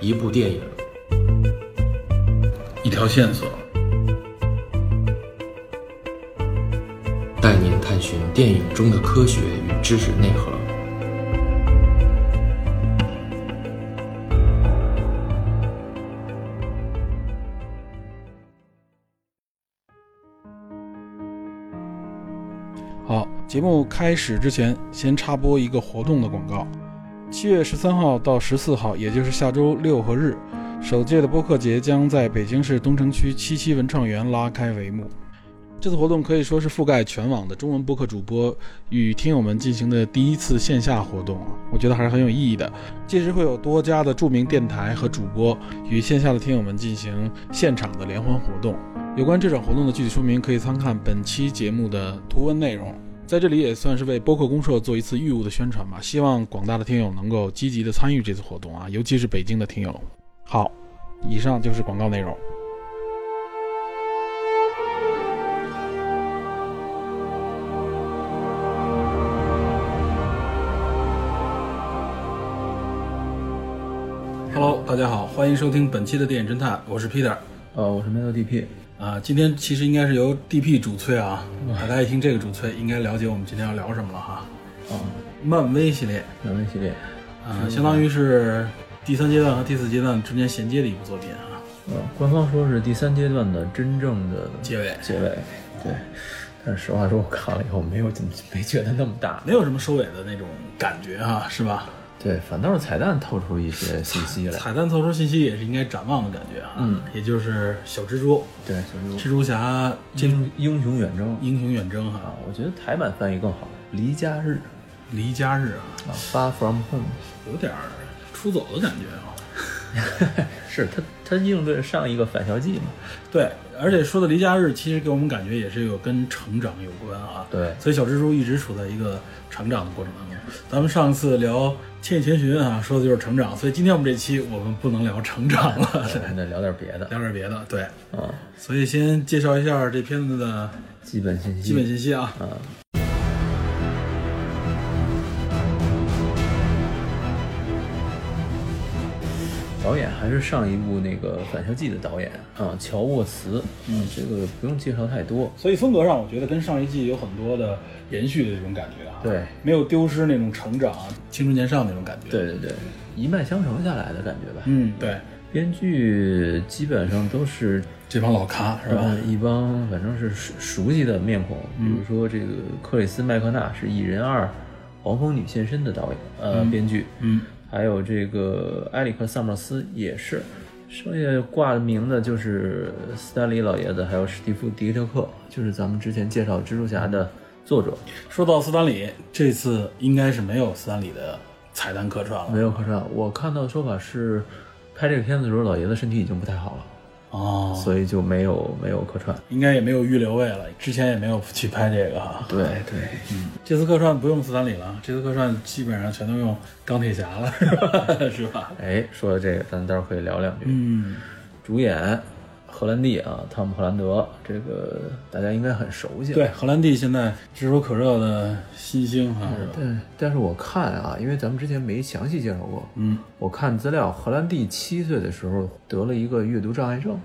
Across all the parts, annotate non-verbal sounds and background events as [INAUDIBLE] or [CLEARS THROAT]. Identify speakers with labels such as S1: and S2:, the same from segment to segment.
S1: 一部电影，
S2: 一条线索，
S1: 带您探寻电影中的科学与知识内核。
S3: 好，节目开始之前，先插播一个活动的广告。七月十三号到十四号，也就是下周六和日，首届的播客节将在北京市东城区七七文创园拉开帷幕。这次活动可以说是覆盖全网的中文播客主播与听友们进行的第一次线下活动，啊我觉得还是很有意义的。届时会有多家的著名电台和主播与线下的听友们进行现场的联欢活动。有关这场活动的具体说明，可以参看本期节目的图文内容。在这里也算是为播客公社做一次预务的宣传吧，希望广大的听友能够积极的参与这次活动啊，尤其是北京的听友。好，以上就是广告内容。Hello，大家好，欢迎收听本期的电影侦探，我是 Peter。
S2: 呃，我是 Metal DP，
S3: 啊，今天其实应该是由 DP 主催啊，大家一听这个主催，应该了解我们今天要聊什么了哈。
S2: 啊，
S3: 哦漫威系列
S2: 漫威系列，
S3: 啊，相当于是第三阶段和第四阶段之间衔接的一部作品啊。
S2: 呃，官方说是第三阶段的真正的
S3: 结尾
S2: 结尾，对。但是实话说，我看了以后没有怎么没觉得那么大，
S3: 没有什么收尾的那种感觉哈、是吧？
S2: 对，反倒是彩蛋透出一些信息来。
S3: 彩蛋透出信息也是应该展望的感觉啊。
S2: 嗯，
S3: 也就是小蜘蛛、
S2: 对，就
S3: 蜘
S2: 是
S3: 蛛侠这
S2: 英英雄远征
S3: 英雄远征哈、
S2: 啊，我觉得台版翻译更好，离家日
S3: 离家日啊，
S2: 啊，Far from home，
S3: 有点儿出走的感觉啊。
S2: 是他他应对上一个返校季嘛？
S3: 对，而且说的离家日，其实给我们感觉也是有跟成长有关啊。
S2: 对
S3: 所以小蜘蛛一直处在一个成长的过程当中。咱们上次聊《千与千寻》啊，说的就是成长，所以今天我们这期我们不能聊成长了，对
S2: 咱们再聊点别的
S3: 聊点别的。对，
S2: 啊，
S3: 所以先介绍一下这片子的
S2: 基本信息，
S3: 基本信息啊。
S2: 啊，导演还是上一部那个《返校季》的导演啊，乔沃茨。嗯，这个不用介绍太多。
S3: 所以风格上，我觉得跟上一季有很多的延续的这种感觉啊。
S2: 对
S3: 没有丢失那种成长、青春年少那种感觉。，
S2: 对对对，一脉相承下来的感觉吧。
S3: 嗯，对，
S2: 编剧基本上都是
S3: 这帮老咖是吧？
S2: 呃一帮反正是熟熟悉的面孔，比如说这个克里斯麦克纳是《蚁人二》《黄蜂女现身》的导演，呃，编剧，
S3: 嗯，
S2: 还有这个埃里克·萨默斯也是，剩下挂的名字就是斯丹利老爷子，还有史蒂夫·迪特克，就是咱们之前介绍蜘蛛侠的作者，
S3: 说到斯坦李，这次应该是没有斯坦李的彩蛋客串了。
S2: 没有客串。我看到的说法是，拍这个片子的时候，老爷子身体已经不太好了，
S3: 哦，
S2: 所以就没有没有客串。
S3: 应该也没有预留位了，之前也没有去拍这个哈。
S2: 对对，
S3: 这次客串不用斯坦李了，这次客串基本上全都用钢铁侠了， [LAUGHS] 是吧？是吧？
S2: 哎，说到这个，咱待会儿可以聊两句。
S3: 嗯，
S2: 主演荷兰弟啊，汤姆·荷兰德，这个大家应该很熟悉。
S3: 对，荷兰弟现在炙手可热的新星哈，是吧？
S2: 但但是我看啊，因为咱们之前没详细介绍过，
S3: 嗯，
S2: 我看资料，荷兰弟七岁的时候得了一个阅读障碍症，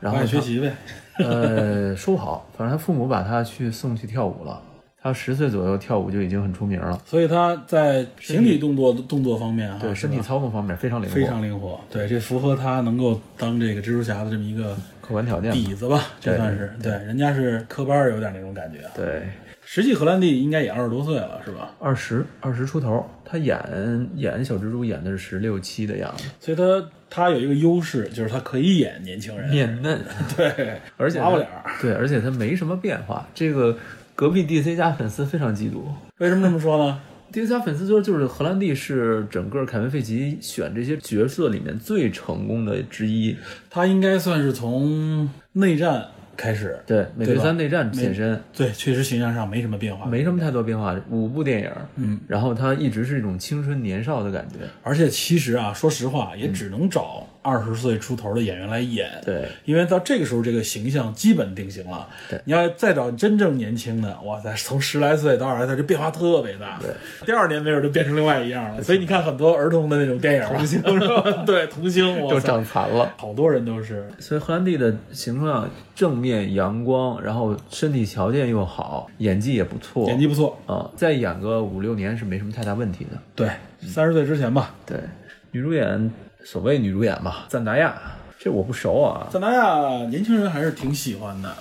S2: 然
S3: 不
S2: 后
S3: 爱学
S2: 他
S3: 习呗。 [LAUGHS]
S2: 呃说不好，反正他父母把他去送去跳舞了。他十岁左右跳舞就已经很出名了，
S3: 所以他在形体动作动作方面啊，
S2: 对身体操控方面非常灵活，
S3: 非常灵活，对，这符合他能够当这个蜘蛛侠的这么一个
S2: 客观条件嘛。
S3: 底子吧，这算是对，人家是科班儿有点那种感觉啊。
S2: 对，
S3: 实际荷兰弟应该也二十多岁了，是吧？
S2: 二十二十出头，他演演小蜘蛛演的是十六七的样子，
S3: 所以他他有一个优势，就是他可以演年轻人，
S2: 面嫩，
S3: [LAUGHS] 对，
S2: 而且
S3: 哎娃娃
S2: 他
S3: 脸儿。
S2: 对，而且它没什么变化。这个隔壁 DC 家粉丝非常嫉妒。
S3: 为什么这么说呢？
S2: DC 家粉丝说，就是荷兰弟是整个凯文·费奇选这些角色里面最成功的之一。
S3: 他应该算是从内战开始，
S2: 对，美队
S3: 吧
S2: 三内战现身
S3: 对，确实形象上没什么变化，
S2: 没什么太多变化，五部电影，
S3: 嗯，
S2: 然后他一直是一种青春年少的感觉。
S3: 而且其实啊，说实话，也只能找二十岁出头的演员来演。
S2: 对，
S3: 因为到这个时候，这个形象基本定型了。
S2: 对
S3: 你要再找真正年轻的，哇塞，从十来岁到二十来岁，这变化特别大。
S2: 对，
S3: 第二年没准就变成另外一样了。所以你看很多儿童的那种
S2: [LAUGHS]
S3: 电影，童星 [LAUGHS] 对童星，
S2: 又
S3: 我
S2: 长残了。
S3: 好多人都是
S2: 所以荷兰弟的形象正面阳光，然后身体条件又好，演技也不错，
S3: 演技不错。
S2: 啊、再演个五六年是没什么太大问题的。
S3: 对，
S2: 嗯
S3: 三十岁之前吧，
S2: 对，女主演所谓女主演吧，赞达亚，这我不熟啊。
S3: 赞达亚年轻人还是挺喜欢的，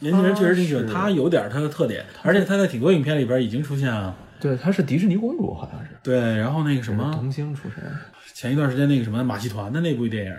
S3: 年轻人确实挺喜欢，
S2: 啊是
S3: 她有点她的特点，而且她在挺多影片里边已经出现了。
S2: 对，她是迪士尼公主，好像是
S3: 对，然后那个什么，
S2: 童星出身
S3: 前一段时间那个什么马戏团的那部电影《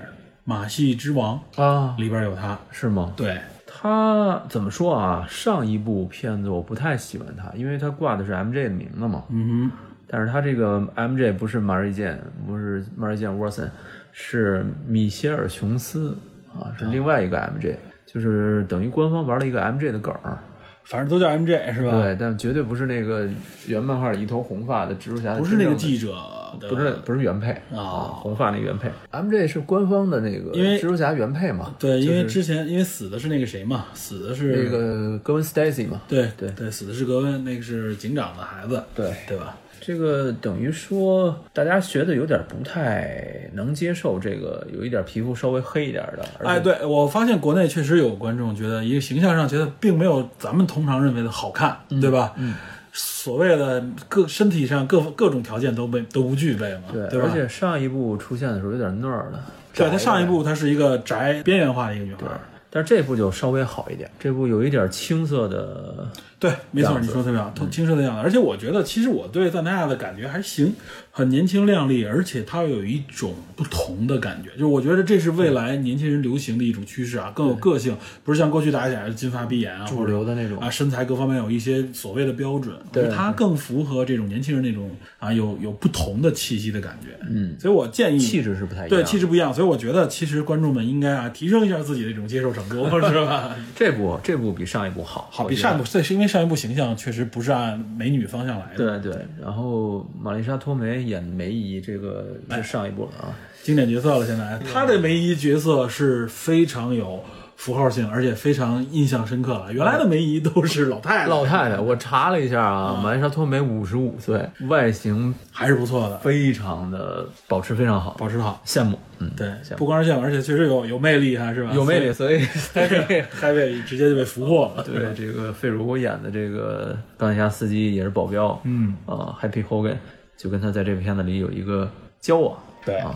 S3: 马戏之王
S2: 啊》，
S3: 里边有她。
S2: 是吗？
S3: 对，
S2: 她怎么说啊？上一部片子我不太喜欢她，因为她挂的是 MJ 的名字嘛。
S3: 嗯哼，
S2: 但是她这个 MJ 不是马瑞健，不是马瑞健·沃森，是米歇尔·琼斯啊，是另外一个 MJ，就是等于官方玩了一个 MJ 的梗儿。
S3: 反正都叫 MJ 是吧？，
S2: 对，但绝对不是那个原漫画里一头红发的蜘蛛侠的
S3: 不
S2: 真
S3: 是
S2: 正的，
S3: 那个记者的，
S2: 不是不是原配啊
S3: 哦
S2: 红发那个原配，MJ 是官方的那个
S3: 因为
S2: 蜘蛛侠原配嘛，
S3: 对，因为之前因为死的是那个谁嘛，死的是
S2: 那个戈文·斯黛西嘛，
S3: 对
S2: 对
S3: 对，死的是格温，那个是警长的孩子，
S2: 对
S3: 对吧？
S2: 这个等于说大家学的有点不太能接受这个有一点皮肤稍微黑一点的，而且
S3: 哎，对我发现国内确实有观众觉得，一个形象上觉得并没有咱们通常认为的好看，对吧？嗯，所谓的各身体上各各种条件都被都不具备嘛，
S2: 对，
S3: 吧？
S2: 而且上一部出现的时候有点那儿的，
S3: 对，她
S2: 宅
S3: 上一
S2: 的
S3: 部她是一个宅边缘化的一个女孩，
S2: 但是这部就稍微好一点，这部有一点青涩的，
S3: 对，没错，
S2: 样
S3: 你
S2: 子嗯
S3: 说得特别好，清澈的样子。而且我觉得，其实我对赞达亚的感觉还行，很年轻靓丽，而且她有一种不同的感觉，就是我觉得这是未来年轻人流行的一种趋势啊，更有个性，不是像过去大家讲的金发碧眼啊，
S2: 主流的那种
S3: 啊，身材各方面有一些所谓的标准，我觉得
S2: 对
S3: 她更符合这种年轻人那种啊，有有不同的气息的感觉。嗯，所以我建议
S2: 气质是不太一样
S3: 对气质不一样，所以我觉得其实观众们应该啊提升一下自己的这种接受程
S2: [LAUGHS]
S3: 度，是吧？
S2: 这部这部比上一部好，
S3: 好，
S2: 我
S3: 比
S2: 觉得
S3: 上一部，这是因为上一部形象确实不是按美女方向来的，
S2: 对对，然后玛丽莎·托梅演梅姨，这个是上一部了啊。
S3: 经典角色了。现在她的梅姨角色是非常有符号性，而且非常印象深刻了。原来的梅姨都是老太太，
S2: 嗯老太太，我查了一下啊，玛丽莎·托梅五十五岁，外形
S3: 还是不错的，
S2: 非常的保持非常好，
S3: 保持得好。
S2: 羡慕，嗯，
S3: 对
S2: 羡，慕
S3: 不光是羡慕，而且确实有有魅力哈，是吧？
S2: 有魅力，啊所以 [LAUGHS]
S3: 所以，嗨 [LAUGHS] 被嗨被直接就被俘获了。
S2: 对这个费如我演的这个钢铁侠司机也是保镖，
S3: 嗯
S2: 啊，Happy Hogan 就跟他在这个片子里有一个交往，
S3: 对
S2: 啊，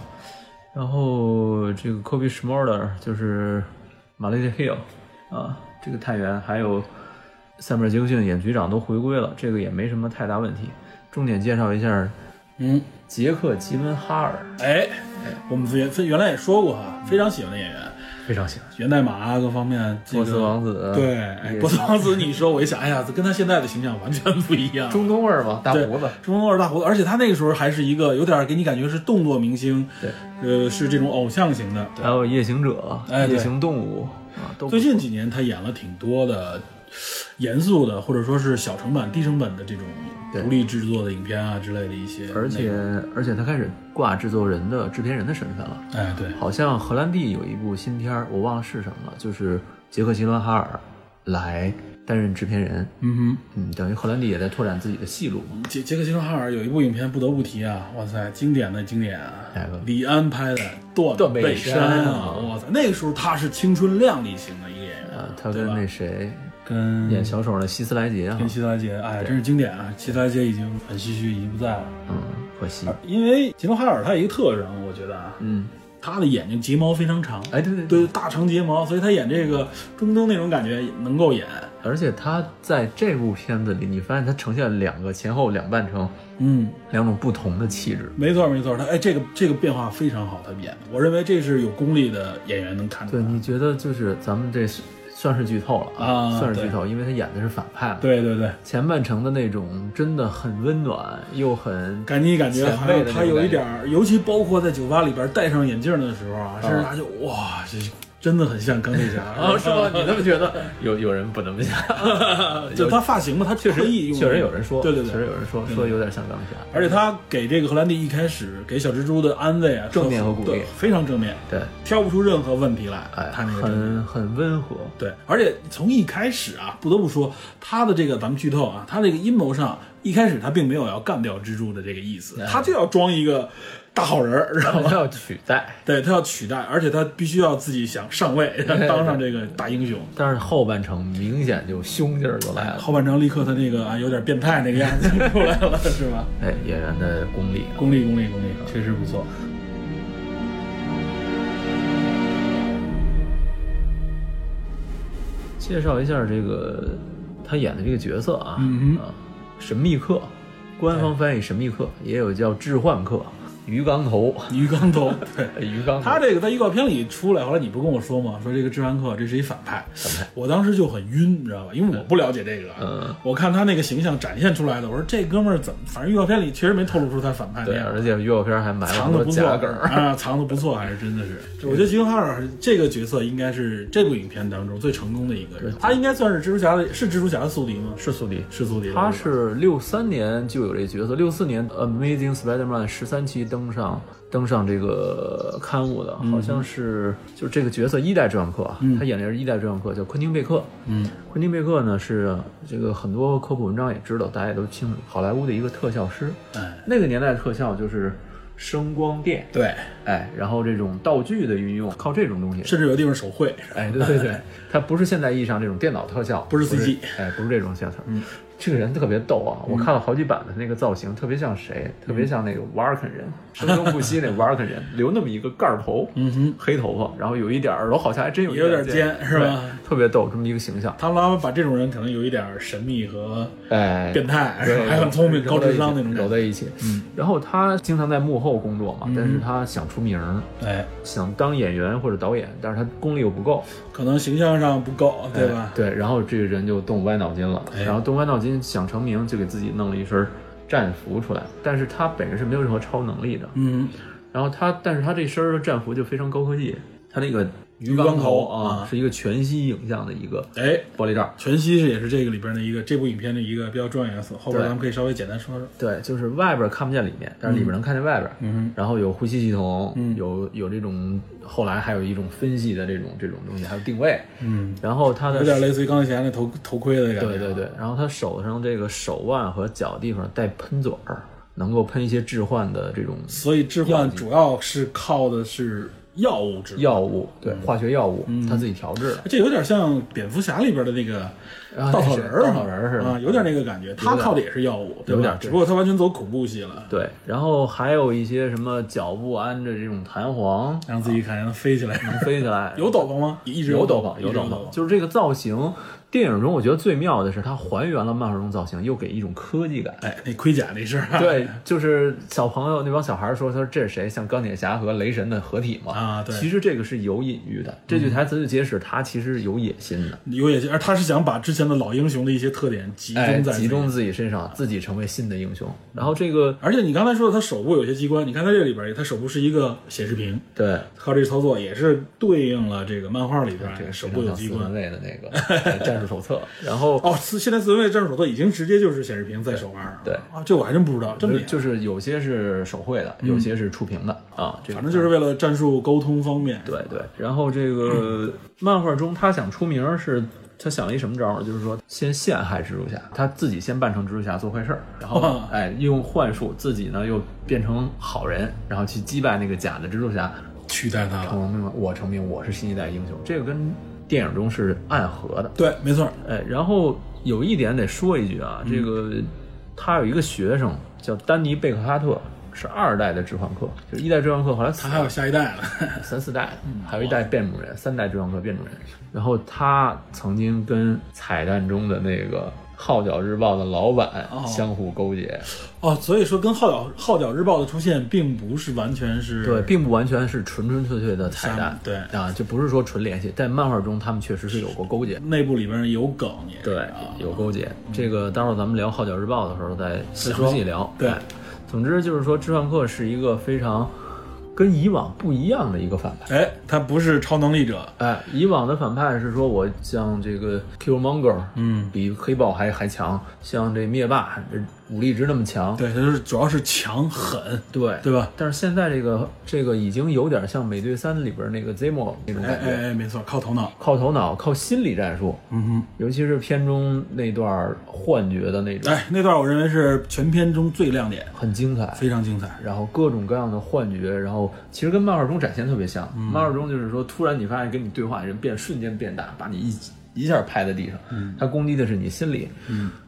S2: 然后这个 Kobe Schmoller 就是玛丽 h i l 啊，这个探员还有塞缪尔·杰克逊演局长都回归了，这个也没什么太大问题。重点介绍一下
S3: 嗯，
S2: 杰克·吉文哈尔，
S3: 哎，我们原原来也说过哈，非常喜欢的演员，
S2: 非常喜欢。
S3: 源代码啊各方面，这
S2: 波
S3: 个
S2: 斯王子，
S3: 对，
S2: 也
S3: 哎
S2: 是
S3: 波斯王子，你说我一想，哎呀，跟他现在的形象完全不一样。
S2: 中东味儿嘛，大
S3: 对
S2: 胡子，
S3: 中东二大胡子，而且他那个时候还是一个有点给你感觉是动作明星，
S2: 对，
S3: 呃，是这种偶像型的。
S2: 还有夜行者、
S3: 哎对
S2: 夜行动物啊，都不
S3: 最近几年他演了挺多的严肃的，或者说是小成本、低成本的这种
S2: 对
S3: 独立制作的影片啊之类的一些内容。
S2: 而且而且他开始挂制作人的制片人的身份了，
S3: 哎，对，
S2: 好像荷兰弟有一部新片儿，我忘了是什么了，就是杰克·吉伦哈尔来担任制片人，
S3: 嗯
S2: 嗯，等于荷兰弟也在拓展自己的戏路嘛。
S3: 哼，杰杰克·吉伦哈尔有一部影片不得不提啊，哇塞，经典的经典啊
S2: 哪个，
S3: 李安拍的《断
S2: 断
S3: 背
S2: 背
S3: 山》
S2: 山
S3: 啊
S2: 啊，
S3: 哇塞，那个时候他是青春靓丽型的一个演员，
S2: 啊，他
S3: 对
S2: 跟
S3: 吧嗯
S2: 那谁
S3: 跟
S2: 演小丑的希斯莱杰啊
S3: 跟，齐达杰，哎，真是经典啊！齐达杰已经很唏嘘，已经不在了。
S2: 嗯，可惜，
S3: 因为吉伦哈尔他有一个特征，我觉得啊，
S2: 嗯，
S3: 他的眼睛睫毛非常长，
S2: 哎，对对对，
S3: 对，大长睫毛，所以他演这个中东那种感觉也能够演。
S2: 而且他在这部片子里，你发现他呈现了两个前后两半程
S3: 嗯，
S2: 两种不同的气质，
S3: 没错没错，他哎，这个这个变化非常好，他演的，我认为这是有功力的演员能看出
S2: 对，
S3: 来。
S2: 你觉得就是咱们这是算是剧透了
S3: 啊
S2: 算是
S3: 对
S2: 剧透，因为他演的是反派嘛。
S3: 对对对，
S2: 前半程的那种真的很温暖，又很 [LAUGHS]
S3: 感觉感觉好像
S2: 前卫的那种
S3: 他有一点儿，尤其包括在酒吧里边戴上眼镜的时候啊，甚至他就哇，这真的很像钢铁侠
S2: [LAUGHS] 啊，
S3: [LAUGHS]
S2: 是吗？你那么觉得？有有人不那么想，
S3: 呃就他发型嘛，他
S2: 确
S3: 刻 [LAUGHS]
S2: 实 [LAUGHS]
S3: 意用，
S2: 确实有人说，
S3: 对对嗯
S2: 确实
S3: 对。
S2: 有人说说有点像钢铁侠，
S3: 而且他给这个荷兰弟一开始给小蜘蛛的安慰啊，
S2: 正面和鼓励
S3: 对非常正面，
S2: 对，
S3: 挑不出任何问题来。
S2: 哎，
S3: 他那个正面
S2: 很很温和，
S3: 对，而且从一开始啊，不得不说他的这个咱们剧透啊，他这个阴谋上一开始他并没有要干掉蜘蛛的这个意
S2: 哎
S3: 思，他就要装一个大好人儿，知道吗？
S2: 要取代。
S3: 对他要取代，而且他必须要自己想上位，当上这个大英雄。
S2: 但是后半程明显就凶劲儿就来了，
S3: 后半程立刻他那个啊有点变态那个样子就出来了，是吧？
S2: 哎，演员的功力啊，
S3: 功力功力功力，确实不错。
S2: 介绍一下这个他演的这个角色啊，
S3: 嗯
S2: 啊，神秘客，官方翻译神秘客，也有叫置换客、鱼缸头、
S3: 鱼缸头，对。
S2: 哎鱼缸头。
S3: 他这个在预告片里出来，后来你不跟我说吗？说这个治安克这是一反派，我当时就很晕，你知道吧？因为我不了解这个，
S2: 嗯
S3: 我看他那个形象展现出来的，我说这哥们儿怎么？反正预告片里确实没透露出他反派那
S2: 对，
S3: 样
S2: 而，且预告片还埋了
S3: 藏
S2: 很
S3: 的
S2: 多
S3: 不错
S2: 假梗儿。
S3: 啊，藏的不错，还是真的是。我觉得吉恩哈尔这个角色应该是这部影片当中最成功的一个人，他应该算是蜘蛛侠的，是蜘蛛侠的宿敌吗？
S2: 是苏迪，
S3: 是宿敌吧，
S2: 他是六三年就有这角色，六四年《Amazing Spider-Man》十三期登上登上这个刊物的，好像是就是这个角色一代志愿客啊，他演的是一代志愿客，叫昆汀贝克。
S3: 嗯，
S2: 昆汀贝克呢是这个很多科普文章也知道，大家也都清楚，好莱坞的一个特效师。
S3: 哎，
S2: 那个年代的特效就是声光电，
S3: 对，
S2: 哎，然后这种道具的运用，靠这种东西。
S3: 甚至有的地方手绘，
S2: 哎，对对对，它不是现代意义上这种电脑特效，
S3: 不是 CG
S2: 哎，不是这种效果。嗯，这个人特别逗啊！
S3: 嗯
S2: 我看了好几版的那个造型，特别像谁？特别像那个瓦尔肯人，声东不息那瓦尔肯人，留那么一个盖儿头，
S3: 嗯哼，
S2: 黑头发，然后有一点儿耳朵，好像还真有一
S3: 也有
S2: 点
S3: 点尖是吧？
S2: 对特别逗，这么一个形象。
S3: 他们老板把这种人可能有一点神秘和
S2: 哎，
S3: 变态，
S2: 对，
S3: 还很聪明、高智商那种感觉。
S2: 揉
S3: 嗯
S2: 在一起。嗯，然后他经常在幕后工作嘛，但是他想出名儿，
S3: 哎，
S2: 想当演员或者导演，但是他功力又不够，
S3: 可能形象上不够，对吧？
S2: 哎对，然后这个人就动歪脑筋了，
S3: 哎
S2: 然后动歪脑筋想成名，就给自己弄了一身战服出来，但是他本人是没有任何超能力的。
S3: 嗯，
S2: 然后他，但是他这身战服就非常高科技，他那个
S3: 鱼缸头
S2: 啊，
S3: 啊
S2: 是一个全息影像的一个
S3: 哎，
S2: 玻璃罩。
S3: 全息是也是这个里边的一个这部影片的一个比较重要元素，后边
S2: 对
S3: 咱们可以稍微简单说说。
S2: 对，就是外边看不见里面，但是里边能看见外边。
S3: 嗯，
S2: 然后有呼吸系统，有有这种后来还有一种分析的这种这种东西，还有定位。
S3: 嗯，
S2: 然后他的
S3: 有点类似于钢铁侠那头头盔的感觉。啊
S2: 对对对，然后他手上这个手腕和脚地方带喷嘴儿，能够喷一些置换的这种
S3: 所以置换主要是靠的是药物置换，
S2: 药物，对，
S3: 嗯
S2: 化学药物，他自己调制的。
S3: 这有点像蝙蝠侠里边的那个
S2: 啊
S3: 稻草人儿哈，
S2: 那是稻草人儿似的
S3: 啊，有点那个感觉。他靠的也是药物，对吧
S2: 有点
S3: 只不过他完全走恐怖系了，
S2: 对，然后还有一些什么脚步按着这种弹簧
S3: 让自己看能飞起来。
S2: 能飞起来，
S3: [LAUGHS] 有斗篷吗？一直
S2: 嗯有
S3: 斗
S2: 斗
S3: 篷，
S2: 篷，
S3: 一直有
S2: 有斗
S3: 篷
S2: 篷，。就是这个造型。电影中我觉得最妙的是，它还原了漫画中造型，又给一种科技
S3: [LAUGHS]
S2: 感。
S3: 哎，那盔甲那事儿啊，
S2: 对，就是小朋友那帮小孩儿说，他说这是谁？像钢铁侠和雷神的合体嘛？
S3: 啊对
S2: 其实这个是有隐喻的，这句台词就揭示他其实有野心的，
S3: 有野心，而他是想把之前的老英雄的一些特点集中
S2: 哎，
S3: 在自己
S2: 集中。自己身上，自己成为新的英雄。然后这个
S3: 而且你刚才说的，他手部有些机关，你看他这里边，他手部是一个显示屏，
S2: 对。
S3: 靠这操作也是对应了这个漫画里边
S2: 这个
S3: 手部有机关。
S2: 类的那个 [LAUGHS] 哎战术手册，然后
S3: 哦，四现在四分卫战术手册已经直接就是显示屏在手腕上了。
S2: 对
S3: 啊，这我还真不知道，这么厉害。
S2: 就是有些是手绘的，有些是触屏的啊，这个
S3: 反正就是为了战术沟通方面。
S2: 对对，然后这个漫画中他想出名儿是。他想了一什么招儿？就是说，先陷害蜘蛛侠，他自己先扮成蜘蛛侠做坏事儿，然后呢哎用幻术，自己呢又变成好人，然后去击败那个假的蜘蛛侠，
S3: 取代他了。
S2: 成名了。我成名，我是新一代英雄。这个跟电影中是暗合的。
S3: 对，没错，
S2: 哎，然后有一点得说一句啊，这个他有一个学生叫丹尼贝克哈特，是二代的置换客，就是一代置换客后来嗯死
S3: 他
S2: 了
S3: 还有下一代了。 [LAUGHS]
S2: 三四代，还有一代变种人，三代追光客变种人。然后他曾经跟彩蛋中的那个《号角日报》的老板
S3: 哦
S2: 相互勾结，
S3: 哦，所以说跟号角号角日报的出现，并不是完全是
S2: 对，并不完全是纯纯粹粹的彩蛋
S3: 像，对
S2: 啊，就不是说纯联系。在漫画中，他们确实是有过勾结，
S3: 内部里边有梗也是
S2: 对
S3: 啊，，
S2: 有勾结。这个待会儿咱们聊《号角日报》的时候再详细聊。
S3: 对
S2: 哎，总之就是说，置换客是一个非常跟以往不一样的一个反派。
S3: 哎，他不是超能力者，
S2: 哎，以往的反派是说我像这个 Killmonger，
S3: 嗯，
S2: 比黑豹还还强，像这灭霸这武力值那么强，
S3: 对，他就是主要是强狠，
S2: 对
S3: 对吧？
S2: 但是现在这个这个已经有点像《美队三》里边那个 Zemo 那种
S3: 哎
S2: 感觉，
S3: 哎哎，没错，靠头脑，
S2: 靠头脑、靠心理战术，
S3: 嗯
S2: 尤其是片中那段幻觉的那
S3: 哼，
S2: 种，
S3: 哎，那段我认为是全片中最亮点，
S2: 很精彩。
S3: 非常精彩，
S2: 然后各种各样的幻觉，然后其实跟漫画中展现特别像。漫画中就是说，突然你发现跟你对话的人变瞬间变大，把你一一下拍在地上。他攻击的是你心理。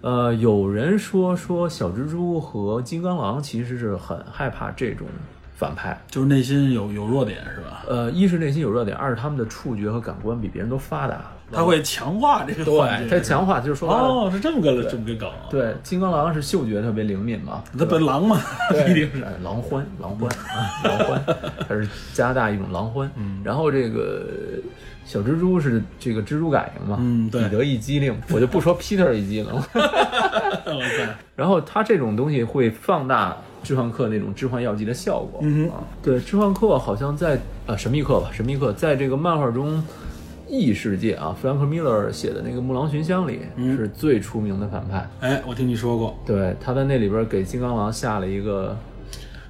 S2: 呃，有人说说小蜘蛛和金刚狼其实是很害怕这种反派。
S3: 就是内心有有弱点是吧？
S2: 呃，一是内心有热点，二是他们的触觉和感官比别人都发达。
S3: 他会强化这个幻觉，
S2: 他强化就是说白了，
S3: 哦，是这么个这么个梗啊，
S2: 对金刚狼是嗅觉特别灵敏嘛，
S3: 他本狼嘛，
S2: 对
S3: 一定是，
S2: 哎狼獾，狼獾啊，狼獾，它是加拿大一种狼獾。
S3: 嗯
S2: 然后这个小蜘蛛是这个蜘蛛感应嘛，
S3: 嗯对
S2: 彼得一激灵，我就不说 Peter 一激灵。
S3: 哇塞，
S2: [LAUGHS] 然后它这种东西会放大致幻课那种致幻药剂的效果。
S3: 嗯
S2: 啊，对，致幻课好像在呃神秘课吧，神秘课在这个漫画中。异世界啊，弗兰克·米勒写的那个《木狼寻香》里、
S3: 嗯
S2: 是最出名的反派。
S3: 哎，我听你说过
S2: 对，他在那里边给金刚狼下了一个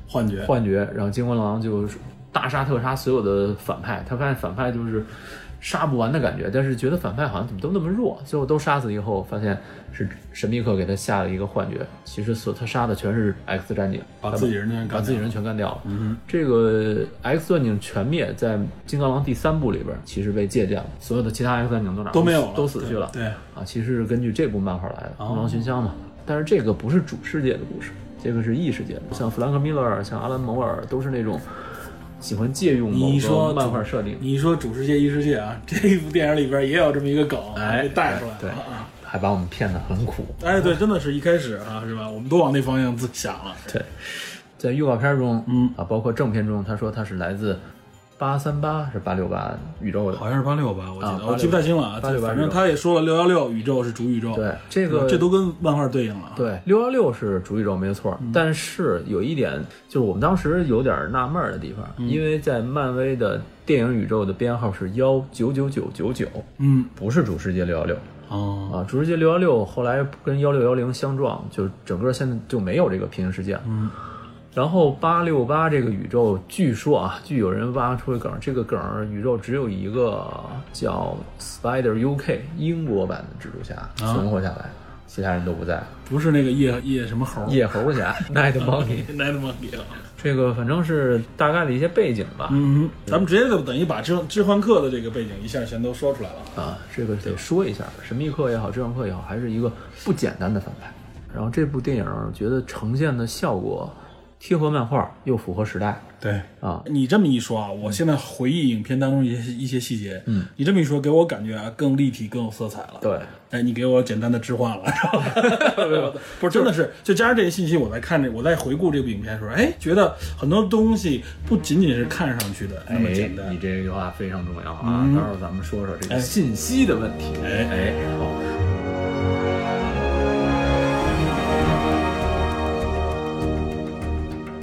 S3: 幻觉，
S2: 幻觉，然后金刚狼就大杀特杀所有的反派，他发现反派就是杀不完的感觉，但是觉得反派好像怎么都那么弱，最后都杀死以后，发现是神秘客给他下了一个幻觉，其实所他杀的全是 X 战警，
S3: 把自己嗯人那
S2: 把自己
S3: 人，
S2: 人全干掉了。这个 X 战警全灭在金刚狼第三部里边其实被借鉴了，所有的其他 X 战警都哪儿
S3: 都没有了，
S2: 都死去了。
S3: 对，对
S2: 啊，其实是根据这部漫画来的《
S3: 哦
S2: 红狼寻香》嘛。但是这个不是主世界的故事，这个是异世界的。像弗兰克·米勒尔、像阿兰·摩尔都是那种喜欢借用某
S3: 你说
S2: 个漫画设定，
S3: 你一说主世界异世界啊，这部电影里边也有这么一个梗，
S2: 哎
S3: 被带出来了。
S2: 对
S3: 啊
S2: 还把我们骗得很苦。
S3: 哎，对，真的是一开始啊，是吧？我们都往那方向自想了。
S2: 对，在预告片中，
S3: 嗯
S2: 啊，包括正片中，他说他是来自八三八是八六八宇宙的。
S3: 好像是八六吧，我记
S2: 啊
S3: 得，
S2: 86
S3: 我记不太清了啊。
S2: 86
S3: 反正他也说了，六幺六宇宙是主宇宙。
S2: 对，这个
S3: 这都跟漫画对应了。，啊
S2: 对，六幺六是主宇宙没错，
S3: 嗯
S2: 但是有一点就是我们当时有点纳闷儿的地方，
S3: 嗯
S2: 因为在漫威的电影宇宙的编号是幺九九九九九，
S3: 嗯，
S2: 不是主世界六幺六
S3: 哦，
S2: 啊，主世界六幺六后来跟幺六幺零相撞，就整个现在就没有这个平行世界了。
S3: 嗯，
S2: 然后八六八这个宇宙，据说啊，据有人挖出的梗儿，这个梗儿宇宙只有一个叫 Spider UK 英国版的蜘蛛侠存活下来，其他人都不在。
S3: 不是那个夜夜什么猴，
S2: 夜猴 [LAUGHS] 侠 Night Monkey，
S3: 来他妈给了。
S2: 这个反正是大概的一些背景吧。
S3: 嗯，咱们直接就等于把置置换客的这个背景一下全都说出来了。
S2: 啊，这个得说一下，神秘客也好，智障客也好，还是一个不简单的反派。然后这部电影觉得呈现的效果贴合漫画，又符合时代
S3: 对，
S2: 啊。
S3: 你这么一说啊，我现在回忆影片当中一些一些细节，嗯，你这么一说，给我感觉啊更立体、更有色彩了。，
S2: 对，
S3: 哎，你给我简单的置换了，
S2: [LAUGHS]
S3: 然后 [LAUGHS] 不是，真的是，就加上这些信息，我在看这，我在回顾这部影片的时候，哎，觉得很多东西不仅仅是看上去的那么简单
S2: 你。这句话非常重要啊。到时候咱们说说这个信息的问题。
S3: 哎
S2: 哎，好。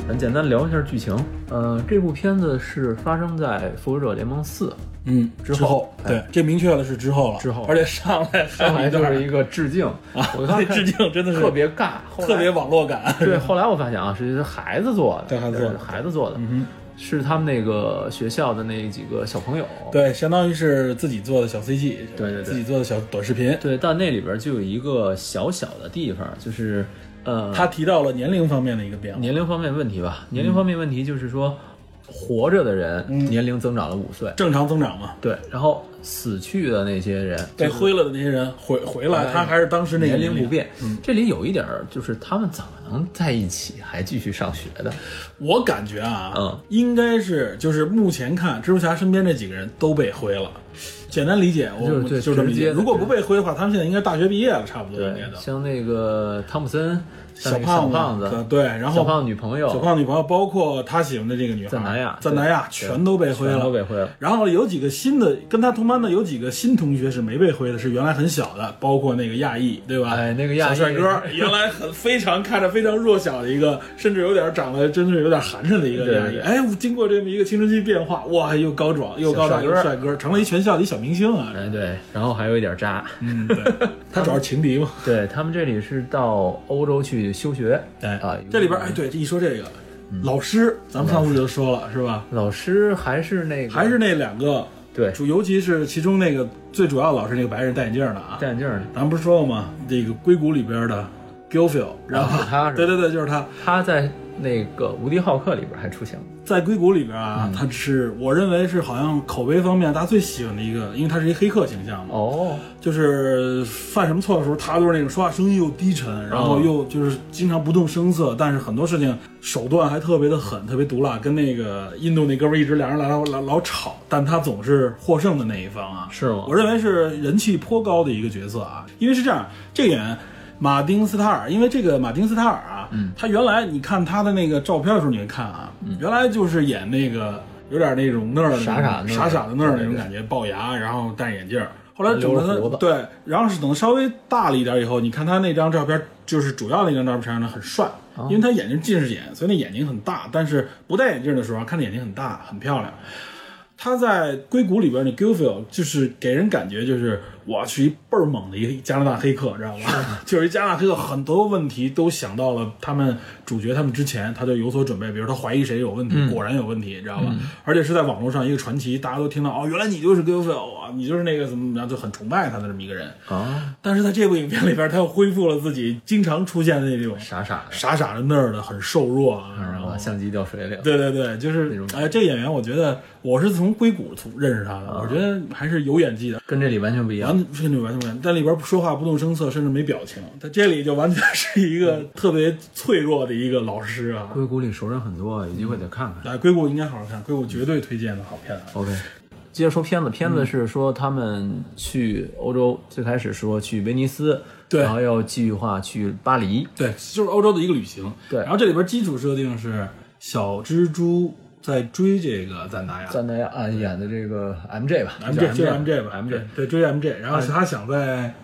S2: 咱简单聊一下剧情。呃，这部片子是发生在《复仇者联盟四》
S3: 嗯，之
S2: 后哎
S3: 对，这明确了是之后了，
S2: 之后
S3: 而且上来
S2: 上来就是
S3: 一
S2: 一个
S3: [LAUGHS]
S2: 致敬啊我刚
S3: 这
S2: 才看
S3: 致敬真的是
S2: 特别尬，后
S3: 段
S2: 来
S3: 特别网络感，
S2: 对。后来我发现啊，是孩子做的，
S3: 对孩子做的嗯
S2: 对孩子做的，是他们那个学校的那几个小朋友。
S3: 对，相当于是自己做的小 CG，
S2: 对对对
S3: 自己做的小短视频。
S2: 对，但那里边就有一个小小的地方，就是呃，
S3: 他嗯提到了年龄方面的一个变化，
S2: 年龄方面问题吧。年龄方面问题就是说，活着的人
S3: 嗯
S2: 年龄增长了五岁，
S3: 正常增长嘛。
S2: 对，然后死去的那些人
S3: 被灰了的那些人回回来，他还是当时那个
S2: 哎年
S3: 龄
S2: 龄不。变。这里有一点儿就是他们怎么能在一起还继续上学
S3: 嗯
S2: 的？
S3: 我感觉啊，
S2: 嗯
S3: 应该是就是目前看蜘蛛侠身边这几个人都被灰了。简单理解，我
S2: 就是
S3: 我
S2: 对
S3: 就这么理
S2: 直接
S3: 解。
S2: 的
S3: 如果不被灰的话，他们现在应该大学毕业了，差不多应该
S2: 对，
S3: 都。
S2: 像那个汤姆森，
S3: 小
S2: 像那个小
S3: 胖嗯
S2: 子，
S3: 对，然后
S2: 小胖女朋友，
S3: 小胖女朋友，包括他喜欢的这个女孩，
S2: 赞南亚
S3: 赞南亚
S2: 对
S3: 全都被灰
S2: 全
S3: 了
S2: 都。被灰了。
S3: 然后有几个新的跟他同班班呢有几个新同学是没被灰的，是原来很小的，包括那个亚裔，对吧？
S2: 哎那个亚裔
S3: 小帅哥，原来很非常看着非常弱小的一个，甚至有点长得真是有点寒碜的一个
S2: 对
S3: 亚裔，
S2: 对
S3: 哎，经过这么一个青春期变化，哇，又高壮又高大
S2: 小帅
S3: 又
S2: 哥
S3: 帅哥，成了一全校的一小明星啊！
S2: 哎，对，然后还有一
S3: [LAUGHS]
S2: 点渣。
S3: 嗯，对，他主要是情敌
S2: [LAUGHS]
S3: 嘛。
S2: 对他们这里是到欧洲去休学，
S3: 哎
S2: 啊，
S3: 这里边哎，对，这一说这个
S2: 嗯
S3: 老师，咱们上次就说了是吧？
S2: 老师还是那个，
S3: 还是那两个
S2: 对
S3: 主，尤其是其中那个最主要的老师，那个白人戴眼镜的啊，
S2: 戴眼镜儿，
S3: 咱们不是说过吗？这个硅谷里边的 Gilfield，然后、
S2: 啊是他是吧
S3: 对对对，就是他
S2: 他在那个《无敌浩克》里边还出现过。
S3: 在硅谷里边
S2: 嗯
S3: 啊，他是我认为是好像口碑方面大家最喜欢的一个，因为他是一黑客形象嘛，
S2: 哦，
S3: 就是犯什么错的时候，他都是那种说话声音又低沉，然后又就是经常不动声色，但是很多事情手段还特别的狠，特别毒辣，跟那个印度那哥们儿一直俩人老老老吵，但他总是获胜的那一方啊，
S2: 是吗
S3: 我认为是人气颇高的一个角色啊，因为是这样，这个演员马丁斯塔尔，因为这个马丁斯塔尔啊，
S2: 嗯
S3: 他原来你看他的那个照片的时候，你会看啊，原来就是演那个有点那种那儿的
S2: 傻傻的那种
S3: 傻傻的那儿那
S2: 对
S3: 种
S2: 对
S3: 感觉，龅牙，然后戴眼镜儿。后来整
S2: 留了
S3: 个
S2: 胡
S3: 他
S2: 子
S3: 对，然后是等稍微大了一点以后，你看他那张照片，就是主要那张照片呢很帅，因为他眼睛近视眼，所以那眼睛很大，但是不戴眼镜的时候啊看着眼睛很大，很漂亮。他在硅谷里边的 Gilfield 就是给人感觉就是我去一倍儿猛的一个加拿大黑客，知道吧？ [LAUGHS] 就是一加拿大黑客很多问题都想到了他们主角他们之前，他就有所准备，比如他怀疑谁有问题，果然有问题，知道吧？而且是在网络上一个传奇，大家都听到哦，原来你就是 Gilfield 啊，你就是那个怎么怎么样，就很崇拜他的这么一个人。
S2: 啊，
S3: 但是在这部影片里边，他又恢复了自己经常出现的那种
S2: 傻傻的，
S3: 傻傻的那儿的，很瘦弱啊，然
S2: 然
S3: 后
S2: 后相机掉水里了。
S3: 对对对，就是
S2: 那种感
S3: 哎，这演员我觉得我是从硅谷从认识他的，我觉得还是有演技的。
S2: 跟这里完全不一样。
S3: 完全完全不然，但里边说话不动声色，甚至没表情。他这里就完全是一个特别脆弱的一个老师啊！哎
S2: 硅谷里熟人很多，有机会得看看。
S3: 来，硅谷应该好好看，硅谷绝对推荐的好片啊！
S2: OK，接着说片子，片子是说他们去欧洲，最开始说去威尼斯，
S3: 对
S2: 然后要计划去巴黎，
S3: 对，就是欧洲的一个旅行。
S2: 对
S3: 然后这里边基础设定是小蜘蛛在追这个赞达亚，
S2: 赞达亚啊演的这个 MJ 吧
S3: M J 就是 M J
S2: ，MJ
S3: 吧，M J 对哎追 M J，然后他想在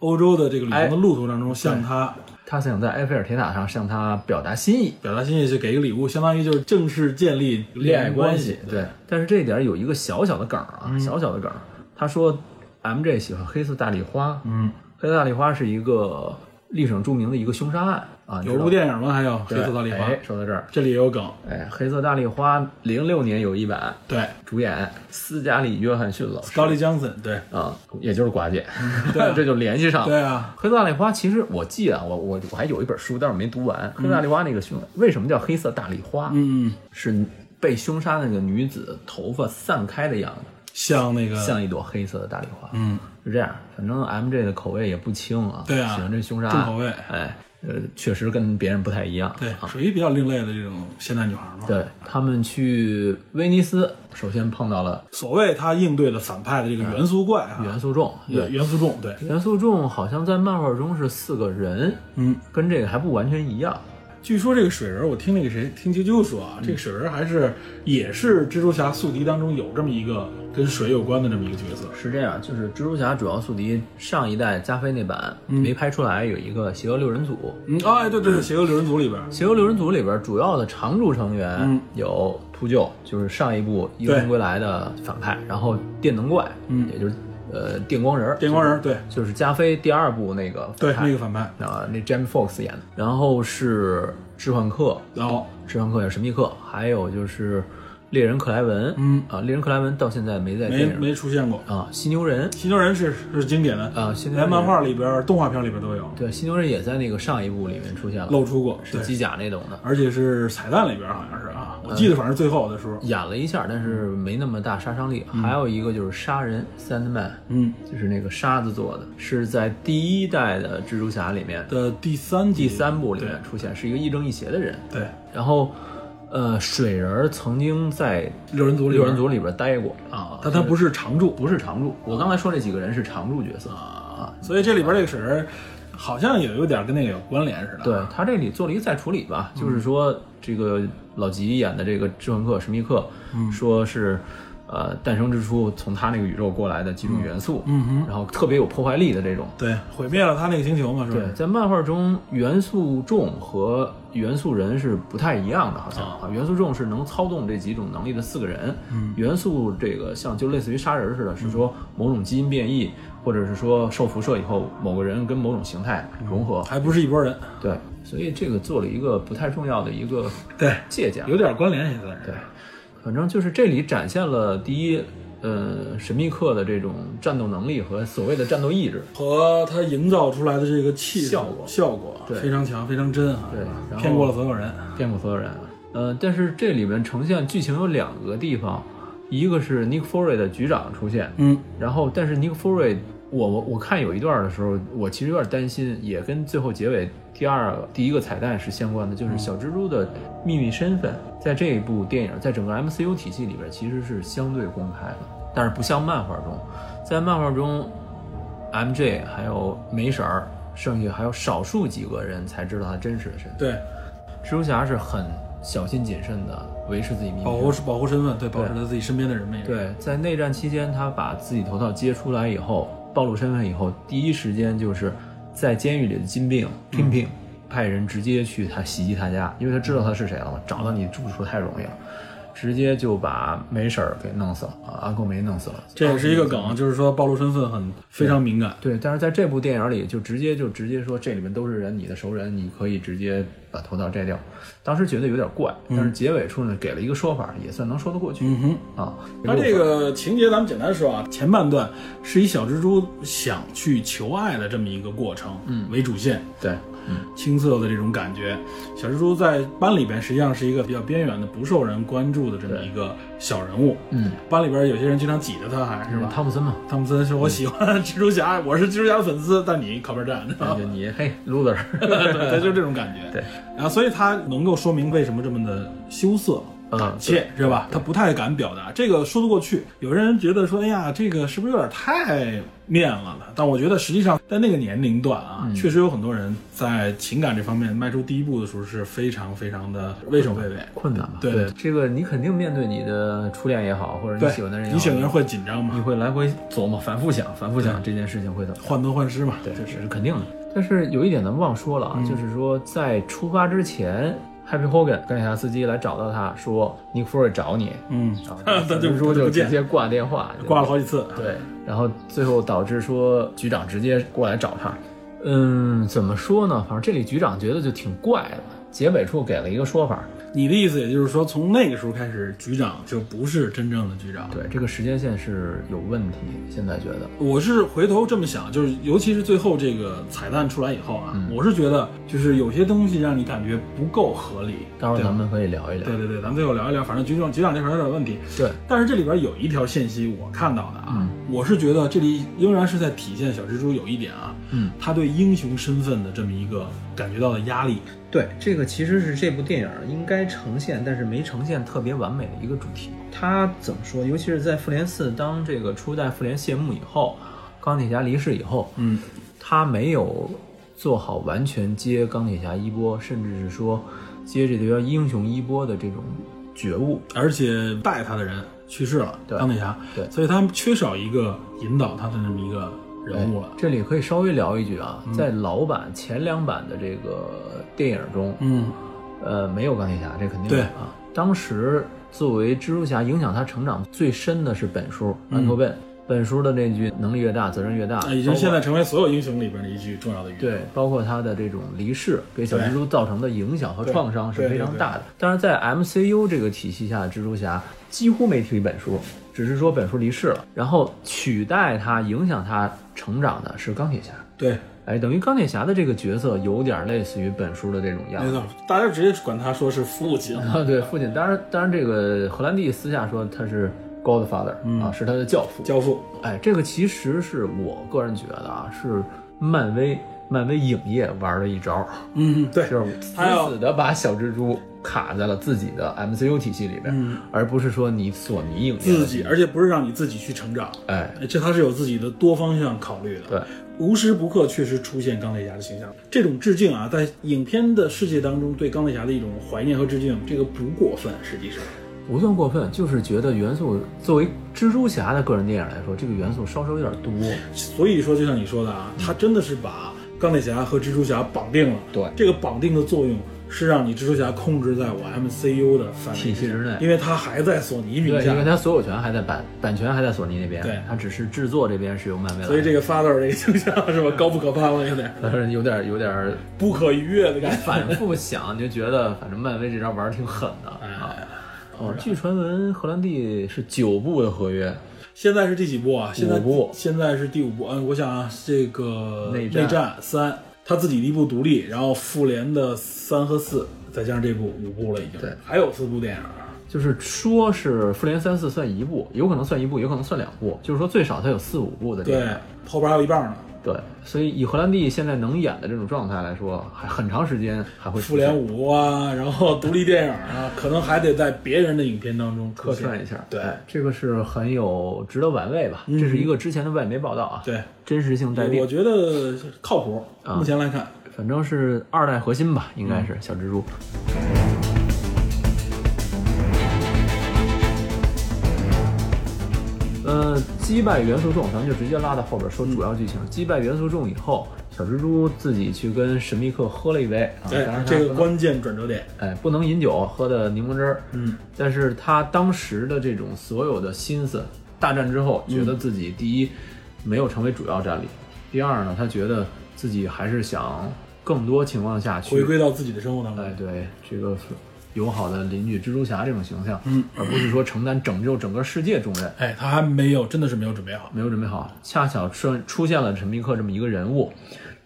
S3: 欧洲的这个旅行的路途当中向他
S2: 他想在埃菲尔铁塔上向他表达心意。
S3: 表达心意，是给一个礼物，相当于就是正式建立恋爱关系。嗯
S2: 对，但是这一点有一个小小的梗儿啊，小小的梗儿。他说，MJ 喜欢黑色大丽花，
S3: 嗯，
S2: 黑色大丽花是一个历史上著名的一个凶杀案啊，你知
S3: 有
S2: 道
S3: 部电影吗？还有《黑色大丽花
S2: 对》哎，说到这儿，
S3: 这里也有梗。
S2: 哎，黑色大丽花零六年有一版，
S3: 对，
S2: 主演斯嘉丽·约翰逊老师
S3: 高丽江森，对
S2: 啊、也就是寡姐， [LAUGHS] 这就联系上了。
S3: 对啊，
S2: 黑色大丽花其实我记得啊，我我我还有一本书，但是我没读完。黑色大丽花那个凶，为什么叫黑色大丽花？
S3: 嗯，
S2: 是被凶杀那个女子头发散开的样子，
S3: 像那个
S2: 像一朵黑色的大丽花。
S3: 嗯，
S2: 是这样。反正 M J 的口味也不轻啊，
S3: 对啊
S2: 喜欢这凶杀
S3: 重口味
S2: 哎，呃，确实跟别人不太一样。
S3: 对，
S2: 啊，
S3: 属于比较另类的这种现代女孩嘛。，
S2: 对他们去威尼斯，首先碰到了
S3: 所谓他应对的反派的这个元素怪啊，
S2: 嗯元素众，对
S3: 元元素众，对，
S2: 元素众好像在漫画中是四个人，
S3: 嗯，
S2: 跟这个还不完全一样。
S3: 据说这个水人，我听那个谁听啾啾说啊，
S2: 嗯
S3: 这个水人还是也是蜘蛛侠宿敌当中有这么一个跟水有关的这么一个角色。
S2: 是这样，就是蜘蛛侠主要宿敌上一代加菲那版、没拍出来，有一个邪恶六人组。
S3: 嗯，哎，对对对，邪恶六人组里边，
S2: 邪恶六人组里边主要的常驻成员有秃鹫，就是上一部《英雄归来》的反派，然后电能怪，
S3: 嗯
S2: 也就是呃电光人儿，
S3: 电光人，对
S2: 就是就是加菲第二部那个
S3: 对，
S2: 反派
S3: 那个反派。
S2: 啊，那 James Fox 演的，然后是置换克，
S3: 然后，
S2: 智商克也是神秘客，还有就是猎人克莱文，
S3: 嗯
S2: 啊，猎人克莱文到现在没在电
S3: 没
S2: 影
S3: 没出现过。
S2: 啊，犀牛人
S3: 犀牛人是是经典的
S2: 啊犀牛
S3: 连
S2: 人
S3: 漫画里边、动画片里边都有
S2: 对犀牛人也在那个上一部里面出现了，
S3: 露出过，
S2: 是
S3: 对，
S2: 机嗯甲那种的，
S3: 而且是彩蛋里边好像是啊，我记得反正最后的时候，
S2: 演了一下，但是
S3: 嗯
S2: 没那么大杀伤力。还有一个就是杀人 Sandman，
S3: 嗯
S2: 就是那个沙子做的，是在第一代的蜘蛛侠里面
S3: 的第三集，
S2: 第三部里面出现，是一个亦正亦邪的人。
S3: 对，
S2: 然后，呃，水人儿曾经在
S3: 六人组里
S2: 六
S3: 边
S2: 人组里边待过啊
S3: 啊，，但他不是常驻，
S2: 不是常驻。我刚才说那几个人是常驻角色啊。
S3: 所以这里边这个水人好像也有点跟那个有关联似的。啊
S2: 对他这里做了一个再处理吧，嗯就是说这个老吉演的这个智文克史密克，说是呃诞生之初从他那个宇宙过来的几种元素，
S3: 嗯哼，
S2: 然后特别有破坏力的这种。
S3: 对，毁灭了他那个星球嘛，是不
S2: 对，
S3: 是？
S2: 在漫画中，元素众和元素人是不太一样的，好像啊，元素众是能操纵这几种能力的四个人，
S3: 嗯
S2: 元素这个像就类似于杀人似的，是说某种基因变异，或者是说受辐射以后某个人跟某种形态融合，
S3: 还不是一拨人，
S2: 对，所以这个做了一个不太重要的一个
S3: 对，
S2: 借鉴，
S3: 有点关联也在这
S2: 对，反正就是这里展现了第一，呃，神秘客的这种战斗能力和所谓的战斗意志，
S3: 和他营造出来的这个气势
S2: 效果
S3: 效果
S2: 对
S3: 非常强，非常真啊，
S2: 对然后
S3: 骗过了所有人。
S2: 骗过所有人。呃，但是这里面呈现剧情有两个地方，一个是 Nick Fury 的局长出现，
S3: 嗯，
S2: 然后但是 Nick Fury，我我我看有一段的时候，我其实有点担心，也跟最后结尾第二第一个彩蛋是相关的，就是小蜘蛛的秘密身份，在这一部电影，在整个 MCU 体系里边其实是相对公开的，但是不像漫画中，在漫画中，MJ 还有梅婶儿，剩下还有少数几个人才知道他真实的身份。
S3: 对，
S2: 蜘蛛侠是很小心谨慎的维持自己秘密，
S3: 保护保护身份，对，保持他自己身边的人们。，
S2: 对，在内战期间，他把自己头套揭出来以后，暴露身份以后，第一时间就是在监狱里的金
S3: 嗯
S2: 并 Kingpin、派人直接去他袭击他家，因为他知道他是谁了嘛，找到你住处太容易了，直接就把梅婶儿给弄死了，啊阿贡梅弄死了。
S3: 这也是一个梗，啊就是说暴露身份很非常敏感。
S2: 对，但是在这部电影里，就直接就直接说这里面都是人，你的熟人，你可以直接把头套摘掉。当时觉得有点怪，但是结尾处呢给了一个说法，也算能说得过去、
S3: 嗯哼。
S2: 啊。
S3: 他这个情节，咱们简单说啊，前半段是以小蜘蛛想去求爱的这么一个过程，嗯，为主线，
S2: 对，
S3: 青涩的这种感觉。小蜘蛛在班里边实际上是一个比较边缘的、不受人关注的这么一个小人物。
S2: 嗯，
S3: 班里边有些人经常挤着他，还是
S2: 是吧？
S3: 吧？
S2: 汤姆森嘛，
S3: 汤姆森说：“我喜欢 [LAUGHS] 蜘蛛侠，我是蜘蛛侠的粉丝，但你靠边站。知道
S2: 感
S3: 吗
S2: 觉你嘿
S3: [LAUGHS]
S2: loser，” [LAUGHS]
S3: 对，就是这种感觉。
S2: 对，
S3: 然后所以他能够说明为什么这么的羞涩，
S2: 嗯，
S3: 切是吧？他不太敢表达，这个说得过去。有人觉得说，哎呀，这个是不是有点太面了呢？但我觉得实际上在那个年龄段啊，
S2: 嗯
S3: 确实有很多人在情感这方面迈出第一步的时候是非常非常的畏首畏尾。
S2: 困难吧？
S3: 对对
S2: 这个你肯定面对你的初恋也好，或者
S3: 对，
S2: 你喜欢的人嗯也好，
S3: 你喜欢的人会紧张
S2: 你
S3: 嘛？
S2: 会来回琢磨，反复想，反复想这件事情会怎么样？
S3: 患得患失嘛？
S2: 对，
S3: 就
S2: 这
S3: 是
S2: 是肯定的。但是有一点咱们忘说了
S3: 嗯
S2: 啊，就是说在出发之前，Happy Hogan 钢铁侠司机来找到他说，Nick Fury 找你，
S3: 嗯，
S2: 然后
S3: [LAUGHS] 他就
S2: 蜘
S3: 他就
S2: 蛛就
S3: 不见
S2: 直接挂电话，
S3: 挂了好几次。
S2: 对，然后最后导致说局长直接过来找他。嗯，怎么说呢？反正这里局长觉得就挺怪的。结尾处给了一个说法，
S3: 你的意思也就是说，从那个时候开始，局长就不是真正的局长。
S2: 对这个时间线是有问题。现在觉得，
S3: 我是回头这么想，就是尤其是最后这个彩蛋出来以后啊，
S2: 嗯
S3: 我是觉得就是有些东西让你感觉不够合理。
S2: 到时候咱们可以聊一聊。
S3: 对对对，咱们最后聊一聊，反正局长局长这块儿有点问题，
S2: 对
S3: 但是这里边有一条信息我看到的啊，
S2: 嗯
S3: 我是觉得这里仍然是在体现小蜘蛛有一点啊，
S2: 嗯，
S3: 他对英雄身份的这么一个感觉到的压力。
S2: 对，这个其实是这部电影应该呈现，但是没呈现特别完美的一个主题。它怎么说？尤其是在复联四，当这个初代复联谢幕以后，钢铁侠离世以后，
S3: 嗯，
S2: 他没有做好完全接钢铁侠衣钵，甚至是说接这个英雄衣钵的这种觉悟。
S3: 而且带他的人去世了，
S2: 对
S3: 钢铁侠，
S2: 对
S3: 所以他们缺少一个引导他的这么一个人物了。
S2: 这里可以稍微聊一句啊，在老版前两版的这个电影中，
S3: 嗯，
S2: 呃，没有钢铁侠，这肯定
S3: 对
S2: 有啊。当时作为蜘蛛侠，影响他成长最深的是本叔安托本。本叔的那句“能力越大，责任越大”，
S3: 嗯啊，已
S2: 包
S3: 经
S2: 括
S3: 现在成为所有英雄里边的一句重要的语。，
S2: 对，包括他的这种离世给小蜘蛛造成的影响和创伤
S3: 对对
S2: 是非常大的。但是在 MCU 这个体系下，蜘蛛侠几乎没提本书，只是说本书离世了，然后取代他、影响他成长的是钢铁侠。
S3: 对，
S2: 哎，等于钢铁侠的这个角色有点类似于本书的这种样
S3: 没
S2: 子。
S3: 错，大家直接管他说是父亲。
S2: 啊， [LAUGHS] 对，父亲，当然，当然，这个荷兰弟私下说他是 Godfather、啊，是他的教父。
S3: 嗯教父，
S2: 哎，这个其实是我个人觉得啊，是漫威漫威影业玩的一招。
S3: 嗯，对，
S2: 就是死
S3: 他要
S2: 死的把小蜘蛛卡在了自己的 MCU 体系里边，而不是说你索尼影业
S3: 嗯自己，而且不是让你自己去成长，
S2: 哎，
S3: 这他是有自己的多方向考虑的。
S2: 对，
S3: 无时不刻确实出现钢铁侠的形象，这种致敬啊，在影片的世界当中对钢铁侠的一种怀念和致敬，这个不过分，实际上。
S2: 不不算过分，就是觉得元素作为蜘蛛侠的个人电影来说，这个元素稍稍有点多。
S3: 所以说，就像你说的啊，
S2: 嗯
S3: 他真的是把钢铁侠和蜘蛛侠绑定了。
S1: 对
S3: 这个绑定的作用是让你蜘蛛侠控制在我 MCU 的范围
S2: 体系之内
S3: 因为他还在索尼名
S2: 对，因
S3: 下。
S2: 为它所有权还在版版权还在索尼那边，
S3: 对
S2: 它只是制作这边是由漫威来的，
S3: 所以这个 father 这个形象
S2: [LAUGHS]
S3: 是吧，高不可攀了，有点
S2: 但是有点有点
S3: 不可逾越的感觉。
S2: [LAUGHS] 反复想，你就觉得反正漫威这招玩的挺狠的
S3: 哎
S2: 啊。哦，据传闻荷兰弟是九部的合约，
S3: 现在是第几部啊？现在
S2: 五部
S3: 现在是第五部。嗯，我想啊，这个
S2: 内战
S3: 战三，他自己的一部独立，然后复联的三和四，再加上这部五部了已经。
S2: 对，
S3: 还有四部电影啊。
S2: 就是说是复联三四算一部，有可能算一部，有可能算两部，就是说最少它有四五部的电
S3: 对
S2: 影。，
S3: 后边还有一半呢。
S2: 对，所以以荷兰弟现在能演的这种状态来说，还很长时间还会
S3: 复
S2: 出
S3: 联
S2: 现
S3: 五啊，然后独立电影啊，可能还得在别人的影片当中出
S2: 客
S3: 现
S2: 串一下。哎
S3: 对嗯
S2: 这个是很有值得玩味吧？这是一个之前的外媒报道啊，
S3: 对，
S2: 真实性待定
S3: 我。觉得靠谱。
S2: 啊
S3: 目前来看，
S2: 反正是二代核心吧，应该是小蜘蛛。呃，击败元素众，咱们就直接拉到后边说主要剧情。击败元素众以后，小蜘蛛自己去跟神秘客喝了一杯啊，
S3: 对
S2: 当然他
S3: 哎这
S2: 不
S3: 个
S2: 能
S3: 关键转折点，
S2: 哎不能饮酒，喝的柠檬汁儿。
S3: 嗯，
S2: 但是他当时的这种所有的心思，大战之后，觉
S3: 嗯
S2: 得自己第一没有成为主要战力，第二呢，他觉得自己还是想更多情况下去
S3: 回归到自己的生活当中。
S2: 哎，对这个友好的邻居蜘蛛侠这种形象，
S3: 嗯，
S2: 而不是说承担拯救整个世界重任，
S3: 哎，他还没有，真的是没有准备好。
S2: 没有准备好，恰巧出出现了神秘客这么一个人物，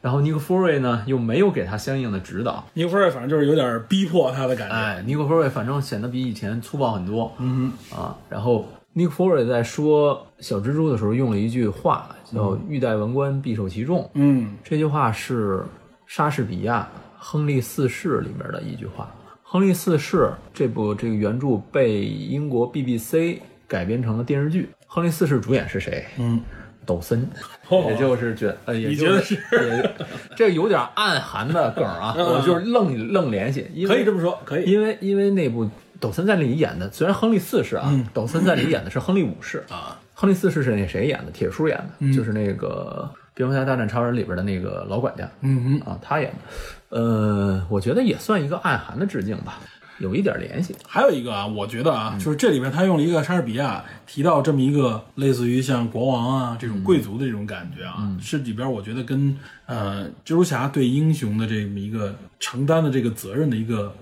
S2: 然后尼克弗瑞呢又没有给他相应的指导，
S3: 尼克弗瑞反正就是有点逼迫他的感觉。
S2: 哎，尼克弗瑞反正显得比以前粗暴很多，嗯啊，然后尼克弗瑞在说小蜘蛛的时候用了一句话叫“欲戴文官，必受其重”，
S3: 嗯，
S2: 这句话是莎士比亚《亨利四世》里面的一句话。《亨利四世》这部这个原著被英国 BBC 改编成了电视剧。《亨利四世》主演是谁？
S3: 嗯，
S2: 抖森，
S3: [LAUGHS] 哦
S2: 也就是觉得，呃，也
S3: 你
S2: 就
S3: 觉得
S2: 是也这有点暗含的梗啊，我就是愣愣联系，因为
S3: 嗯可以这么说，可以。
S2: 因为因为那部抖森在里演的，虽然亨利四世
S3: 嗯
S2: 啊，抖森在里演的是亨利五世
S3: 啊，
S2: 亨利四世是那谁演的？铁叔演的，就是那个《蝙蝠侠大战超人》里边的那个老管家，
S3: 嗯哼，
S2: 啊，他演的，呃，我觉得也算一个暗含的致敬吧，有一点联系。
S3: 还有一个啊，我觉得啊，
S2: 嗯
S3: 就是这里面他用了一个莎士比亚提到这么一个类似于像国王啊这种贵族的这种感觉啊，
S2: 嗯
S3: 是里边我觉得跟呃蜘蛛侠对英雄的这么一个承担的这个责任的一个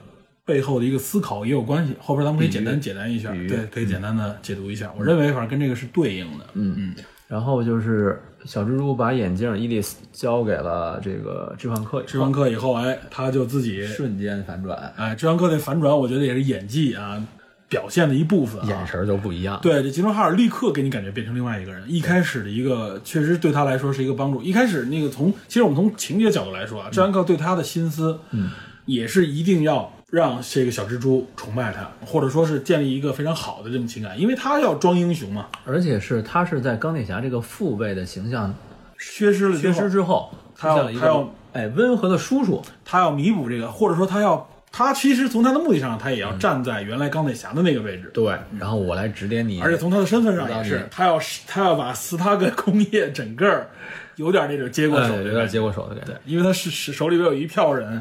S3: 背后的一个思考也有关系。后边咱们可以简单简单一下，
S2: 比喻嗯
S3: 对，可以简单的解读一下。我认为反正跟这个是对应的。嗯嗯，
S2: 然后就是小蜘蛛把眼镜伊丽丝交给了这个置换客以后，
S3: 吃完课以后，哎，他就自己
S2: 瞬间反转，
S3: 哎，这堂课的反转，我觉得也是演技啊表现的一部分、啊。
S2: 眼神就不一样。
S3: 对，这吉伦哈尔立刻给你感觉变成另外一个人。一开始的一个确实对他来说是一个帮助。一开始那个从其实我们从情节角度来说啊，这堂课对他的心思，嗯，也是一定要让这个小蜘蛛崇拜他，或者说是建立一个非常好的这种情感，因为他要装英雄嘛，
S2: 而且是他是在钢铁侠这个父辈的形象
S3: 缺失了之
S2: 缺
S3: 后
S2: 失之后，出
S3: 他要
S2: 现了一
S3: 他
S2: 个
S3: 要
S2: 哎温和的叔叔，
S3: 他要弥补这个，或者说他要他其实从他的目的上，他也要站在原来钢铁侠的那个位置。
S2: 嗯对，嗯然后我来指点你，
S3: 而且从他的身份上
S2: 知道
S3: 也
S2: 你
S3: 是，他要他要把斯塔克工业整个儿有点那种接过
S2: 哎
S3: 手嗯的
S2: 有
S3: 感
S2: 点
S3: 觉
S2: 接过手的感觉。
S3: 因为他是是手里边有一票人，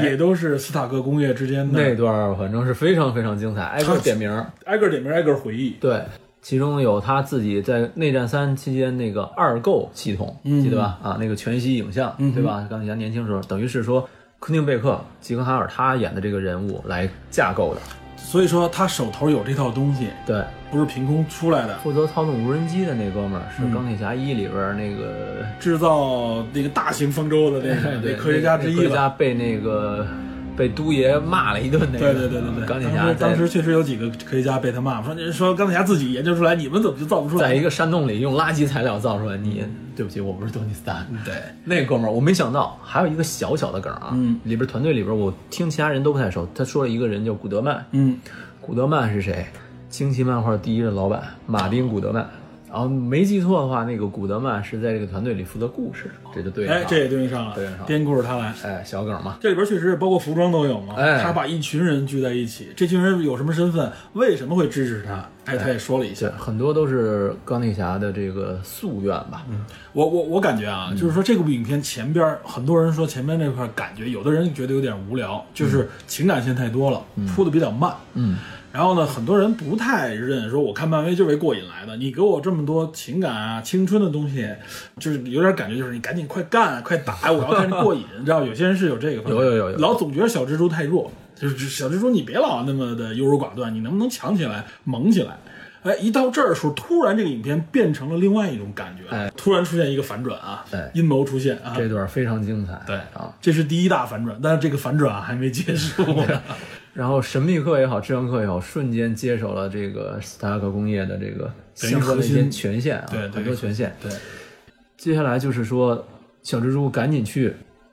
S3: 也都是斯塔克工业之间
S2: 哎那
S3: 的，
S2: 段儿反正是非常非常精彩，挨个点名儿。
S3: 挨个点名，挨个回忆。
S2: 对，其中有他自己在内战三期间那个二构系统，
S3: 嗯
S2: 记得吧？啊，那个全息影像，对吧？钢铁侠年轻时候，等于是说昆汀贝克、吉根哈尔他演的这个人物来架构的，
S3: 所以说他手头有这套东西，
S2: 对。
S3: 不是凭空出来的。
S2: 负责操纵无人机的那哥们儿
S3: 嗯
S2: 是钢铁侠一里边儿那个、
S3: 制造那个大型方舟的那个
S2: [LAUGHS] 哎对
S3: 那科学家之
S2: 科
S3: 一
S2: 学
S3: 吧。
S2: 家被那个被都爷骂了一顿那
S3: 对
S2: 个，
S3: 对对对对，
S2: 钢铁
S3: 当
S2: 侠
S3: 时
S2: 在
S3: 当时确实有几个科学家被他骂，说你说钢铁侠自己研究出来，你们怎么就造不出来？
S2: 在一个山洞里用垃圾材料造出来，你对不起，我不是托尼斯塔克，
S3: 对，
S2: 那哥们儿，我没想到还有一个小小的梗啊，
S3: 嗯，
S2: 里边团队里边我听其他人都不太熟，他说了一个人叫古德曼，
S3: 嗯，
S2: 古德曼是谁？惊奇漫画第一的老板马丁古德曼然后没记错的话，那个古德曼是在这个团队里负责故事，这就对上
S3: 哎，
S2: 了。
S3: 这也对应上了，
S2: 对应上了
S3: 编故事他来。
S2: 哎小梗嘛，
S3: 这里边确实包括服装都有嘛，
S2: 哎
S3: 他把一群人聚在一起，这群人有什么身份，为什么会支持他？哎，他也说了一下
S2: 对，。很多都是钢铁侠的这个夙愿吧。
S3: 我我我感觉啊，就是说这部影片前边儿很多人说前边这块儿感觉，有的人觉得有点无聊，就是情感线太多了，铺的比较慢。
S2: 嗯，
S3: 然后呢，很多人不太认，说我看漫威就为过瘾来的，你给我这么多情感啊、青春的东西，就是有点感觉，就是你赶紧快干、快打，我要看着过瘾， [LAUGHS] 你知道？有些人是有这个方面，
S2: 有有有有
S3: 老总觉得小蜘蛛太弱，就是小蜘蛛你别老那么的优柔寡断，你能不能强起来、猛起来？哎，一到这儿的时候，突然这个影片变成了另外一种感觉，
S2: 哎
S3: 突然出现一个反转啊，
S2: 哎
S3: 阴谋出现啊，
S2: 这段非常精彩。
S3: 对
S2: 啊，
S3: 这是第一大反转，但是这个反转还没结束， [LAUGHS]
S2: 然后神秘客也好，智能客也好，瞬间接手了这个斯塔克工业的这个
S3: 等于
S2: 相关的一
S3: 核
S2: 些
S3: 心
S2: 权限啊，
S3: 对对
S2: 很多权限。
S3: 对，
S2: 接下来就是说，小蜘蛛赶紧去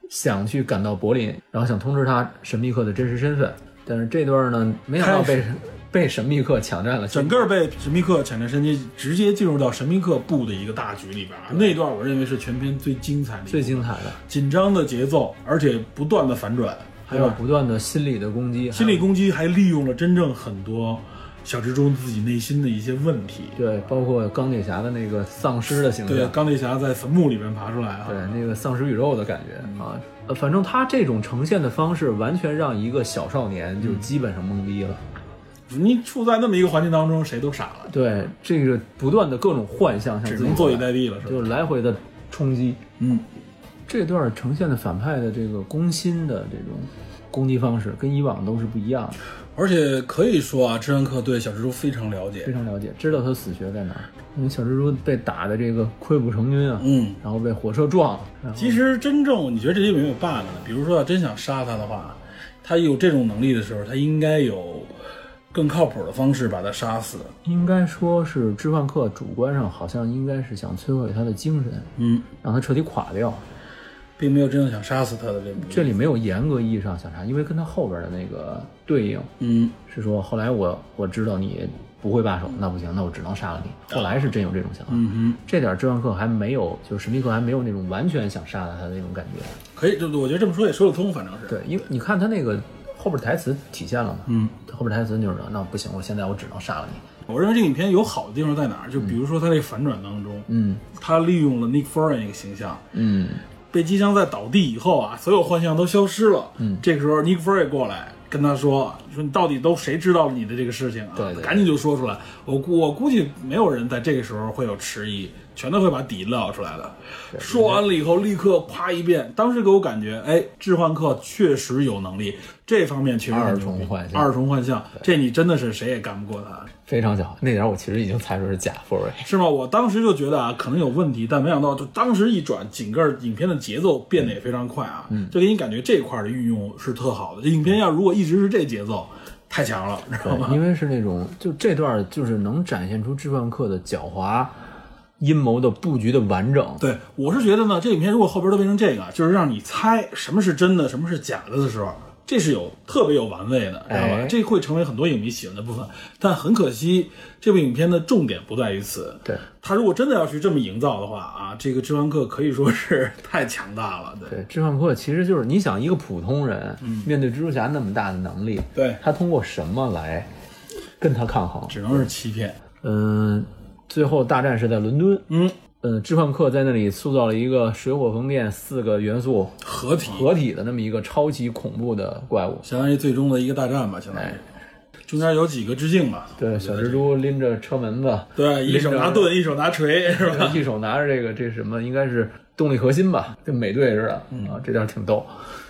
S2: 想去赶到柏林，然后想通知他神秘客的真实身份，但是这段呢，没想到
S3: 开
S2: 被被神秘客抢占了，
S3: 整个被神秘客抢占神机，直接进入到神秘客布的一个大局里边儿。啊那段我认为是全片最精彩的一段，
S2: 最精彩的，
S3: 紧张的节奏，而且不断的反转，
S2: 还
S3: 还
S2: 有
S3: 有
S2: 不断的心理的攻击，
S3: 心理攻击，还利用了真正很多小蜘蛛自己内心的一些问题。
S2: 还有对，包括钢铁侠的那个丧尸的形
S3: 对，
S2: 象，
S3: 钢铁侠在坟墓里面爬出来啊，嗯
S2: 对，那个丧尸宇宙的感觉啊。呃，反正他这种呈现的方式，完全让一个小少年
S3: 嗯
S2: 就基本上懵逼了。
S3: 你处在那么一个环境当中，谁都傻了，
S2: 对，这个不断的各种幻象，像
S3: 只
S2: 自己
S3: 能坐以
S2: 来
S3: 待毙了，是吧？
S2: 就来回的冲击。
S3: 嗯，
S2: 这段呈现的反派的这个攻心的这种攻击方式，跟以往都是不一样的，
S3: 而且可以说啊，智恩克对小蜘蛛非常了解
S2: 非。常了解，知道他死穴在哪儿。因为小蜘蛛被打的这个溃不成军啊，
S3: 嗯，
S2: 然后被火车撞了，然后
S3: 其实真正你觉得这里有没有 bug 呢？比如说要真想杀他的话，他有这种能力的时候，他应该有更靠谱的方式把他杀死。
S2: 应该说是置换客主观上好像应该是想摧毁他的精神，
S3: 嗯，
S2: 让他彻底垮掉。
S3: 并没有真正想杀死他的这部。
S2: 这里没有严格意义上想杀，因为跟他后边的那个对应
S3: 嗯，
S2: 是说，后来我我知道你不会罢手，那不行，那我只能杀了你。后来是真有这种想法。
S3: 嗯
S2: 这点儿智万克还没有，就是史密克还没有那种完全想杀了他的那种感觉。
S3: 哼，可以，就我觉得这么说也说得通，反
S2: [LAUGHS]
S3: 正是。
S2: 对，因为你看他那个后边台词体现了嘛，
S3: 嗯，
S2: 后边台词就是那不行，我现在我只能杀了你。
S3: 我认为这个影片有好的地方在哪儿？就比如说它这个反转当中，
S2: 嗯
S3: 他利用了 Nick Fury 那个形象，
S2: 嗯，
S3: 贝基将在倒地以后啊，所有幻象都消失了。
S2: 嗯
S3: 这个时候 Nick Fury 过来跟他说：“说你到底都谁知道了你的这个事情啊？
S2: 对对对
S3: 赶紧就说出来。我”估我估计没有人在这个时候会有迟疑，全都会把底撂出来的。说完了以后，立刻啪一遍。当时给我感觉，哎，置换客确实有能力，这方面确实很牛逼
S2: 二重幻象
S3: 二重幻象，这你真的是谁也干不过他。
S2: 非常巧，那点儿我其实已经猜出是假 f o r
S3: 是吗？我当时就觉得啊，可能有问题，但没想到就当时一转，整个影片的节奏变得也非常快啊，
S2: 嗯
S3: 就给你感觉这块儿的运用是特好的。这影片要如果一直是这节奏，太强了，你知道
S2: 对，
S3: 吗？
S2: 因为是那种就这段儿就是能展现出置换克的狡猾、阴谋的布局的完整。
S3: [LAUGHS] 对，我是觉得呢，这影片如果后边都变成这个，就是让你猜什么是真的，什么是假的的时候，这是有特别有玩味的，知道吧？
S2: 哎
S3: 这会成为很多影迷喜欢的部分。但很可惜，这部影片的重点不在于此，
S2: 对
S3: 他如果真的要去这么营造的话啊，这个《智方客》可以说是 [LAUGHS] 太强大了，对
S2: 对，置换克其实就是你想一个普通人、面对蜘蛛侠那么大的能力，
S3: 嗯对。
S2: 他通过什么来跟他抗衡？
S3: 只能是欺骗。
S2: 嗯，最后大战是在伦敦。
S3: 嗯，
S2: 嗯，置换克在那里塑造了一个水火风电四个元素
S3: 合体
S2: 合体的那么一个超级恐怖的怪物。
S3: 相当于最终的一个大战吧，相当于
S2: 哎
S3: 中间有几个致敬吧。
S2: 对，小蜘蛛拎着车门子，
S3: 对，一手拿盾，一手拿锤， [LAUGHS] 是吧？
S2: 一手拿着这个这什么，应该是动力核心吧，跟美队似的
S3: 嗯
S2: 啊，这点儿挺逗。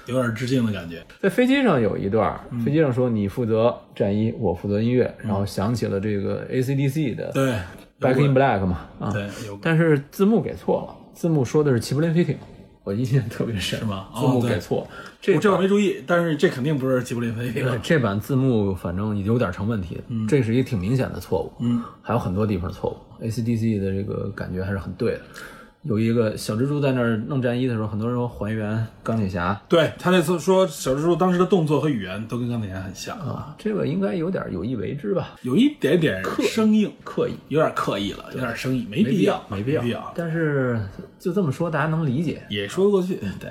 S3: 有点致敬的感觉。
S2: 在飞机上有一段儿，
S3: 嗯
S2: 飞机上说你负责战衣，我负责音乐，然后想起了这个 AC/DC 的
S3: 对
S2: Back in Black 嘛，啊，
S3: 对，有
S2: 但是字幕给错了，字幕说的是齐柏林飞艇，我印象特别深，
S3: 是吗哦
S2: 字幕
S3: 对
S2: 给错，这
S3: 我这我
S2: 版
S3: 没注意，但是这肯定不是吉卜力飞
S2: 对
S3: 艇。
S2: 这版字幕反正有点成问题，这是一个挺明显的错误，
S3: 嗯，
S2: 还有很多地方错误。AC/DC 的这个感觉还是很对的，有一个小蜘蛛在那儿弄战衣的时候，很多人说还原钢铁侠
S3: 对他那次说小蜘蛛当时的动作和语言都跟钢铁侠很像，
S2: 啊，这个应该有点有意为之吧，
S3: 有一点点生硬，
S2: 刻意。
S3: 有点刻意了，有点生硬，没
S2: 没必
S3: 要
S2: 要，，
S3: 没
S2: 必但是就这么说，大家能理解。
S3: 也说得过去。
S2: 嗯
S3: 对，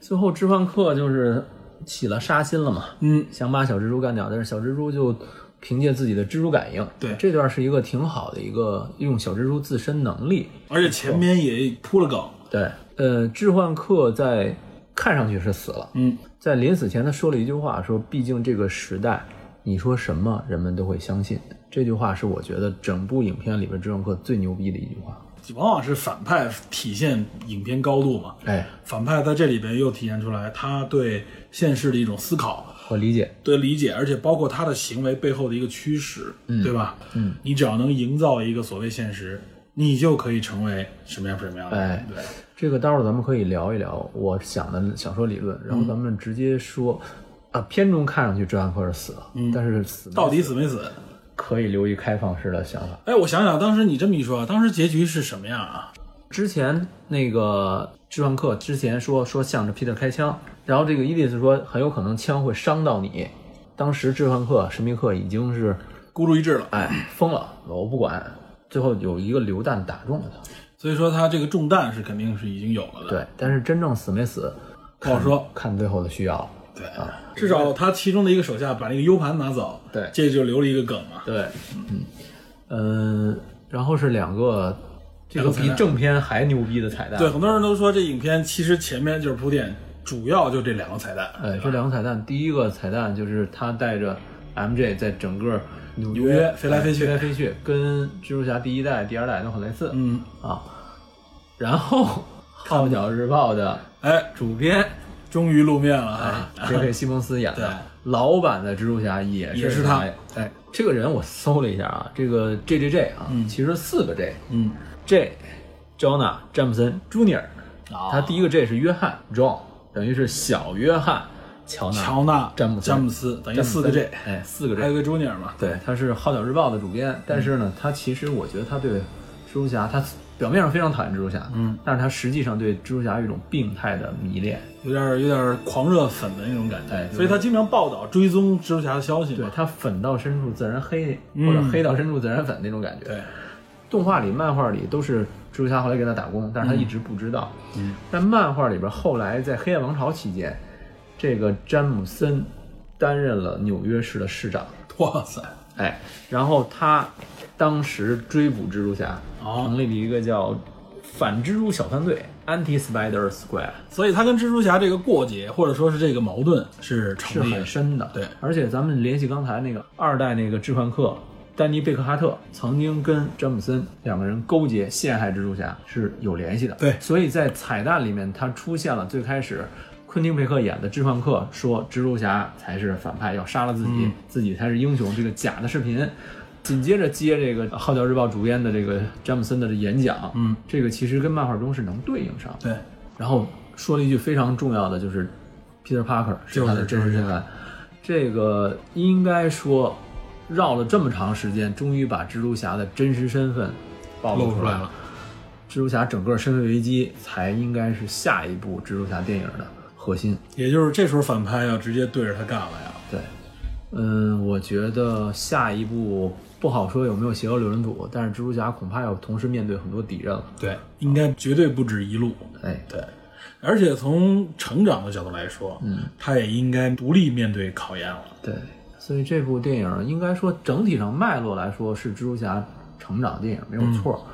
S2: 最后置换克就是起了杀心了嘛，
S3: 嗯，
S2: 想把小蜘蛛干掉，但是小蜘蛛就凭借自己的蜘蛛感应，
S3: 对
S2: 这段是一个挺好的一个用小蜘蛛自身能力，
S3: 而且前面也铺了梗，
S2: 对，呃，置换克在看上去是死了，
S3: 嗯，
S2: 在临死前他说了一句话，说毕竟这个时代，你说什么人们都会相信。这句话是我觉得整部影片里边置换克最牛逼的一句话，
S3: 往往是反派体现影片高度嘛。
S2: 哎，
S3: 反派在这里边又体现出来他对现实的一种思考、
S2: 我理解，
S3: 对理解，而且包括他的行为背后的一个驱使，对吧？
S2: 嗯，
S3: 你只要能营造一个所谓现实，你就可以成为什么样什么样的人。
S2: 哎
S3: 对，
S2: 这个待会儿咱们可以聊一聊我想的小说理论，然后咱们直接说，啊，片中看上去这汉克是死了，但是死没
S3: 到底死没死？
S2: 可以留一开放式的想法。
S3: 哎，我想想，当时你这么一说，当时结局是什么样啊？
S2: 之前那个置换克之前说说向着皮特开枪，然后这个伊丽丝说很有可能枪会伤到你。当时置换克史密克已经是
S3: 孤注一掷了。
S2: 哎疯了，我不管。最后有一个榴弹打中了他，
S3: 所以说他这个中弹是肯定是已经有了的，
S2: 对，但是真正死没死，
S3: 不好说。
S2: 看最后的需要了。
S3: 对，至少他其中的一个手下把那个 U 盘拿走，
S2: 对
S3: 这就留了一个梗嘛。
S2: 对，嗯，呃，然后是两个，这个
S3: 彩
S2: 比
S3: 蛋
S2: 正片还牛逼的彩蛋。
S3: 对，，很多人都说这影片其实前面就是铺垫，主要就这两个彩蛋。
S2: 呃，这两个彩蛋，第一个彩蛋就是他带着 MJ 在整个纽哎
S3: 纽约飞来飞去
S2: 飞来飞去，跟蜘蛛侠第一代、第二代都很类似、
S3: 嗯，
S2: 啊。然后，《号角日报》的
S3: 哎，
S2: 主编
S3: 终于露面了啊！
S2: 杰克·西蒙斯演
S3: 对
S2: 的，老版的蜘蛛侠也
S3: 也是他
S2: 他。哎，这个人我搜了一下啊，这个 J J J 啊，其实四个 J，
S3: 嗯，
S2: J. Jonah Jameson Jr.，、他
S3: 哦
S2: 第一个 J 是约翰 John，等于是小约翰乔纳
S3: 乔纳、
S2: 詹姆斯
S3: 詹姆斯等于
S2: 詹姆
S3: 四
S2: 斯
S3: 个 J，
S2: 哎，四个
S3: 还有嗯
S2: J，
S3: 个 Junior 嘛。
S2: 对，他是《号角日报》的主编，但是呢，他其实我觉得他对蜘蛛侠，他表面上非常讨厌蜘蛛侠，嗯，但是他实际上对蜘蛛侠有一种病态的迷恋，
S3: 有点有点狂热粉的那种感觉，
S2: 哎
S3: 所以他经常报道追踪蜘蛛侠的消息
S2: 对嗯
S3: 嘛。
S2: 他粉到深处自然黑，或者黑到深处自然粉那种感觉，
S3: 对，
S2: 动画里、漫画里都是蜘蛛侠后来给他打工，但是他一直不知道。嗯，但漫画里边后来在黑暗王朝期间，这个詹姆森担任了纽约市的市长，
S3: [LAUGHS] 哇塞，
S2: 哎，然后他当时追捕蜘蛛侠，
S3: 哦
S2: 成立了一个叫反蜘蛛小团队 （Anti Spider Squad），
S3: 所以他跟蜘蛛侠这个过节，或者说是这个矛盾是
S2: 是
S3: 成立的
S2: 很。深的。
S3: 对
S2: 而且咱们联系刚才那个二代那个置换客。丹尼·贝克哈特曾经跟詹姆森两个人勾结陷害蜘蛛侠是有联系的，
S3: 对
S2: 所以在彩蛋里面他出现了最开始昆汀·贝克演的置换客说蜘蛛侠才是反派，要杀了自己，
S3: 嗯
S2: 自己才是英雄这个假的视频。紧接着接这个《号角日报》主编的这个詹姆森的演讲，嗯，这个其实跟漫画中是能对应上的。
S3: 对，
S2: 然后说了一句非常重要的，就是 Peter Parker 是他的真实身份。这个应该说绕了这么长时间，终于把蜘蛛侠的真实身份暴露
S3: 露出来
S2: 来
S3: 了。。
S2: 蜘蛛侠整个身份危机才应该是下一部蜘蛛侠电影的核心。
S3: 也就是这时候反派要直接对着他干了呀。
S2: 对，嗯，我觉得下一步不好说有没有邪恶六人组，但是蜘蛛侠恐怕要同时面对很多敌人了。
S3: 对，应该绝对不止一路。
S2: 哎，
S3: 对，而且从成长的角度来说，嗯，他也应该独立面对考验了。
S2: 对，所以这部电影应该说整体上脉络来说是蜘蛛侠成长电影没有错，
S3: 嗯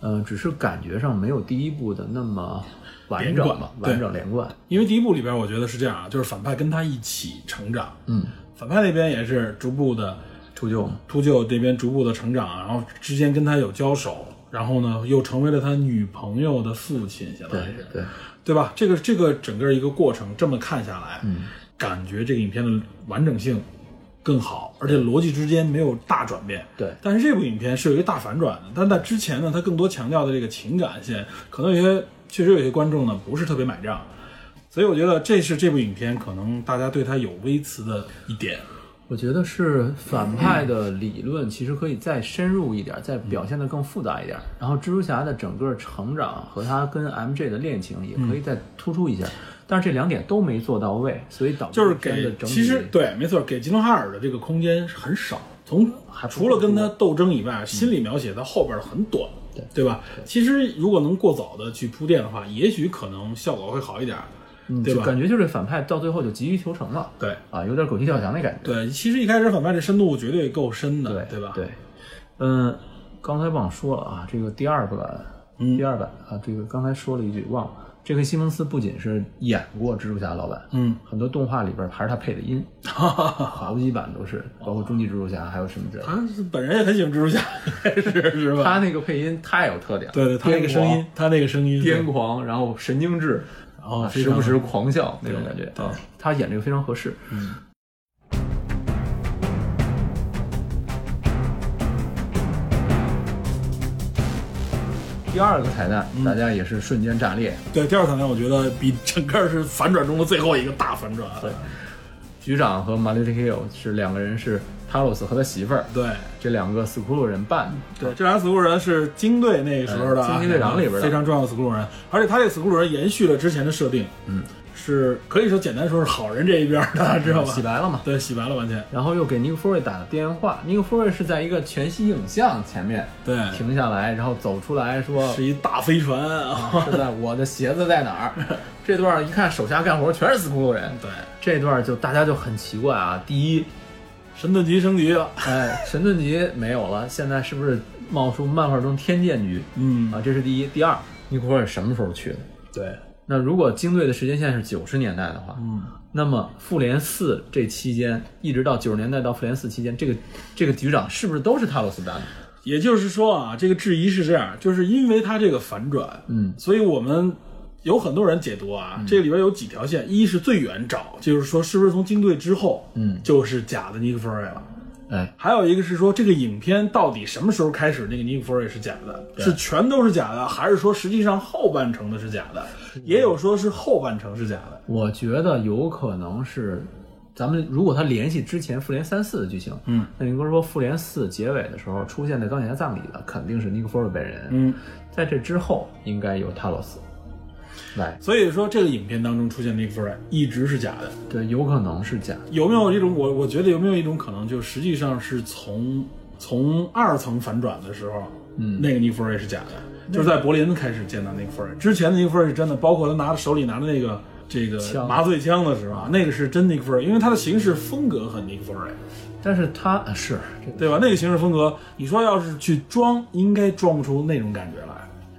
S2: 呃，只是感觉上没有第一部的那么完整吧，
S3: 连贯对
S2: 完整连贯。
S3: 因为第一部里边，我觉得是这样啊，就是反派跟他一起成长，
S2: 嗯，
S3: 反派那边也是逐步的
S2: 秃鹫，
S3: 秃鹫这边逐步的成长，然后之间跟他有交手，然后呢又成为了他女朋友的父亲，相当
S2: 对
S3: 于是，
S2: 对，
S3: 对吧？这个这个整个一个过程这么看下来，嗯，感觉这个影片的完整性更好，而且逻辑之间没有大转变。
S2: 对
S3: 但是这部影片是有一个大反转的，但在之前呢，它更多强调的这个情感线，可能有些确实有些观众呢不是特别买账，所以我觉得这是这部影片可能大家对它有微词的一点。
S2: 我觉得是反派的理论，其实可以再深入一点，再表现得更复杂一点。然后蜘蛛侠的整个成长和他跟 MJ 的恋情，也可
S3: 嗯
S2: 以再突出一下。但是这两点都没做到位，所以导致
S3: 就是
S2: 这个片
S3: 给
S2: 子整体
S3: 其实对，没错，给吉伦哈尔的这个空间很少。从
S2: 还不嗯
S3: 除了跟他斗争以外，心理描写到后边很短，对对吧？其实如果能过早的去铺垫的话，也许可能效果会好一点，
S2: 嗯
S3: 对
S2: 就
S3: 吧？
S2: 感觉就是反派到最后就急于求成了，
S3: 对
S2: 啊，有点狗急跳墙那感觉。
S3: 对，其实一开始反派这深度绝对够深的，
S2: 对
S3: 对吧？
S2: 对，嗯，刚才忘说了啊，这个第二版，
S3: 嗯
S2: 第二版啊，这个刚才说了一句忘了，这个西蒙斯不仅是演过蜘蛛侠老板，
S3: 嗯，
S2: 很多动画里边还是他配的
S3: [LAUGHS]
S2: 音，好几版都是，包括终极蜘蛛侠还有什么之类的。
S3: 他本人也很喜欢蜘蛛侠， [LAUGHS] 是是吧？
S2: 他那个配音太有特点了，
S3: 对对，他那个声音，他那个声音，
S2: 癫狂，癫狂，然后神经质，
S3: 然后
S2: 啊
S3: 哦非
S2: 时
S3: 常
S2: 不时狂笑那种感觉
S3: 对
S2: 啊，他演这个非常合适。嗯。第二个彩蛋，
S3: 嗯
S2: 大家也是瞬间炸裂。
S3: 对第二场呢，我觉得比整个是反转中的最后一个大反转。
S2: 对局长和玛丽特· l 是两个人，是塔洛斯和他媳妇儿，
S3: 对
S2: 这两个死骷髅人扮的。
S3: 对，这俩死骷髅人是精队那个时候的啊
S2: 嗯惊队长里边的
S3: 非常重要的死骷髅人，而且他这个死骷髅人延续了之前的设定，
S2: 嗯，
S3: 是可以说简单说是好人这一边的，啊知道吧
S2: [LAUGHS] 洗？白了嘛？
S3: 对，洗白了完全。
S2: 然后又给尼克·弗瑞打了电话，尼克·弗瑞是在一个全息影像前面
S3: 对，
S2: 停下来，然后走出来说：“
S3: 是一大飞船啊。
S2: 是在我的鞋子在哪儿？这段儿一看手下干活全是死骷髅人，
S3: [LAUGHS] 对，
S2: 这段儿就大家就很奇怪啊。第一，
S3: 神盾局升级了。
S2: 哎，神盾局没有了，现在是不是冒出漫画中天剑局
S3: 嗯，
S2: 啊？这是第一。第二，尼古尔什么时候去的？
S3: 对，
S2: 那如果精队的时间线是九十年代的话，
S3: 嗯，
S2: 那么复联四这期间，一直到九十年代到复联四期间，这个这个局长是不是都是塔罗斯丹的？
S3: 也就是说啊，这个质疑是这样，就是因为他这个反转，
S2: 嗯，
S3: 所以我们有很多人解读啊，这里边有几条线，一是最远找，就是说是不是从惊队之后，
S2: 嗯
S3: 就是假的尼克弗瑞了。
S2: 哎，
S3: 还有一个是说，这个影片到底什么时候开始？那个尼克弗瑞是假的，是全都是假的，还是说实际上后半程的是假的？也有说是后半程是假的。
S2: 我觉得有可能是，咱们如果他联系之前复联三四的剧情，
S3: 嗯，
S2: 那应该说复联四结尾的时候出现在钢铁侠葬礼的肯定是尼克弗瑞本人，
S3: 嗯，
S2: 在这之后应该有塔罗斯来，
S3: 所以说这个影片当中出现的尼克弗瑞一直是假的。
S2: 对，有可能是假的，
S3: 有没有一种我我觉得有没有一种可能，就实际上是从从二层反转的时候，
S2: 嗯
S3: 那个尼弗瑞是假的，就是在柏林开始见到那个弗瑞，之前的尼弗瑞是真的，包括他拿手里拿着那个这个
S2: 枪
S3: 麻醉枪的时候，那个是真尼弗瑞，因为他的行事风格很尼弗瑞，
S2: 但是他呃是这个，
S3: 对吧？那个行事风格，你说要是去装，应该装不出那种感觉来。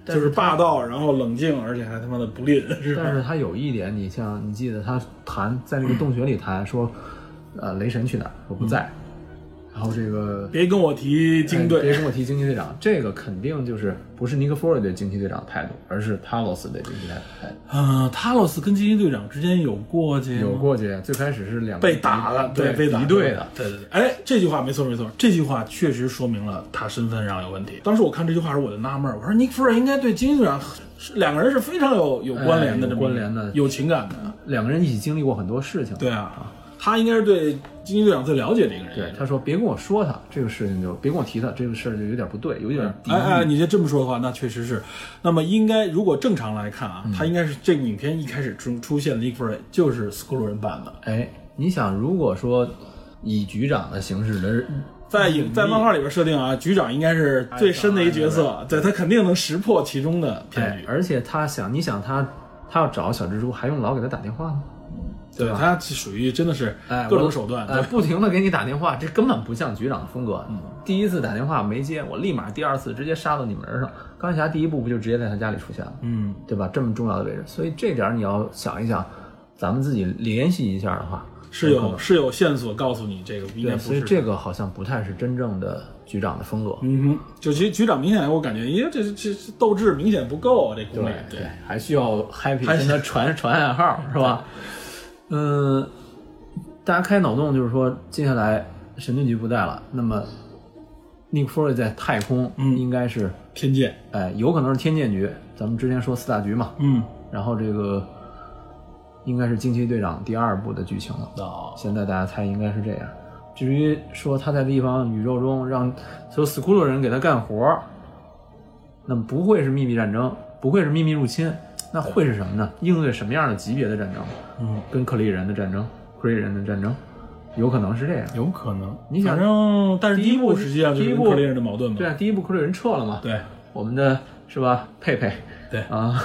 S2: 但
S3: 就是是霸道，然后冷静，而且还他妈的不吝，是吧？
S2: 但是他有一点，你像你记得他谈在那
S3: 嗯
S2: 个洞穴里谈说，呃，雷神去哪儿？我不在，
S3: 嗯
S2: 然后这个
S3: 别跟我提
S2: 哎
S3: 精
S2: 你
S3: 队
S2: 别，跟我提惊奇队长，这个肯定就是不是尼克弗瑞对惊奇队长态度，而是塔罗斯对惊奇队长态度。
S3: 嗯、塔洛斯跟惊奇队长之间有过节吗，
S2: 有过节，最开始是两
S3: 嗯
S2: 个
S3: 被打了，
S2: 对，
S3: 被打
S2: 敌对的，，
S3: 对对对。哎，这句话没错没错，这句话确实说明了他身份上有问题。当时我看这句话时，我就纳闷儿，我说尼克弗瑞应该对金队长是两个人是非常有有关联的，
S2: 哎有
S3: 这么
S2: 关联的啊
S3: 有情感的。
S2: 两个人一起经历过很多事情。
S3: 对啊，他应该是对金队长最了解的一个人。
S2: 对，他说别跟我说他这个事情就别跟我提他这个事儿就有点不对，有点敌意。
S3: 哎哎，你就这么说的话，那确实是。那么应该，如果正常来看
S2: 嗯
S3: 啊，他应该是这个影片一开始出出现的尼克弗瑞就是斯库鲁人扮的，
S2: 哎，你想，如果说以局长的形式的
S3: 在
S2: 嗯
S3: 影在漫画里边设定啊，局长应该是最深的一角色，对他肯定能识破其中的骗
S2: 哎
S3: 局，。
S2: 而且他想，你想他他要找小蜘蛛，还用老给他打电话吗？
S3: 对他是属于真的是
S2: 哎，
S3: 各种
S2: 我
S3: 手段，嗯
S2: 哎，不停的给你打电话，这根本不像局长的风格。第一次打电话没接，我立马第二次直接杀到你门上。钢铁侠第一步不就直接在他家里出现了，
S3: 嗯，
S2: 对吧？这么重要的位置，所以这点儿你要想一想，咱们自己联系一下的话，
S3: 是有是有线索告诉你这个应该
S2: 对，
S3: 不
S2: 所以
S3: 是
S2: 这个好像不太是真正的局长的风格。
S3: 嗯哼，就其实局长明显我感觉，因为这这这斗志明显不够啊，这功力
S2: 对，还需要 happy
S3: 还
S2: 跟他传 [LAUGHS] 传暗号是吧？嗯，大家开脑洞就是说，接下来神盾局不在了，那么 Nick Fury 在太空应该是，
S3: 偏见，
S2: 哎，有可能是天剑局，咱们之前说四大局嘛，
S3: 嗯，
S2: 然后这个应该是惊奇队长第二部的剧情了，
S3: 哦，
S2: 现在大家猜应该是这样。至于说他在地方宇宙中让所有斯库鲁人给他干活儿，那么不会是秘密战争，不会是秘密入侵，那会是什么呢？应对什么样的级别的战争？
S3: 嗯，
S2: 跟克里人的战争、克里人的战争，有可能是这样。
S3: 有可能。
S2: 你想
S3: 反正但是
S2: 第
S3: 第
S2: 一
S3: 一
S2: 部
S3: 部实际上就是
S2: 第一
S3: 跟
S2: 部
S3: 克林人的矛盾嘛。
S2: 对啊，第一部克里人撤了嘛，
S3: 对
S2: 我们的是吧？佩佩
S3: 对
S2: 啊，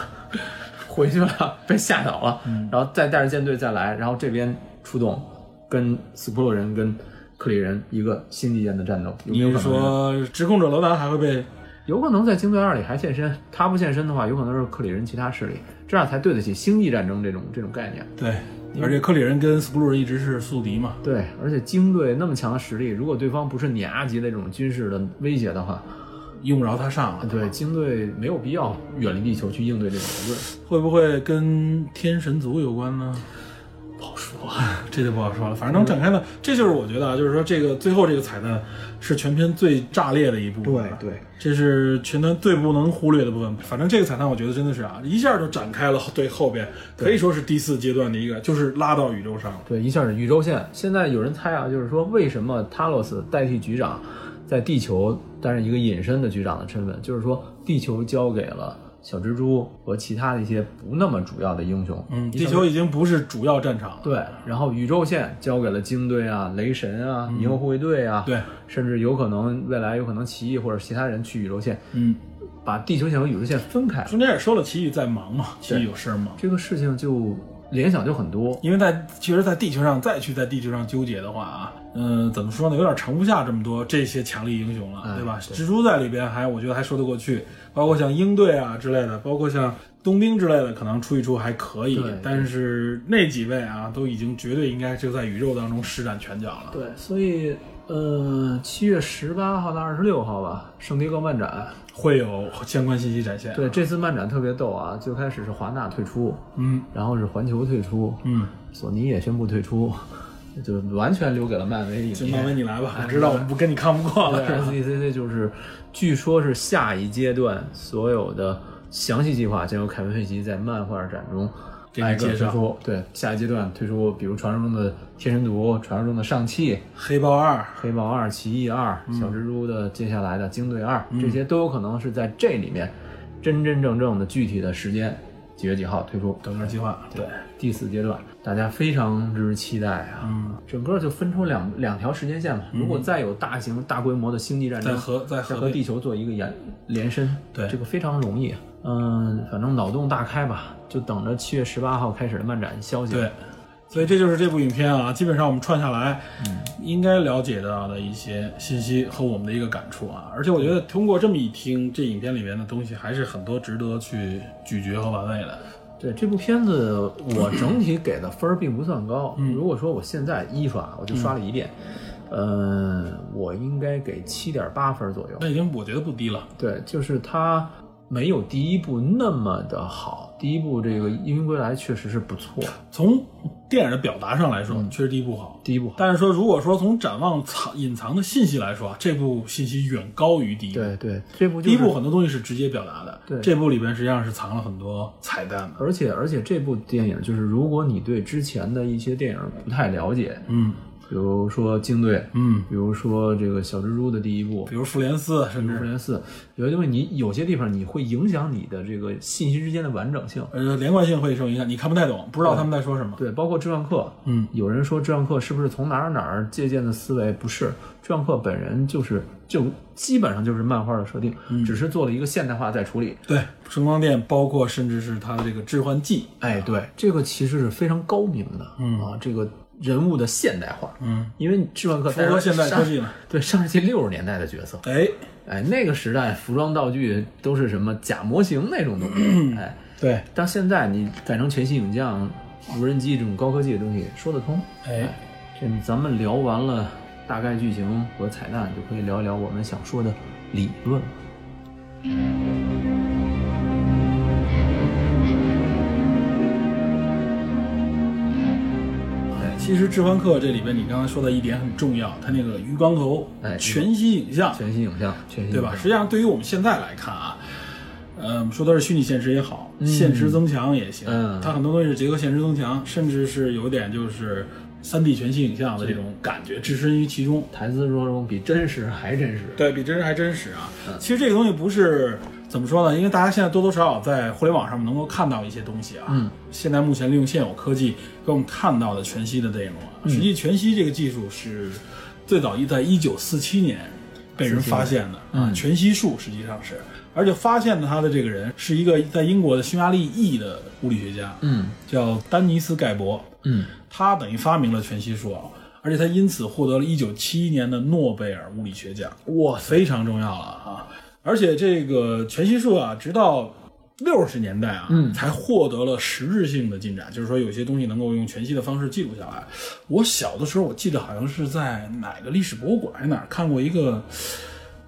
S2: 回去了， [LAUGHS] 被吓倒了，
S3: 嗯
S2: 然后再带着舰队再来，然后这边出动，跟斯普鲁人跟克里人一个新级间的战斗，有没
S3: 你
S2: 有
S3: 是
S2: 可能呢？
S3: 说执控者罗兰还会被？
S2: 有可能在精锐二里还现身，他不现身的话，有可能是克里人其他势力，这样才对得起星际战争这种这种概念。
S3: 对，而且克里人跟斯库鲁人一直是宿敌嘛。
S2: 对，而且精队那么强的实力，如果对方不是碾压级的这种军事的威胁的话，
S3: 用不着他上了。
S2: 对精队没有必要远离地球去应对这种矛盾。
S3: 会不会跟天神族有关呢？ [LAUGHS]
S2: 不好说，
S3: 这就不好说了。反正能展开的，这就是我觉得啊，就是说这个最后这个彩蛋是全片最炸裂的一部分。啊
S2: 对对，
S3: 这是全团最不能忽略的部分。反正这个彩蛋，我觉得真的是啊，一下就展开了对后边，可以说是第四阶段的一个，就是拉到宇宙上了。
S2: 对，一下是宇宙线。现在有人猜啊，就是说为什么塔洛斯代替局长在地球担任一个隐身的局长的身份，就是说地球交给了小蜘蛛和其他的一些不那么主要的英雄。
S3: 嗯，
S2: 一
S3: 地
S2: 下
S3: 球已经不是主要战场了。
S2: 对，然后宇宙线交给了精队啊、雷神啊、银河护卫队啊，
S3: 嗯对，
S2: 甚至有可能未来有可能奇异或者其他人去宇宙线，
S3: 嗯，
S2: 把地球线和宇宙线分开了，
S3: 中间也说了，奇遇在忙嘛，奇遇有事儿忙。
S2: 这个事情就联想就很多。
S3: 因为在其实，在地球上再去在地球上纠结的话啊，嗯、怎么说呢，有点盛不下这么多这些强力英雄了，
S2: 哎
S3: 对吧？蜘蛛在里边还我觉得还说得过去，包括像鹰队啊之类的，包括像冬兵之类的，可能出一出还可以
S2: 对对，
S3: 但是那几位啊，都已经绝对应该就在宇宙当中施展拳脚了。
S2: 对，所以呃，七月十八号到二十六号吧，圣迭戈漫展。
S3: 会有相关信息展现。啊
S2: 对，，这次漫展特别逗啊，最开始是华纳退出，
S3: 嗯
S2: 然后是环球退出，
S3: 嗯，
S2: 索尼也宣布退出，就完全留给了漫威影
S3: 就
S2: 业。
S3: 漫威你来吧，
S2: 哎
S3: 我知道我们不跟你抗不过
S2: [LAUGHS]
S3: 了。
S2: S D C C 就是，据说是下一阶段所有的详细计划将由凯文·费奇在漫画展中
S3: 给你
S2: 挨个
S3: 介绍
S2: 推出。对，下一阶段推出，比如传说中的天神毒、传说中的上汽、
S3: 黑豹二，
S2: 黑豹二、奇异二、
S3: 嗯
S2: 小蜘蛛的接下来的精队二，这些都有可能是在这里面真真正正的具体的时间几月几号推出。
S3: 整个计划对。
S2: 第四阶段，大家非常之期待啊！
S3: 嗯
S2: 整个就分出两两条时间线嘛。如果再有大型大规模的星际战争，
S3: 在和在和
S2: 和地球做一个延延伸，
S3: 对
S2: 这个非常容易。嗯，反正脑洞大开吧，就等着七月十八号开始的漫展消息。
S3: 对，所以这就是这部影片啊，基本上我们串下来，应该了解到的一些信息和我们的一个感触啊。而且我觉得通过这么一听，这影片里面的东西还是很多值得去咀嚼和玩味的。
S2: 对这部片子，我整体给的分儿并不算高。
S3: 嗯
S2: 如果说我现在一刷，我就刷了一遍，嗯、我应该给七点八分左右。
S3: 那已经我觉得不低了，
S2: 对，就是它没有第一部那么的好。第一部这个《英雄归来》确实是不错，
S3: 从电影的表达上来说，确实第一部嗯好。
S2: 第一部好。
S3: 但是说，如果说从展望藏隐藏的信息来说啊，这部信息远高于第一部。
S2: 对对，这部就
S3: 第一
S2: 是
S3: 部很多东西是直接表达的，
S2: 对
S3: 这部里边实际上是藏了很多彩蛋的。
S2: 而且而且这部电影就是，如果你对之前的一些电影不太了解，
S3: 嗯
S2: 比如说《惊队》，
S3: 嗯，
S2: 比如说这个小蜘蛛的第一部，
S3: 比如复联四，甚
S2: 比如
S3: 至
S2: 复联四，有些东西你有些地方你会影响你的这个信息之间的完整性。
S3: 呃，连贯性会受影响，你看不太懂，不知道他们在说什么。
S2: 对，包括志愿客，
S3: 嗯，
S2: 有人说志愿客是不是从哪儿哪儿借鉴的思维？不是，志愿客本人就是就基本上就是漫画的设定，
S3: 嗯
S2: 只是做了一个现代化再处理。
S3: 对，声光电包括甚至是它的这个致幻剂，
S2: 哎，对，这个其实是非常高明的，嗯啊，这个人物的现代化，
S3: 嗯，
S2: 因为志愿客
S3: 符合现代科技嘛。
S2: 对，上世纪六十年代的角色，
S3: 哎，
S2: 哎，那个时代服装道具都是什么假模型那种东
S3: [CLEARS THROAT]
S2: 西，哎，
S3: 对，
S2: 到现在你改成全息影像、无人机这种高科技的东西，说得通。
S3: 哎，
S2: 这咱们聊完了大概剧情和彩蛋，就可以聊一聊我们想说的理论。
S3: 其实致幻客这里边你刚才说的一点很重要，它那个鱼缸头，
S2: 哎
S3: 全息影像，
S2: 全息影像，全息
S3: 对
S2: 影
S3: 吧？
S2: 像
S3: 实际上对于我们现在来看啊，呃，我们说的是虚拟现实也好，现实增强也行，
S2: 嗯
S3: 它很多东西是结合现实增强，甚至是有点就是三 D 全息影像的这种感觉，置身于其中。
S2: 台词说中比真实还真实。
S3: 对比真实还真实啊！其实这个东西不是怎么说呢？因为大家现在多多少少在互联网上面能够看到一些东西啊。
S2: 嗯，
S3: 现在目前利用现有科技给我们看到的全息的内容啊，实际全息这个技术是最早一在一九四七年被人发现的啊，全息术实际上是，而且发现它的这个人是一个在英国的匈牙利裔的物理学家，
S2: 嗯
S3: 叫丹尼斯盖博。
S2: 嗯，
S3: 他等于发明了全息术啊，而且他因此获得了1971年的诺贝尔物理学奖，哇，非常重要了啊！而且这个全息术啊，直到六十年代啊，嗯，才获得了实质性的进展，就是说有些东西能够用全息的方式记录下来。我小的时候，我记得好像是在哪个历史博物馆还是哪儿看过一个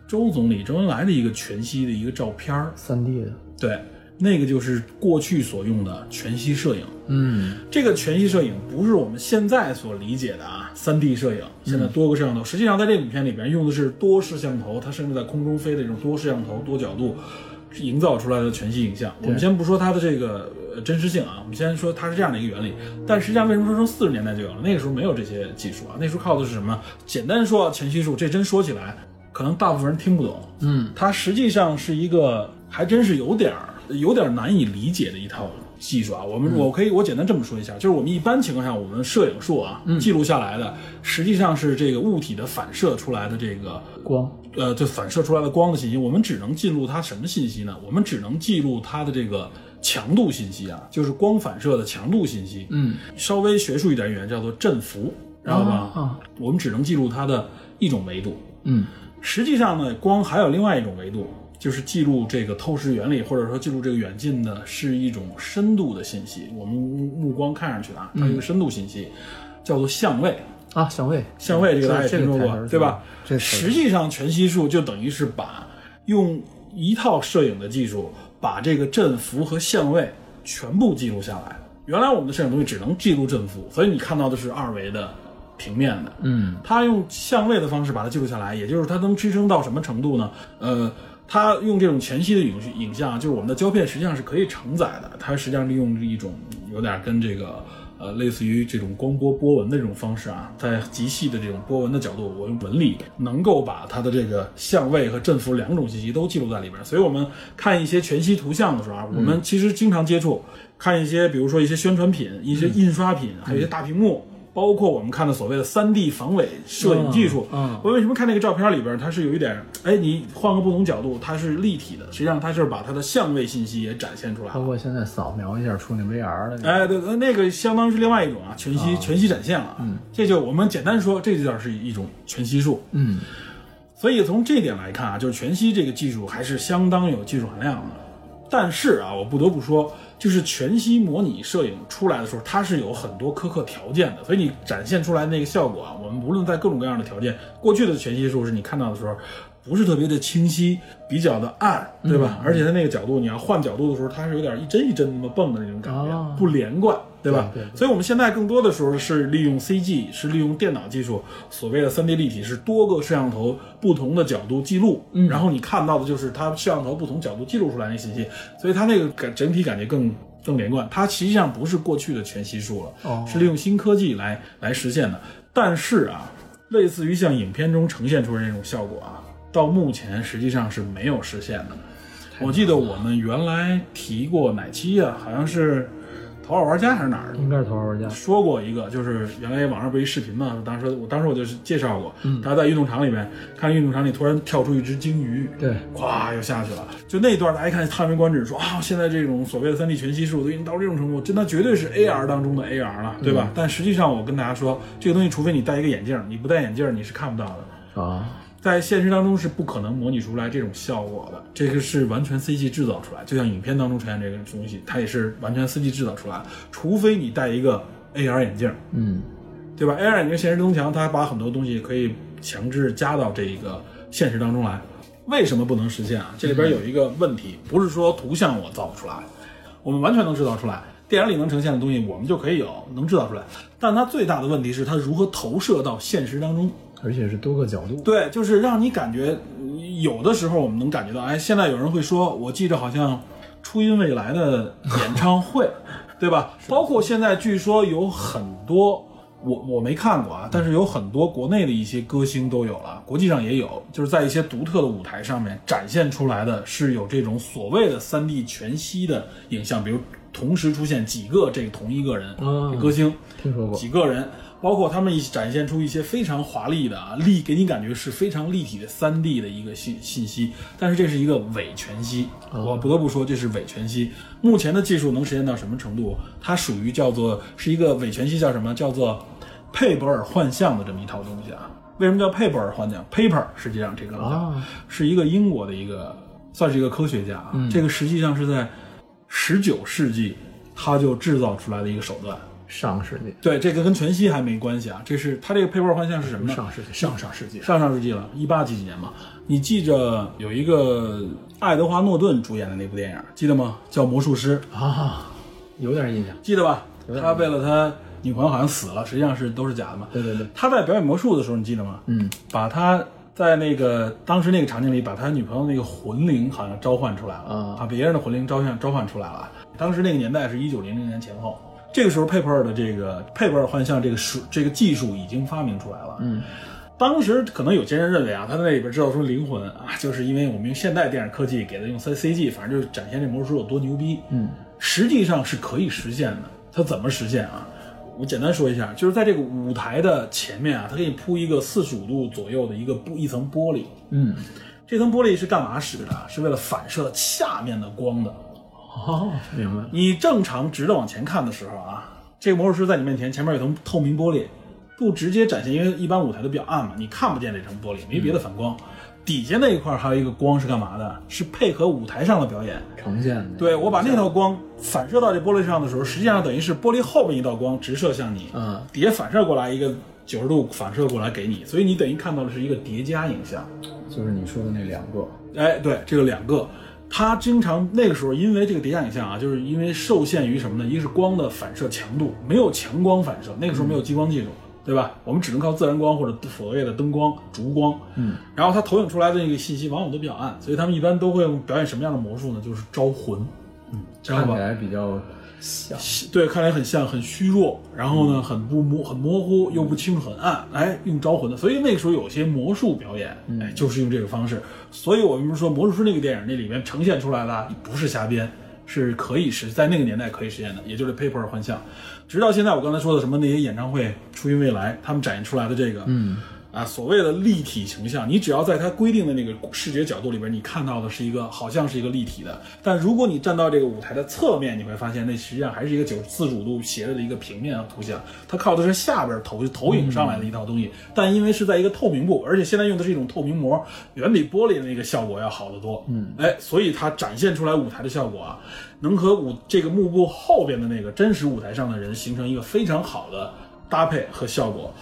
S3: 周总理周恩来的一个全息的一个照片儿
S2: 三 D 的。
S3: 对，那个就是过去所用的全息摄影。
S2: 嗯
S3: 这个全息摄影不是我们现在所理解的啊，三 D 摄影现在多个摄像头，实际上在这部片里边用的是多摄像头，它甚至在空中飞的这种多摄像头、多角度营造出来的全息影像。我们先不说它的这个呃真实性啊，我们先说它是这样的一个原理。但实际上，为什么说从四十年代就有了？那个时候没有这些技术啊，那时候靠的是什么？简单说，全息术这真说起来，可能大部分人听不懂。
S2: 嗯，
S3: 它实际上是一个还真是有点儿有点儿难以理解的一套技术啊。我们、我可以我简单这么说一下，就是我们一般情况下，我们摄影术啊、记录下来的，实际上是这个物体的反射出来的这个
S2: 光。
S3: 呃，就反射出来的光的信息，我们只能记录它什么信息呢？我们只能记录它的这个强度信息啊，就是光反射的强度信息。
S2: 嗯，
S3: 稍微学术一点语言叫做振幅，知道吧？
S2: 啊
S3: 我们只能记录它的一种维度。
S2: 嗯
S3: 实际上呢，光还有另外一种维度，就是记录这个透视原理，或者说记录这个远近的是一种深度的信息。我们目目光看上去啊，
S2: 嗯
S3: 它有一个深度信息，叫做相位。
S2: 啊，相位。
S3: 相位这个大家也
S2: 这个
S3: 听说
S2: 台词
S3: 过，
S2: 儿
S3: 对吧？
S2: 这词儿
S3: 实际上，全息术就等于是把用一套摄影的技术，把这个振幅和相位全部记录下来。原来我们的摄影东西只能记录振幅，所以你看到的是二维的平面的，
S2: 嗯
S3: 它用相位的方式把它记录下来，也就是它能支撑到什么程度呢？呃，它用这种全息的影影像，就是我们的胶片实际上是可以承载的，它实际上利用一种有点跟这个呃类似于这种光波波纹的这种方式啊，在极细的这种波纹的角度，我用纹理能够把它的这个相位和振幅两种信息都记录在里边儿。所以我们看一些全息图像的时候啊，我们其实经常接触看一些，比如说一些宣传品、一些印刷品，还有一些大屏幕。包括我们看的所谓的三 D 防伪摄影技术，
S2: 嗯嗯
S3: 我为什么看那个照片里边，它是有一点，哎，你换个不同角度，它是立体的，实际上它就是把它的相位信息也展现出来
S2: 包
S3: 了。
S2: 括现在扫描一下出那 VR 的那个。
S3: 哎，对，对那个相当于是另外一种啊，全息、全息展现了啊，这就我们简单说，这就叫是一种全息术。
S2: 嗯
S3: 所以从这点来看啊，就是全息这个技术还是相当有技术含量的。但是啊，我不得不说，就是全息模拟摄影出来的时候，它是有很多苛刻条件的，所以你展现出来那个效果啊，我们无论在各种各样的条件，过去的全息术是你看到的时候。不是特别的清晰，比较的暗，对吧？而且它那个角度，你要换角度的时候，它是有点一帧一帧那么蹦的那种感觉，
S2: 哦
S3: 不连贯，对吧？
S2: 对对
S3: 所以我们现在更多的时候是利用 CG，是利用电脑技术，所谓的 3D 立体，是多个摄像头不同的角度记录，
S2: 嗯
S3: 然后你看到的就是它摄像头不同角度记录出来那信息，所以它那个感整体感觉更更连贯。它实际上不是过去的全息术了，
S2: 哦
S3: 是利用新科技来来实现的。但是啊，类似于像影片中呈现出来那种效果啊，到目前实际上是没有实现的。我记得我们原来提过哪期啊？好像是《头号玩家》还是哪儿的？
S2: 应该是头号玩家。
S3: 说过一个，就是原来网上不是一视频嘛，当时我当时我就是介绍过，大家在运动场里面看运动场里突然跳出一只鲸鱼，
S2: 对，
S3: 咵又下去了，就那段大家一看叹为观止，说啊，现在这种所谓的三 D 全息术都已经到这种程度，真的绝对是 AR 当中的 AR 了，对吧？但实际上我跟大家说，这个东西除非你戴一个眼镜，你不戴眼镜你是看不到的。
S2: 啊，
S3: 在现实当中是不可能模拟出来这种效果的，这个是完全 CG 制造出来，就像影片当中呈现这个东西，它也是完全 CG 制造出来，除非你戴一个 AR 眼镜，
S2: 嗯
S3: 对吧？AR 眼镜现实增强，它把很多东西可以强制加到这一个现实当中来。为什么不能实现啊？这里边有一个问题，不是说图像我造不出来，我们完全能制造出来，电影里能呈现的东西我们就可以有，能制造出来。但它最大的问题是它如何投射到现实当中。
S2: 而且是多个角度。
S3: 对，就是让你感觉嗯有的时候我们能感觉到，哎，现在有人会说，我记着好像初音未来的演唱会，对吧？包括现在据说有很多我我没看过啊，但是有很多国内的一些歌星都有了，国际上也有，就是在一些独特的舞台上面展现出来的是有这种所谓的三 D 全息的影像，比如同时出现几个这个同一个人、
S2: 嗯
S3: 歌星，
S2: 听说过
S3: 几个人，包括他们一起展现出一些非常华丽的啊立，给你感觉是非常立体的三 D 的一个信信息，但是这是一个伪全息，我不得不说这是伪全息。目前的技术能实现到什么程度？它属于叫做是一个伪全息，叫什么？叫做佩伯尔幻象的这么一套东西啊。为什么叫佩伯尔幻象？Paper 实际上这个东西啊
S2: 啊，
S3: 是一个英国的一个，算是一个科学家啊。这个实际上是在十九世纪他就制造出来的一个手段。
S2: 上世纪
S3: 对，这个跟全息还没关系啊，这是它这个配罐幻象是什么呢？
S2: 上世纪
S3: 上上世纪，上上世纪了，一八几几年嘛。你记着有一个爱德华诺顿主演的那部电影，记得吗？叫《魔术师》，
S2: 啊，有点印象。
S3: 记得吧？他为了他女朋友好像死了，实际上是都是假的嘛。
S2: 对对对，
S3: 他在表演魔术的时候，你记得吗？
S2: 嗯，
S3: 把他在那个当时那个场景里，把他女朋友那个魂灵好像召唤出来了，
S2: 啊
S3: 把别人的魂灵召唤召唤出来了。当时那个年代是一九零零年前后，这个时候佩珀尔的这个佩珀尔幻象这个术这个技术已经发明出来了，嗯。当时可能有些人认为啊，他在那里边制造出灵魂啊，就是因为我们用现代电影科技给他用 C C G，反正就是展现这魔术师有多牛逼。嗯，实际上是可以实现的。它怎么实现啊？我简单说一下，就是在这个舞台的前面啊，它给你铺一个四十五度左右的一个布一层玻璃。
S2: 嗯，
S3: 这层玻璃是干嘛使的啊？是为了反射下面的光的。
S2: 哦，明白。
S3: 你正常直着往前看的时候啊，这个魔术师在你面前，前面有层透明玻璃，不直接展现，因为一般舞台都比较暗嘛，你看不见这层玻璃，没别的反光。底下那一块还有一个光是干嘛的？是配合舞台上的表演。
S2: 呈现的
S3: 对我把那道光反射到这玻璃上的时候，实际上等于是玻璃后面一道光直射向你，
S2: 嗯，
S3: 底下反射过来一个九十度反射过来给你，所以你等于看到的是一个叠加影像。
S2: 就是你说的那两个，
S3: 哎，对，这个两个，它经常那个时候因为这个叠加影像啊，就是因为受限于什么呢？一个是光的反射强度，没有强光反射，那个时候没有激光技术，对吧？我们只能靠自然光或者所谓的灯光、烛光。嗯，然后它投影出来的那个信息往往都比较暗，所以他们一般都会用表演什么样的魔术呢？就是招魂。嗯，知道
S2: 看
S3: 吧
S2: 起？来比较像。
S3: 对，看起来很像，很虚弱，然后呢，很不模，很模糊，又不清楚，很暗。哎，用招魂的，所以那个时候有些魔术表演，哎，就是用这个方式。所以我们说，魔术师那个电影那里面呈现出来的啊不是瞎编，是可以实在那个年代可以实现的，也就是 paper 幻象。直到现在，我刚才说的什么那些演唱会，初音未来他们展现出来的这个，嗯。啊，所谓的立体形象，你只要在它规定的那个视觉角度里边，你看到的是一个好像是一个立体的，但如果你站到这个舞台的侧面，你会发现那实际上还是一个九四十五度斜着的一个平面啊图像，它靠的是下边投投影上来的一套东西，但因为是在一个透明布，而且现在用的是一种透明膜，远比玻璃的那个效果要好得多。嗯，哎，所以它展现出来舞台的效果啊，能和舞这个幕布后边的那个真实舞台上的人形成一个非常好的搭配和效果，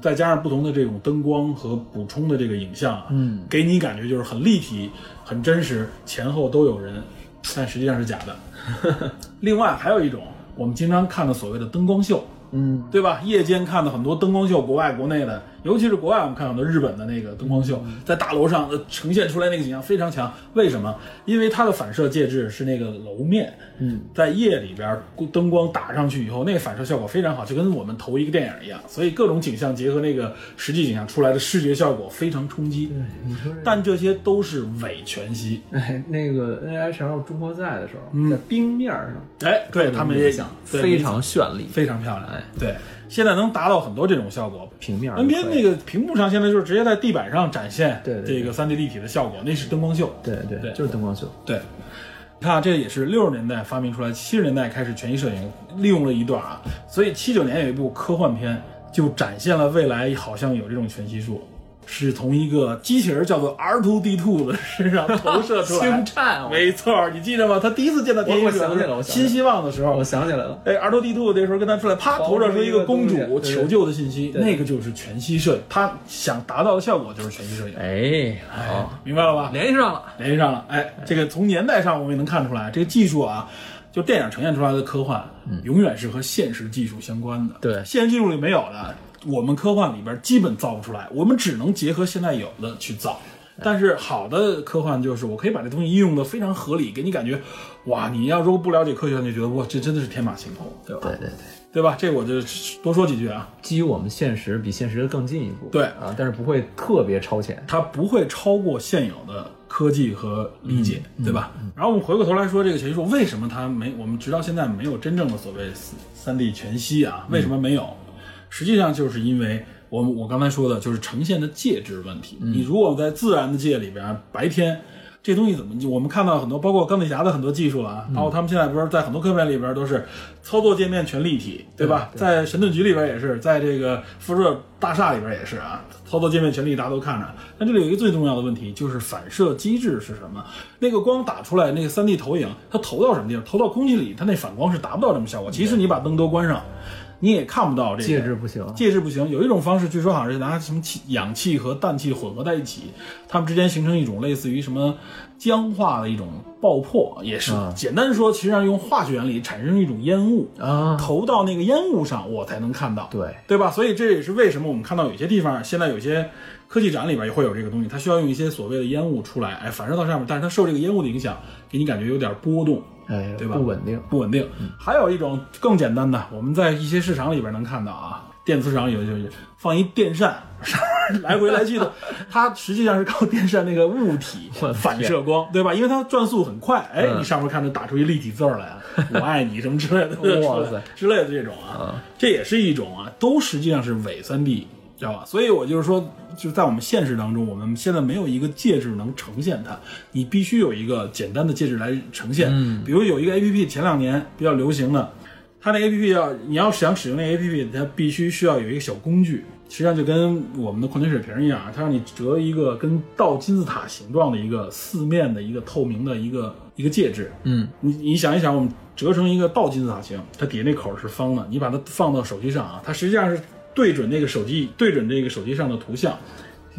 S3: 再加上不同的这种灯光和补充的这个影像啊，嗯，给你感觉就是很立体、很真实，前后都有人，但实际上是假的。 [LAUGHS] 另外还有一种我们经常看的所谓的灯光秀，
S2: 嗯，
S3: 对吧？夜间看的很多灯光秀，国外、国内的，尤其是国外，我们看很多日本的那个灯光秀，在大楼上、呃、呈现出来那个景象非常强。为什么？因为它的反射介质是那个楼面，嗯，在夜里边儿灯光打上去以后，那个反射效果非常好，就跟我们投一个电影一样。所以各种景象结合那个实际景象出来的视觉效果非常冲击。
S2: 你说这，
S3: 但这些都是伪全息，
S2: 哎，那个 NHL 中国赛的时候，在冰面上，
S3: 哎，对他们也
S2: 想
S3: 对
S2: 非常绚丽，
S3: 非常漂亮
S2: 哎，
S3: 对，现在能达到很多这种效果，
S2: 平面
S3: NBA 那
S2: 个，
S3: 个屏幕上现在就是直接在地板上展现
S2: 对对对
S3: 这个三 D 立体的效果，那是灯光秀。
S2: 对对，
S3: 对
S2: 就是灯光秀，
S3: 对，你看啊这也是六十年代发明出来，七十年代开始全息摄影利用了一段啊，所以七九年有一部科幻片就展现了未来好像有这种全息术。是从一个机器人叫做 R2D2 的身上投射出来
S2: [LAUGHS] 星，战我啊
S3: 没错，你记得吗？他第一次见到天
S2: 我
S3: 蝎
S2: 我
S3: 座
S2: 想起来了我想起来
S3: 新希望的时候
S2: 我，想起来了，
S3: 哎，R 2 D 2那时候跟他出来，啪投射出一个公
S2: 一个
S3: 主
S2: 东西
S3: 求救的信息，
S2: 对对
S3: 那个就是全息摄影，他想达到的效果就是全息摄影，
S2: 哎，好，
S3: 明白了吧？
S2: 联系上了，
S3: 联系上了，哎，这个从年代上我们也能看出来，这个技术啊，就电影呈现出来的科幻，永远是和现实技术相关的。
S2: 嗯对
S3: 现实技术里没有的，我们科幻里边基本造不出来，我们只能结合现在有的去造。
S2: 哎
S3: 但是好的科幻就是我可以把这东西应用的非常合理，给你感觉，哇，你要如果不了解科学，你就觉得哇，这真的是天马行空，对吧？
S2: 对对对，
S3: 对吧？这我就多说几句啊。
S2: 基于我们现实比现实更进一步，
S3: 对
S2: 啊，但是不会特别超前，
S3: 它不会超过现有的科技和理解，对吧？然后我们回过头来说这个学术，为什么它没？我们直到现在没有真正的所谓三 D 全息啊？为什么没有？实际上就是因为我们我刚才说的就是呈现的介质问题。你如果在自然的界里边，白天。这东西怎么？我们看到很多，包括钢铁侠的很多技术了啊，包括他们现在不是在很多科幻里边都是操作界面全立体，对吧？在神盾局里边也是，在这个辐射大厦里边也是啊，操作界面全立，大家都看着。但这里有一个最重要的问题，就是反射机制是什么？那个光打出来，那个三 D 投影，它投到什么地方？投到空气里，它那反光是达不到这么效果。即使你把灯都关上，你也看不到这个
S2: 介质不行，
S3: 介质不行。有一种方式，据说好像是拿什么气、氧气和氮气混合在一起，它们之间形成一种类似于什么僵化的一种爆破，也是、
S2: 啊
S3: 简单说，其实上用化学原理产生一种烟雾，
S2: 啊，
S3: 投到那个烟雾上，我才能看到。
S2: 对，
S3: 对吧？所以这也是为什么我们看到有些地方现在有些科技展里边也会有这个东西，它需要用一些所谓的烟雾出来，哎，反射到上面，但是它受这个烟雾的影响，给你感觉有点波动。
S2: 哎，
S3: 对吧
S2: 不稳定，嗯
S3: 不稳定。还有一种更简单的，我们在一些市场里边能看到啊，电子市场有的就是放一电扇，上面来回来去
S2: [LAUGHS]
S3: 的，它实际上是靠电扇那个物体反射光，对吧？因为它转速很快，哎，
S2: 嗯
S3: 你上面看着打出一立体字儿来
S2: [LAUGHS]
S3: 啊，我爱你什么 [LAUGHS] 之类的，
S2: 哇塞
S3: 之类的这种啊，这也是一种啊，都实际上是伪三 D。知道吧？所以我就是说，就在我们现实当中，我们现在没有一个介质能呈现它，你必须有一个简单的介质来呈现。嗯，比如有一个 A P P，前两年比较流行的，它那 A P P 要你要想使用那 A P P，它必须需要有一个小工具，实际上就跟我们的矿泉水瓶一样，它让你折一个跟倒金字塔形状的一个四面的一个透明的一个一个介质，
S2: 嗯，
S3: 你你想一想，我们折成一个倒金字塔形，它底下那口是方的，你把它放到手机上啊，它实际上是对准那个手机，对准这个手机上的图像，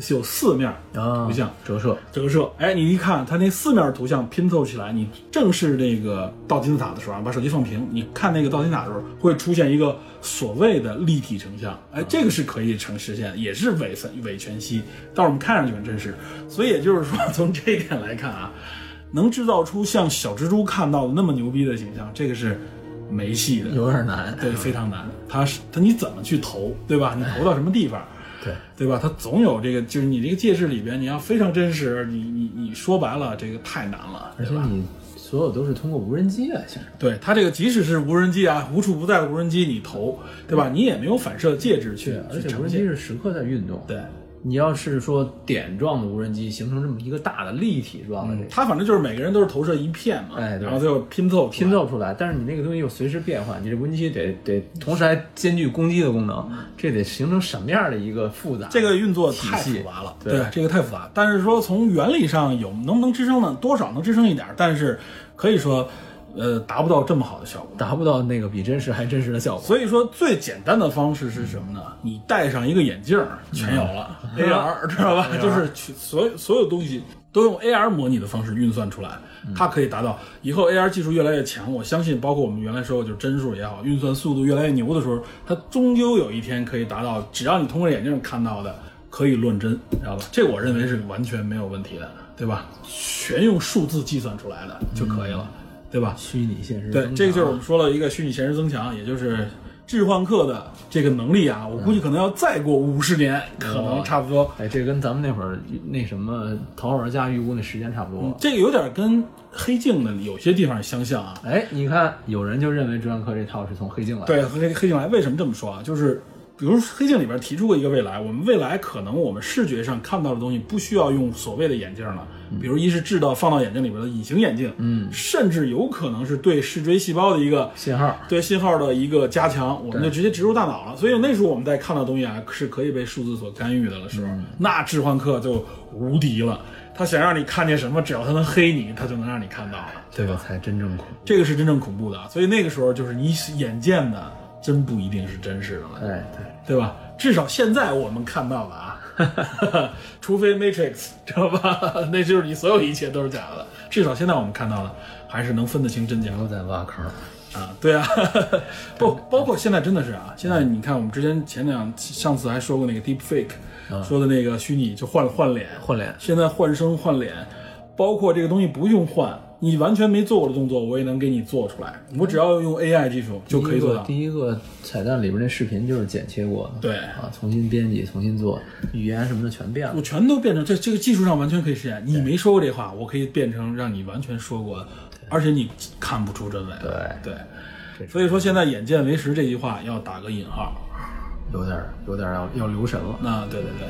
S3: 有四面
S2: 啊，
S3: 图像 [LAUGHS]
S2: 折射，
S3: 折射。哎，你一看它那四面图像拼凑起来，你正视那个倒金字塔的时候啊，把手机放平，你看那个倒金字塔的时候，会出现一个所谓的立体成像。哎，这个是可以成实现的，也是伪三伪全息，但是我们看上去很真实。所以也就是说，从这一点来看啊，能制造出像小蜘蛛看到的那么牛逼的形象，这个是没戏的。
S2: 有点难，
S3: 对，非常难。它是它，你怎么去投，对吧？你投到什么地方，
S2: 哎对
S3: 对吧？它总有这个，就是你这个介质里边，你要非常真实，你你你说白了，这个太难了，
S2: 而
S3: 对
S2: 且
S3: 吧？
S2: 你所有都是通过无人机啊来形成，
S3: 对它这个，即使是无人机啊，无处不在的无人机，你投，对吧？你也没有反射介质去
S2: 而
S3: 啊去
S2: 且无
S3: 呈
S2: 人机
S3: 现。
S2: 是时刻在运动，
S3: 对，
S2: 你要是说点状的无人机形成这么一个大的立体状的这个
S3: 它反正就是每个人都是投射一片嘛，
S2: 哎对
S3: 然后最后拼凑出来
S2: 拼。凑出来，但是你那个东西又随时变换，你这无人机
S3: [LAUGHS]
S2: 得得同时还兼具攻击的功能，这得形成什么样的一个复杂？
S3: 嗯这个运作
S2: 体
S3: 太
S2: 系
S3: 复杂了，
S2: 对
S3: 这个太复杂。但是说从原理上有能不能支撑呢？多少能支撑一点，但是可以说，呃，达不到这么好的效果。
S2: 达不到那个比真实还真实的效果。
S3: 所以说，最简单的方式是什么呢？你戴上一个眼镜儿，全有了、AR，知道吧？就是去所有所有东西都用 AR 模拟的方式运算出来，它可以达到以后 AR 技术越来越强，我相信，包括我们原来说过，就是帧数也好，运算速度越来越牛的时候，它终究有一天可以达到，只要你通过眼镜看到的可以论帧，知道吧？这我认为是完全没有问题的，对吧？全用数字计算出来的就可以了，对吧？
S2: 虚拟现实
S3: 对，
S2: 增
S3: 这个就是
S2: 强
S3: 我们说了一个虚拟现实增强，也就是置换客的这个能力啊，我估计可能要再过五十年，可能差不多。
S2: 哎，这跟咱们那会儿那什么《逃跑玩家》预估那时间差不多。
S3: 这个有点跟黑镜的有些地方相像啊。
S2: 哎，你看，有人就认为《专科》这套是从黑镜来的，
S3: 对，黑黑镜来为什么这么说啊？就是比如黑镜里边提出过一个未来，我们未来可能我们视觉上看到的东西不需要用所谓的眼镜了，
S2: 嗯
S3: 比如一是制到放到眼睛里边的隐形眼镜，嗯，甚至有可能是对视锥细胞的一个
S2: 信号
S3: 对信号的一个加强，我们就直接植入大脑了。所以那时候我们在看到东西啊，是可以被数字所干预的了时候，
S2: 嗯
S3: 那置换客就无敌了。他想让你看见什么，只要他能黑你，他就能让你看到了，
S2: 这
S3: 对
S2: 个
S3: 吧？
S2: 才真正恐怖。
S3: 这个是真正恐怖的啊。所以那个时候就是你眼见的，真不一定是真实的了，
S2: 哎，对，
S3: 对吧？至少现在我们看到了啊， [LAUGHS] 除非 Matrix，知道吧？ [LAUGHS] 那就是你所有一切都是假的。至少现在我们看到了，还是能分得清真假的
S2: 又在挖坑儿。
S3: 啊，对啊， [LAUGHS] 不包括现在真的是啊，现在你看我们之前前两上次还说过那个 deep fake，说的那个虚拟就换换脸，
S2: 换脸
S3: 现在换声换脸，包括这个东西不用换，你完全没做过的动作，我也能给你做出来。我只要用 AI 技术就可以做到。
S2: 第一个彩蛋里边那视频就是剪切过的，
S3: 对
S2: 啊，重新编辑、重新做，语言什么的全变了
S3: 我。全都变成这这个技术上完全可以实现。你没说过这话，我可以变成让你完全说过的，而且你看不出真伪。对对，所以说现在“眼见为实”这句话要打个引号。
S2: 有点儿有点儿要要留神了。
S3: 那啊对对对，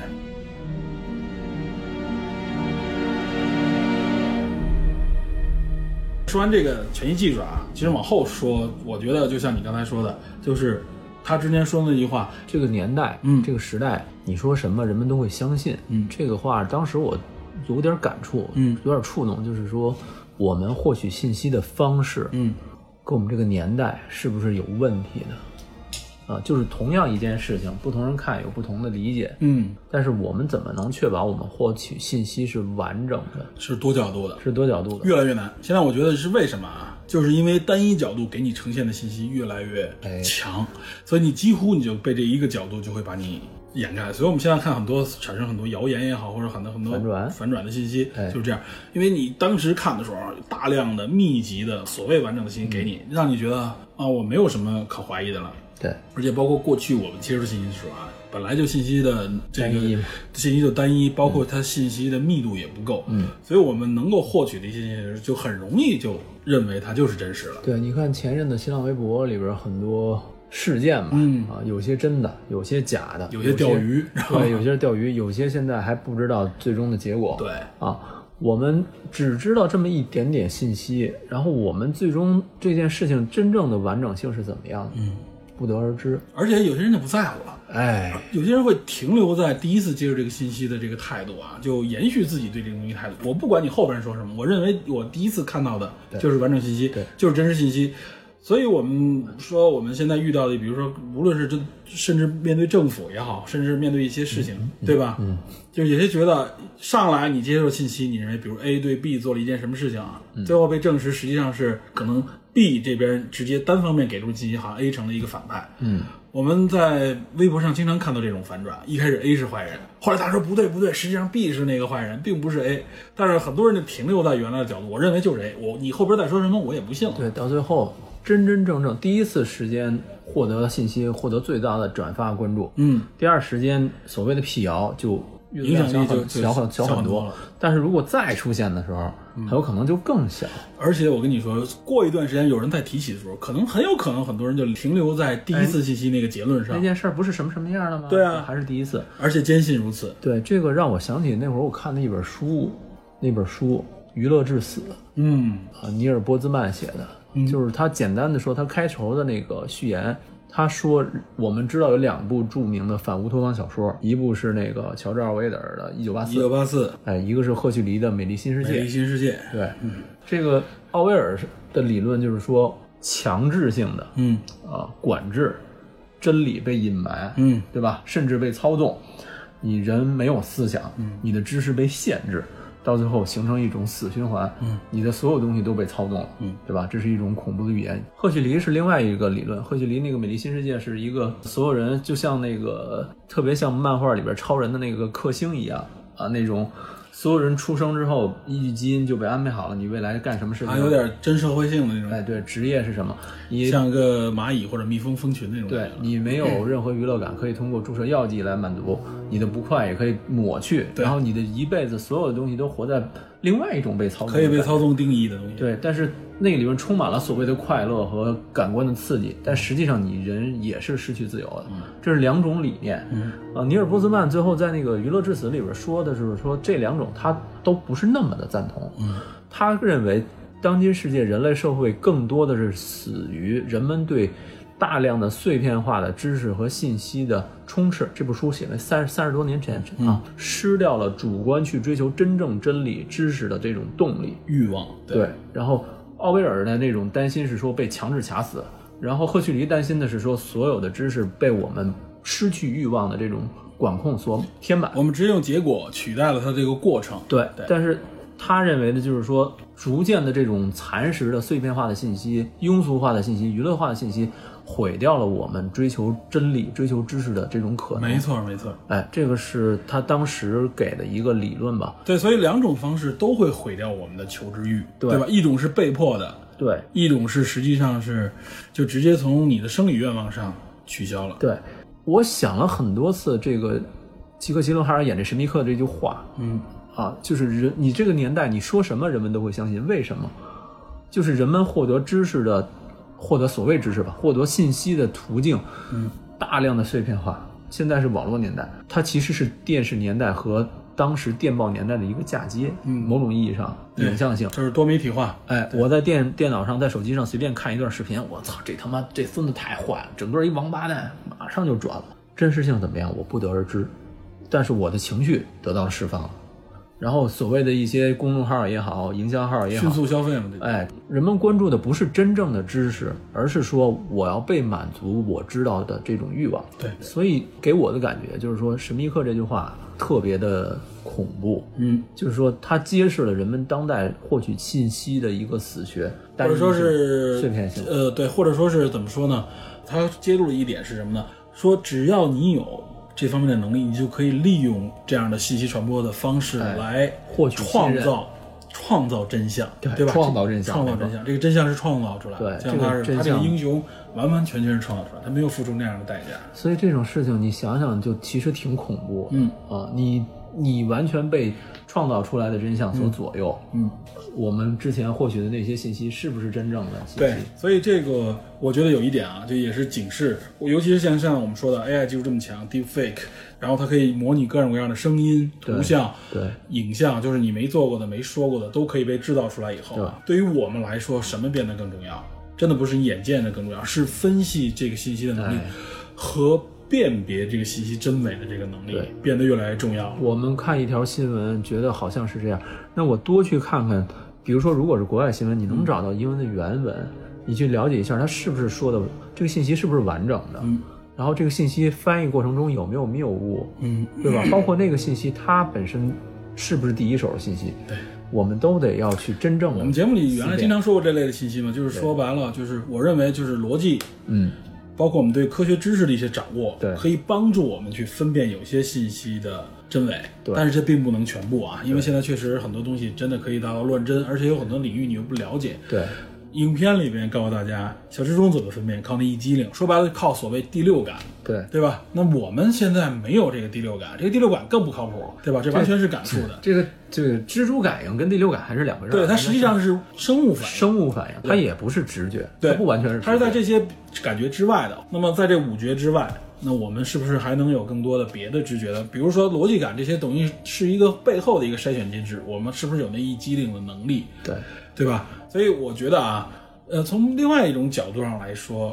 S3: 说完这个权益技术啊，其实往后说，我觉得就像你刚才说的，就是他之前说的那句话，
S2: 这个年代，
S3: 嗯
S2: 这个时代，你说什么人们都会相信，
S3: 嗯
S2: 这个话当时我有点感触，
S3: 嗯
S2: 有点触动，就是说我们获取信息的方式，
S3: 嗯，
S2: 跟我们这个年代是不是有问题的？啊，就是同样一件事情，不同人看有不同的理解，
S3: 嗯，
S2: 但是我们怎么能确保我们获取信息是完整的，
S3: 是多角度的，
S2: 是多角度的？
S3: 越来越难。现在我觉得是为什么啊？就是因为单一角度给你呈现的信息越来
S2: 哎
S3: 越强，所以你几乎你就被这一个角度就会把你掩盖。所以我们现在看很多产生很多谣言也好，或者很多很多
S2: 反转
S3: 反转的信息
S2: 哎
S3: 就是这样。因为你当时看的时候，啊大量的密集的所谓完整的信息给
S2: 嗯
S3: 你，让你觉得啊，我没有什么可怀疑的了。
S2: 对，
S3: 而且包括过去我们接触信息的时候啊，本来就信息的这个
S2: 单一嘛
S3: 信息就单一，包括它信息的密度也不够，嗯，所以我们能够获取的一些信息就很容易就认为它就是真实了。
S2: 对，你看前任的新浪微博里边很多事件吧，
S3: 嗯
S2: 啊，有些真的，有些假的，
S3: 有些钓鱼
S2: [LAUGHS] 对，有些是钓鱼，有些现在还不知道最终的结果。
S3: 对，
S2: 啊，我们只知道这么一点点信息，然后我们最终这件事情真正的完整性是怎么样的，嗯，不得而知。
S3: 而且有些人就不在乎了，
S2: 哎，
S3: 有些人会停留在第一次接触这个信息的这个态度啊，就延续自己对这个东西态度。我不管你后边人说什么，我认为我第一次看到的就是完整信息
S2: 对，
S3: 就是真实信息。所以我们说，我们现在遇到的，比如说，无论是真，甚至面对政府也好，甚至面对一些事情，对吧？嗯，就是有些觉得上来你接受信息，你认为比如 A 对 B 做了一件什么事情啊，最后被证实实际上是可能 B 这边直接单方面给出信息，好像 A 成了一个反派。嗯，我们在微博上经常看到这种反转，一开始 A 是坏人，后来他说不对不对，实际上 B 是那个坏人，并不是 A。但是很多人就停留在原来的角度，我认为就是 A，我你后边再说什么我也不信了。
S2: 对，到最后真真正正第一次时间获得信息，获得最大的转发关注，
S3: 嗯，
S2: 第二时间所谓的辟谣就
S3: 影响力就就
S2: 小很
S3: 小
S2: 小
S3: 很
S2: 很
S3: 多
S2: 多
S3: 了，嗯
S2: 但是如果再出现的时候，很有可能就更小。
S3: 而且我跟你说，过一段时间有人再提起的时候，可能很有可能很多人就停留在第一次信息那个结论上，
S2: 那件事儿不是什么什么样的吗？
S3: 对啊
S2: 还是第一次。
S3: 而且坚信如此。
S2: 对，这个让我想起那会儿我看的一本书，那本书《娱乐至死》
S3: 嗯
S2: 啊，尼尔波兹曼写的，就是他简单的说，他开头的那个序言，他说我们知道有两部著名的反乌托邦小说，一部是那个乔治奥威尔的《一九八四
S3: 一》，九八四
S2: 哎，一个是赫胥黎的《美丽新世
S3: 《美
S2: 界
S3: 丽》。嗯新世界》。
S2: 对，这个奥威尔的理论就是说，强制性的
S3: 嗯
S2: 啊管制，真理被隐瞒，
S3: 嗯，
S2: 对吧？甚至被操纵，你人没有思想，
S3: 嗯
S2: 你的知识被限制，到最后形成一种死循环，
S3: 嗯，
S2: 你的所有东西都被操纵了，
S3: 嗯，
S2: 对吧？这是一种恐怖的语言。赫胥黎是另外一个理论，赫胥黎那个《美丽新世界》是一个所有人就像那个特别像漫画里边超人的那个克星一样啊那种。所有人出生之后，依据基因就被安排好了，你未来干什么事情，
S3: 还啊有点真社会性的那
S2: 哎，
S3: 种，
S2: 对，职业是什么？你
S3: 像个蚂蚁或者蜜蜂蜂群那种。
S2: 对，你没
S3: 嗯
S2: 有任何娱乐感，可以通过注射药剂来满足你的不快，也可以抹去。
S3: 对
S2: 然后你的一辈子所有的东西都活在另外一种被操纵，
S3: 可以被。操纵定义的东西。，
S2: 对，但是那个里面充满了所谓的快乐和感官的刺激，但实际上你人也是失去自由
S3: 嗯
S2: 的，这是两种理念。嗯，啊，尼尔波兹曼最后在那个《娱乐至死》里边说的就是说这两种他都不是那么的赞同。嗯，他认为当今世界人类社会更多的是死于人们对大量的碎片化的知识和信息的充斥。这部书写了三三十多年前啊，失掉了主观去追求真正真理知识的这种动力。
S3: 欲望。
S2: 对，然后奥威尔的那种担心是说被强制卡死，然后赫胥黎担心的是说所有的知识被我们失去欲望的这种管控所填满。
S3: 我们直接用结果取代了它这个过程。
S2: 对，
S3: 对
S2: 但是他认为的就是说，逐渐的这种蚕食的碎片化的信息、庸俗化的信息、娱乐化的信息，毁掉了我们追求真理、追求知识的这种可能。
S3: 没错没错，
S2: 哎，这个是他当时给的一个理论吧？
S3: 对，所以两种方式都会毁掉我们的求知欲，
S2: 对
S3: 对吧？一种是被迫的，
S2: 对，
S3: 一种是实际上是就直接从你的生理愿望上取消了。
S2: 对，我想了很多次这个契克·齐伦哈尔演这神秘客这句话
S3: 嗯，
S2: 啊，就是人，你这个年代你说什么人们都会相信，为什么？就是人们获得知识的，获得所谓知识吧，获得信息的途径，
S3: 嗯，
S2: 大量的碎片化。现在是网络年代，它其实是电视年代和当时电报年代的一个嫁接，
S3: 嗯
S2: 某种意义上
S3: 对
S2: 影像性。
S3: 就是多媒体化。
S2: 哎，我在电电脑上、在手机上随便看一段视频，我操，这他妈这孙子太坏了，整个一王八蛋，马上就转了。真实性怎么样，我不得而知，但是我的情绪得到了释放了。然后所谓的一些公众号也好，营销号也
S3: 迅
S2: 好，
S3: 速消费嘛，对吧？
S2: 哎，人们关注的不是真正的知识，而是说我要被满足我知道的这种欲望。
S3: 对，
S2: 所以给我的感觉就是说，神秘客这句话特别的恐怖。
S3: 嗯，
S2: 就是说，它揭示了人们当代获取信息的一个死穴，
S3: 或
S2: 但
S3: 者说
S2: 是
S3: 是
S2: 碎片性。
S3: 呃，对，或者说是怎么说呢？他揭露了一点是什么呢？说只要你有这方面的能力，你就可以利用这样的信息传播的方式
S2: 哎
S3: 来
S2: 获取
S3: 创
S2: 信任
S3: 造。创造真相，
S2: 对
S3: 对吧？
S2: 创造真相
S3: 创造
S2: 没错
S3: 真相，这个真相是创造出来的。
S2: 对
S3: 像他是
S2: 这个真
S3: 他这个
S2: 相
S3: 英雄，完完全全是创造出来的，他没有付出那样的代价。
S2: 所以这种事情，你想想，就其实挺恐怖的。
S3: 嗯
S2: 啊，你你完全被创造出来的真相所左右。
S3: 嗯，
S2: 我们之前获取的那些信息是不是真正的信息？
S3: 对，所以这个我觉得有一点啊，就也是警示，我尤其是像像我们说的 AI 技术这么强，Deepfake，然后它可以模拟各种各样的声音、
S2: 对
S3: 图像、
S2: 对
S3: 影像，就是你没做过的、没说过的，都可以被制造出来以后啊，对于我们来说，什么变得更重要？真的不是眼见的更重要，是分析这个信息的能力
S2: 哎
S3: 和辨别这个信息真伪的这个能力
S2: 对
S3: 变得越来越重要了。
S2: 我们看一条新闻，觉得好像是这样，那我多去看看，比如说，如果是国外新闻，你能找到英文的原文，你去了解一下，它是不是说的这个信息是不是完整的，
S3: 嗯
S2: 然后这个信息翻译过程中有没有谬误，
S3: 嗯，[CLEARS THROAT]
S2: 对吧？包括那个信息它本身是不是第一手的信息，
S3: 对。
S2: 我们都得要去真正的。
S3: 我们节目里原来经常说过这类的信息嘛，就是说白了，就是我认为就是逻辑
S2: 嗯，
S3: 包括我们对科学知识的一些掌握，
S2: 对
S3: 可以帮助我们去分辨有些信息的真伪，
S2: 对
S3: 但是这并不能全部啊，因为现在确实很多东西真的可以达到乱真，而且有很多领域你又不了解。
S2: 对
S3: 影片里边告诉大家，小蜘蛛怎么分辨，靠那一机灵，说白了靠所谓第六感，
S2: 对，
S3: 对吧？那我们现在没有这个第六感，这个第六感更不靠谱，对吧？这完全是感触的，
S2: 这个这个蜘蛛感应跟第六感还是两回事儿。
S3: 对，它实际上是生物反应。
S2: 生物反应，它也不是直觉，
S3: 对
S2: 它不完全是直觉。
S3: 它是在这些感觉之外的。那么在这五觉之外，那我们是不是还能有更多的别的知觉呢？比如说逻辑感这些，等于是一个背后的一个筛选机制。我们是不是有那一机灵的能力，
S2: 对
S3: 对吧？所以我觉得啊，呃，从另外一种角度上来说，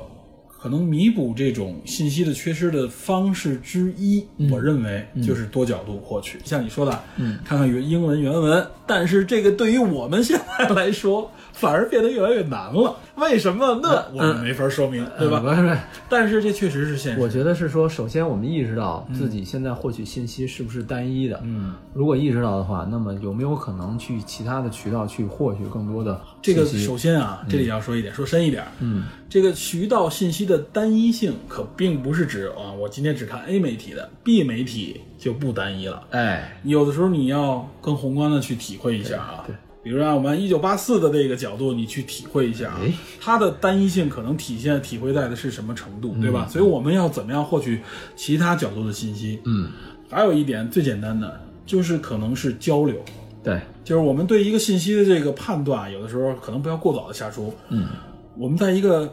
S3: 可能弥补这种信息的缺失的方式之一，
S2: 嗯
S3: 我认为就是多角度获取。像你说的，嗯，看看原英文原文，但是这个对于我们现在来说， [LAUGHS] 反而变得越来越难了。为什么？那
S2: 嗯
S3: 我们没法说明，对吧？
S2: 不是不是
S3: 但是这确实是现
S2: 嗯 [LAUGHS] 我
S3: 实。
S2: 觉得是说，首先我们意识到自己现在获取信息是不是单一的。嗯，如果意识到的话，那么有没有可能去其他的渠道去获取更多的
S3: 这个
S2: 信息
S3: 首先啊，这里要说一点，说深一点，
S2: 嗯，
S3: 这个渠道信息的单一性可并不是指啊，我今天只看 A 媒体的，B 媒体就不单一了。
S2: 哎，
S3: 有的时候你要更宏观的去体会一下啊
S2: 对对。
S3: 比如让我们一九八四的这个角度，你去体会一下啊
S2: 哎，
S3: 它的单一性可能体现体会在的是什么程
S2: 嗯
S3: 度，对吧？所以我们要怎么样获取其他角度的信息？
S2: 嗯，
S3: 还有一点最简单的就是可能是交流，
S2: 对，
S3: 就是我们对一个信息的这个判断，有的时候可能不要过早的下出。
S2: 嗯，
S3: 我们在一个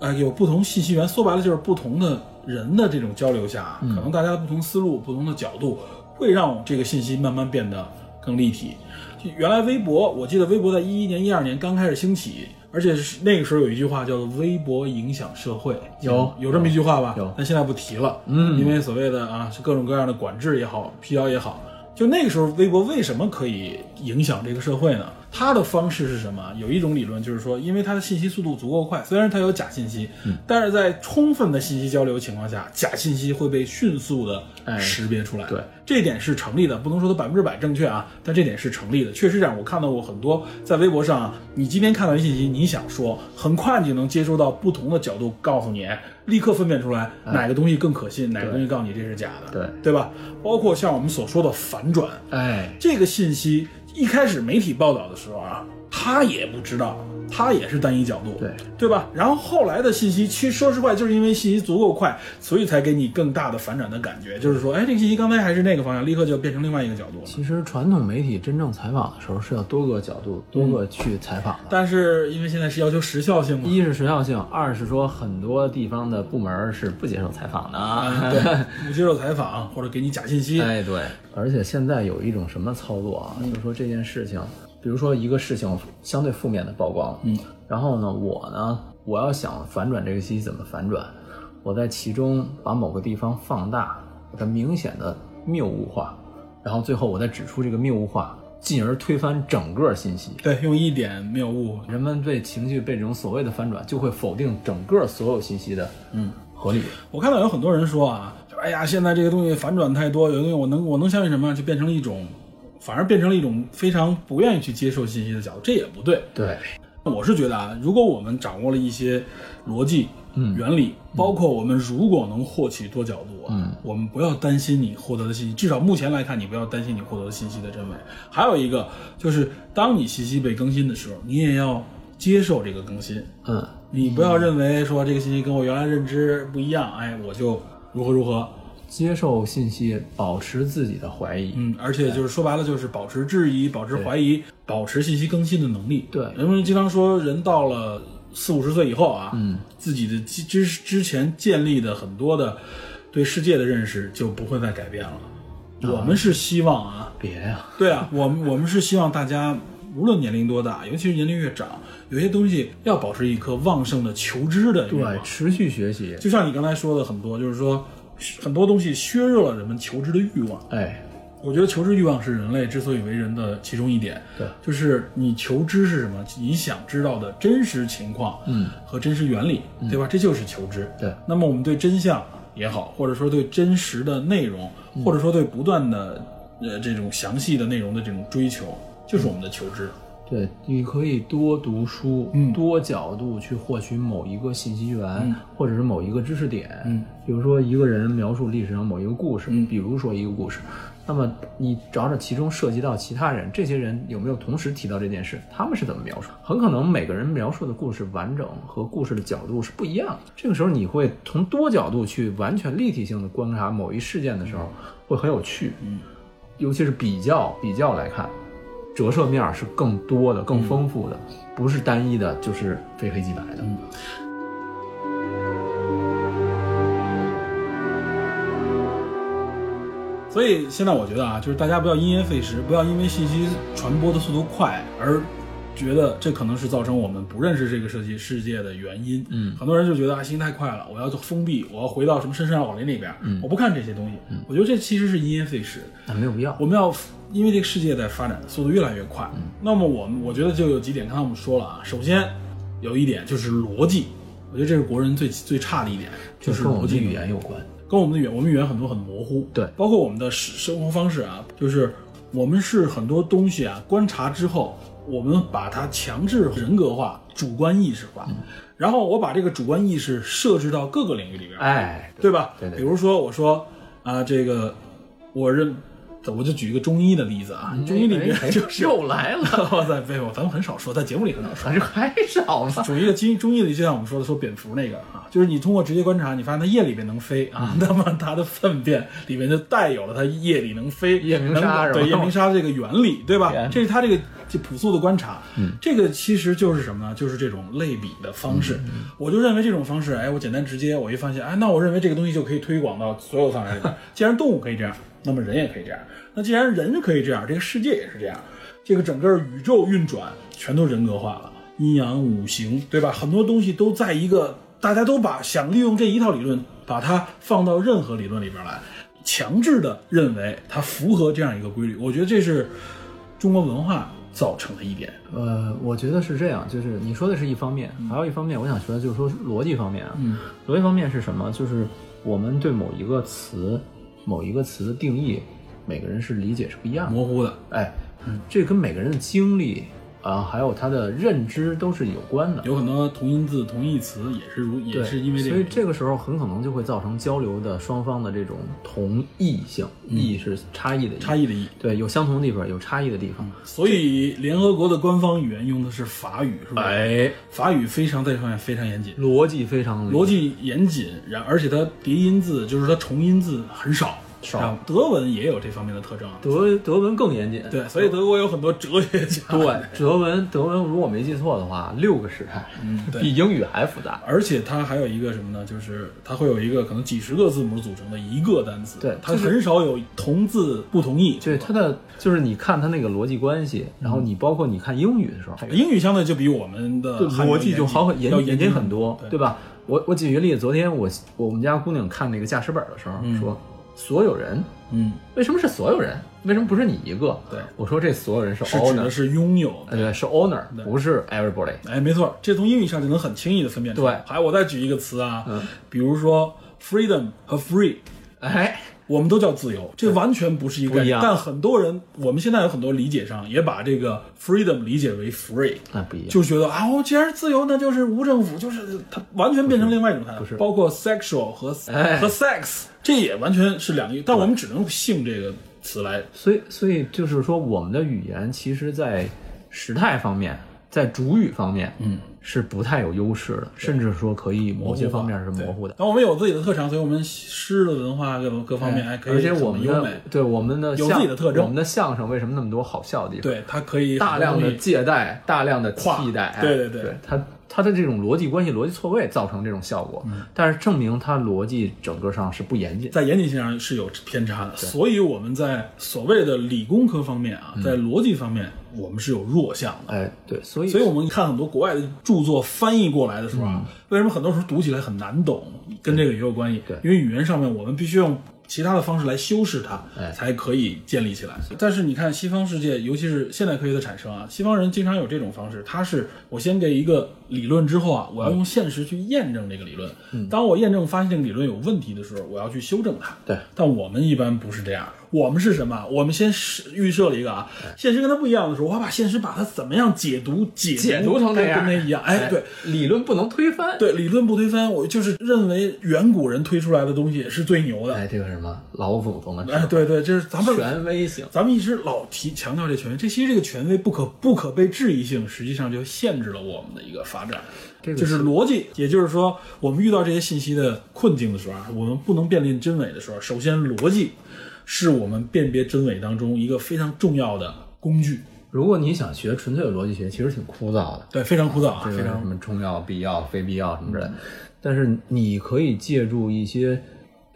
S3: 呃有不同信息源，说白了就是不同的人的这种交流下，可能大家的不同思路、不同的角度，会让这个信息慢慢变得更立体。就原来微博，我记得微博在一一年、一二年刚开始兴起，而且是那个时候有一句话叫做“微博影响社会”，
S2: 有
S3: 有这么一句话吧？
S2: 有
S3: 但现在不提了，
S2: 嗯
S3: 因为所谓的啊，是各种各样的管制也好，辟谣也好，就那个时候微博为什么可以影响这个社会呢？他的方式是什么？有一种理论就是说，因为他的信息速度足够快，虽然他有假信息，
S2: 嗯
S3: 但是在充分的信息交流情况下，假信息会被迅速的
S2: 哎
S3: 识别出来。
S2: 对，
S3: 这一点是成立的，不能说它百分之百正确啊，但这点是成立的，确实这样。我看到过很多在微博上啊，你今天看到一信息，你想说，很快你就能接收到不同的角度告诉你，
S2: 哎
S3: 立刻分辨出来哪个东西更可信，哪个东西告诉你这是假的，
S2: 对
S3: 对吧？包括像我们所说的反转，
S2: 哎，
S3: 这个信息一开始媒体报道的时候啊，他也不知道，他也是单一角度，
S2: 对
S3: 对吧？然后后来的信息，其实说实话，就是因为信息足够快，所以才给你更大的反转的感觉，就是说，哎，这个信息刚才还是那个方向，立刻就变成另外一个角度了。
S2: 其实传统媒体真正采访的时候是要多个角度、多个去采访的。
S3: 但是因为现在是要求时效性嘛，
S2: 一是时效性，二是说很多地方的部门是不接受采访的啊。 [LAUGHS]
S3: 对，不接受采访或者给你假信息，
S2: 哎，对，而且现在有一种什么操作啊，就是说这件事情，比如说一个事情相对负面的曝光，嗯，然后呢，我呢，我要想反转这个信息怎么反转，我在其中把某个地方放大，把它明显的谬误化，然后最后我再指出这个谬误化，进而推翻整个信息。
S3: 对，用一点谬误，
S2: 人们被情绪被这种所谓的反转，就会否定整个所有信息的嗯合理。
S3: 我看到有很多人说啊，就哎呀，现在这个东西反转太多，有的东西我能我能相信什么啊，就变成了一种，反而变成了一种非常不愿意去接受信息的角度，这也不对。
S2: 对，
S3: 我是觉得啊，如果我们掌握了一些逻辑、嗯、原理，包括我们如果能获取多角度啊，
S2: 嗯
S3: 我们不要担心你获得的信息，至少目前来看，你不要担心你获得的信息的真伪。还有一个就是，当你信息被更新的时候，你也要接受这个更新。
S2: 嗯，
S3: 你不要认为说这个信息跟我原来认知不一样，哎，我就如何如何，
S2: 接受信息，保持自己的怀疑。
S3: 嗯，而且就是说白了，就是保持质疑、保持怀疑、保持信息更新的能力。
S2: 对
S3: 人们经常说，人到了四五十岁以后啊，嗯，自己的之之之前建立的很多的对世界的认识就不会再改变了。我们是希望啊，
S2: 别呀、
S3: 对啊，我们我们是希望大家无论年龄多大，尤其是年龄越长，有些东西要保持一颗旺盛的求知的欲望
S2: 对，。持续学习。
S3: 就像你刚才说的很多，就是说很多东西削弱了人们求知的欲望。
S2: 哎，
S3: 我觉得求知欲望是人类之所以为人的其中一点。
S2: 对
S3: 就是你求知是什么？你想知道的真实情况，嗯，和真实原理，对吧？这就是求知。
S2: 对
S3: 那么我们对真相也好，或者说对真实的内容，或者说对不断的呃这种详细的内容的这种追求，就是我们的求知。
S2: 对，你可以多读书，
S3: 嗯
S2: 多角度去获取某一个信息源，或者是某一个知识点。
S3: 嗯，
S2: 比如说一个人描述历史上某一个故事，
S3: 嗯
S2: 比如说一个故事，那么你找找其中涉及到其他人，这些人有没有同时提到这件事，他们是怎么描述？很可能每个人描述的故事完整和故事的角度是不一样的。这个时候你会从多角度去完全立体性的观察某一事件的时候，会很有趣。
S3: 嗯，
S2: 尤其是比较比较来看。折射面儿是更多的、更丰富的，不是单一的，就是非黑即白的。
S3: 所以现在我觉得啊，就是大家不要因噎废食，不要因为信息传播的速度快而觉得这可能是造成我们不认识这个世界世界的原因。嗯，很多人就觉得啊，信息太快了，我要封闭，我要回到什么深山老林里边，嗯、我不看这些东西。嗯、我觉得这其实是因噎废食。
S2: 那没有必要
S3: 我。们要因为这个世界在发展的速度越来越快，
S2: 嗯
S3: 那么我们我觉得就有几点，刚才我们说了啊，首先有一点就是逻辑，我觉得这是国人最最差的一点，
S2: 就
S3: 就是
S2: 跟我
S3: 逻
S2: 们的
S3: 辑
S2: 嗯语
S3: 能力
S2: 言有关。
S3: 跟我们的语言，我们语言很多很模糊，
S2: 对
S3: 包括我们的生生活方式啊，就是我们是很多东西啊，观察之后，我们把它强制人格化、主观意识
S2: 嗯
S3: 化，然后我把这个主观意识设置到各个领域里边，
S2: 哎，
S3: 对吧？
S2: 对对
S3: 比如说我说啊、这个我认，我就举一个中医的例子啊，中医里边
S2: 哎哎
S3: 就是 [LAUGHS]
S2: 又来了， [LAUGHS]
S3: 哇塞，没有，咱们很少说，在节目里很少说。
S2: 还是还少吗？
S3: 中医的中中医里，就像我们说的，说蝙蝠那个啊，就是你通过直接观察，你发现它夜里边能飞啊， [LAUGHS] 那么它的粪便里面就带有了它夜里能飞
S2: 夜明砂
S3: 能
S2: 是吧
S3: 对夜明砂这个原理，对吧
S2: 天？
S3: 这是它这个这朴素的观察，
S2: 嗯
S3: 这个其实就是什么呢？就是这种类比的方
S2: 嗯
S3: 式。我就认为这种方式，哎，我简单直接，我一发现，哎，那我认为这个东西就可以推广到所有范围里边。既然动物可以这样，那么人也可以这样。那既然人可以这样，这个世界也是这样，这个整个宇宙运转全都人格化了。阴阳五行，对吧？很多东西都在一个，大家都把想利用这一套理论，把它放到任何理论里边来，强制的认为它符合这样一个规律。我觉得这是中国文化造成的一点。
S2: 呃，我觉得是这样，就是你说的是一方面，还有一方面我想说的就是说逻辑方面啊，
S3: 嗯
S2: 逻辑方面是什么？就是我们对某一个词、某一个词的定义，每个人是理解是不一样的。
S3: 模糊的，
S2: 哎，这跟每个人的经历啊，还有他的认知都是有关的。
S3: 有很多同音字、同义词也是如也
S2: 对
S3: 是因为这
S2: 所以
S3: 个。
S2: 这个时候很可能就会造成交流的双方的这种同异性，异是差异的异
S3: 嗯差异的异。
S2: 对，有相同的地方，有差异的地方。
S3: 所以联合国的官方语言用的是法语，是吧？
S2: 哎，
S3: 法语非常在这方面非常严谨，
S2: 逻辑非常
S3: 嗯逻辑严谨，然而且它叠音字就是它重音字很少，
S2: 少
S3: 然后德文也有这方面的特征啊。
S2: 德德文更严谨。 [LAUGHS]
S3: 对，所以德国有很多哲学家。
S2: 对，德文德文如果没记错的话，六个时态，
S3: 嗯对
S2: 比英语还复杂。
S3: 而且它还有一个什么呢？就是它会有一个可能几十个字母组成的一个单词，
S2: 对
S3: 它
S2: 就是
S3: 很少有同字不同义。
S2: 对它的就是你看它那个逻辑关系，然后你包括你看英语的时候，
S3: 英语相对就比我们的
S2: 就
S3: 汉语
S2: 逻辑就好很
S3: 要
S2: 严
S3: 严
S2: 严
S3: 谨
S2: 谨很多，
S3: 对
S2: 对吧？我我举个例子，昨天我我们家姑娘看那个驾驶本的时候说，所有人
S3: 嗯，
S2: 为什么是所有人？为什么不是你一个？
S3: 对
S2: 我说这所有人是
S3: 是指的
S2: owner，
S3: 是拥有的。
S2: 呃对，是 owner，
S3: 对
S2: 不是 everybody。
S3: 哎，没错，这从英语上就能很轻易的分辨出来。
S2: 对
S3: 还有我再举一个词啊，
S2: 嗯
S3: 比如说 freedom 和 free，
S2: 哎，
S3: 我们都叫自由，这完全不是一个概
S2: 不一
S3: 念。
S2: 样
S3: 但很多人，我们现在有很多理解上也把这个 freedom 理解为 free，
S2: 那不一样。
S3: 就觉得啊，我既然是自由，那就是无政府，就是它完全变成另外一种态度。
S2: 不是
S3: 包括 sexual 和、
S2: 哎
S3: 和 sex，这也完全是两个意，但我们只能用性这个词来。
S2: 所以，所以就是说，我们的语言其实，在时态方面，在主语方面，嗯，是不太有优势的，甚至说可以某些方面是模糊的。
S3: 但我们有自己的特长，所以我们诗的文化各各方面还可以
S2: 哎而且
S3: 很
S2: 我们
S3: 优
S2: 的
S3: 美。
S2: 对我们的
S3: 有
S2: 相
S3: 自己的特征
S2: 我们的相声为什么那么多好笑的地方？
S3: 对，它可以
S2: 大量
S3: 很多
S2: 的
S3: 东西
S2: 借贷，大量的
S3: 跨
S2: 替代，哎
S3: 对对对
S2: 对，它它的这种逻辑关系、逻辑错位造成这种效果，
S3: 嗯
S2: 但是证明它逻辑整个上是不严谨。
S3: 在严谨性上是有偏差的，所以我们在所谓的理工科方面
S2: 嗯
S3: 啊，在逻辑方面我们是有弱项的。
S2: 哎，对，所以嗯
S3: 所以我们看很多国外的著作翻译过来的时候啊，为什么很多时候读起来很难懂，跟这个也有关系。
S2: 对
S3: 因为语言上面我们必须用其他的方式来修饰它，
S2: 哎
S3: 才可以建立起来。但是你看西方世界，尤其是现代科学的产生啊，西方人经常有这种方式，他是我先给一个理论之后啊，我
S2: 嗯
S3: 要用现实去验证这个理论。当我验证发现这个理论有问题的时候，我要去修正它。
S2: 对
S3: 但我们一般不是这样，我们是什么？我们先是预设了一个啊，现实跟它不一样的时候，我把现实把它怎么样解读解
S2: 解读成
S3: 跟
S2: 这样，
S3: 跟它一样。哎，对。，
S2: 理论不能推翻。
S3: 对，理论不推翻，我就是认为远古人推出来的东西是最牛的。
S2: 哎，这个什么老祖宗的
S3: 哎， [LAUGHS] 对对，这是咱们
S2: 权威性，
S3: 咱们一直老提强调这权威，这其实这个权威不可不可被质疑性，实际上就限制了我们的一个发展。
S2: 这个
S3: 就是是逻辑，也就是说，我们遇到这些信息的困境的时候啊，我们不能辨认真伪的时候，首先逻辑是我们辨别真伪当中一个非常重要的工具。
S2: 如果你想学纯粹的逻辑学，其实挺枯燥的，
S3: 对，非常枯燥啊，
S2: 这
S3: 非
S2: 个
S3: 常
S2: 什么重要、必要、非必要什么之类
S3: 嗯
S2: 的。但是你可以借助一些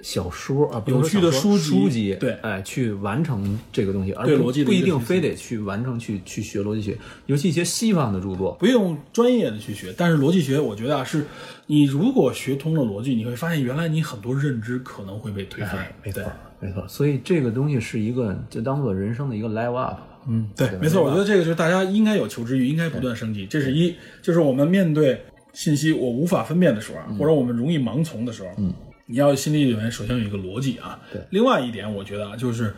S2: 小说啊，不能
S3: 有趣的
S2: 说小说
S3: 书籍
S2: 书籍，
S3: 对
S2: 哎，去完成这个东西，而
S3: 对
S2: 不
S3: 逻辑的
S2: 不
S3: 一
S2: 一
S3: 个
S2: 定
S3: 学习
S2: 非得去完成去去学逻辑学，尤其一些西方的著作，
S3: 不用专业的去学，但是逻辑学，我觉得啊，是你如果学通了逻辑，你会发现原来你很多认知可能会被推翻。哎没错，
S2: 没错。所以这个东西是一个就当做人生的一个 live up。
S3: 嗯，对，没错，我觉得这个就是大家应该有求知欲，应该不断升级。这是一，就是我们面对信息我无法分辨的时候啊，或者我们容易盲从的时候，嗯，你要心理里面首先有一个逻辑啊。对，另外一点我觉得啊，就是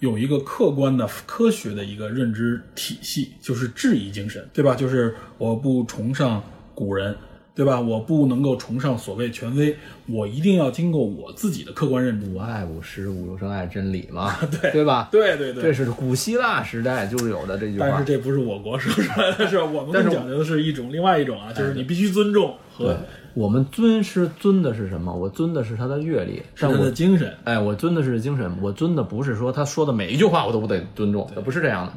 S3: 有一个客观的科学的一个认知体系，就是质疑精神，对吧？就是我不崇尚古人。对吧？我不能够崇尚所谓权威，我一定要经过我自己的客观认知。
S2: 吾爱吾师，吾优生爱真理嘛，对对吧？
S3: [LAUGHS] 对对对，
S2: 这是古希腊时代就是有的这句话。
S3: 但是这不是我国说出来的，是吧我们
S2: 但是
S3: 更
S2: 我哎
S3: 讲究的是一种另外一种啊，就是你必须尊重和
S2: 对，我们尊师尊的是什么？我尊的是他的阅历，
S3: 他
S2: 但
S3: 的
S2: 我
S3: 精神。
S2: 哎，我尊的是精神，我尊的不是说他说的每一句话我都不得尊重，不是这样的。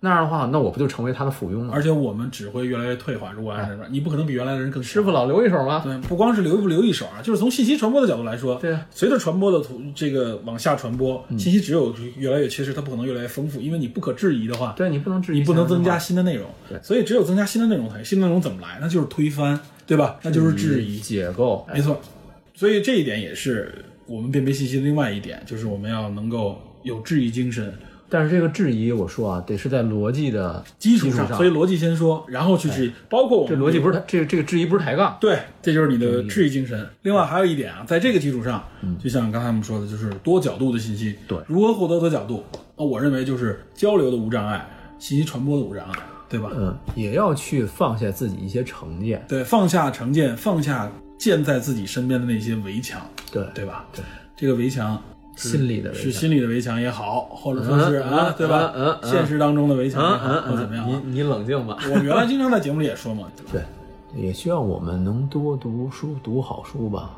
S2: 那样的话，那我不就成为他的附庸了？
S3: 而且我们只会越来越退化。如果按照这样，你不可能比原来的人更
S2: 师
S3: 师
S2: 傅老留一手吗？
S3: 对，不光是留不留一手啊，就是从信息传播的角度来说，
S2: 嗯对嗯啊
S3: 随着传播的途这个往下传播，信息只有越来越缺失，它不可能越来越丰富，因为你不可质疑的话，
S2: 对啊你不能质疑，
S3: 你不能增加新的内容，所以只有增加新的内容才，新的内容怎么来？那就是推翻，对吧？那就是质疑。
S2: 解构。哎
S3: 没错，所以这一点也是我们辨别信息的另外一点，就是我们要能够有质疑精神，
S2: 但是这个质疑，我说啊，得是在逻辑的
S3: 基
S2: 础
S3: 础上，所以逻辑先说，然后去质疑，包括我
S2: 这
S3: 们
S2: 逻辑不是抬这个这个质疑不是抬杠，
S3: 对，这就是你的质疑精神。另外还有一点啊，在这个基础上，就像刚才我们说的，就是多角度的信息，
S2: 对
S3: 如何获得多角度？那我认为就是交流的无障碍，信息传播的无障碍，对吧？
S2: 嗯，也要去放下自己一些成见，
S3: 对，放下成见，放下建在自己身边的那些围墙，
S2: 对
S3: 对吧？
S2: 对，
S3: 这个围墙是
S2: 心理的围
S3: 是
S2: 墙
S3: 心理的围墙也好，或者说是
S2: 嗯
S3: 啊
S2: 嗯，
S3: 对吧？
S2: 嗯嗯嗯
S3: 现实当中的围墙也
S2: 嗯
S3: 好，
S2: 嗯
S3: 或者怎么样啊？
S2: 嗯，你你冷静吧。
S3: 我们原来经常在节目里也说嘛，
S2: [LAUGHS] 对，也希望我们能多读书，读好书吧。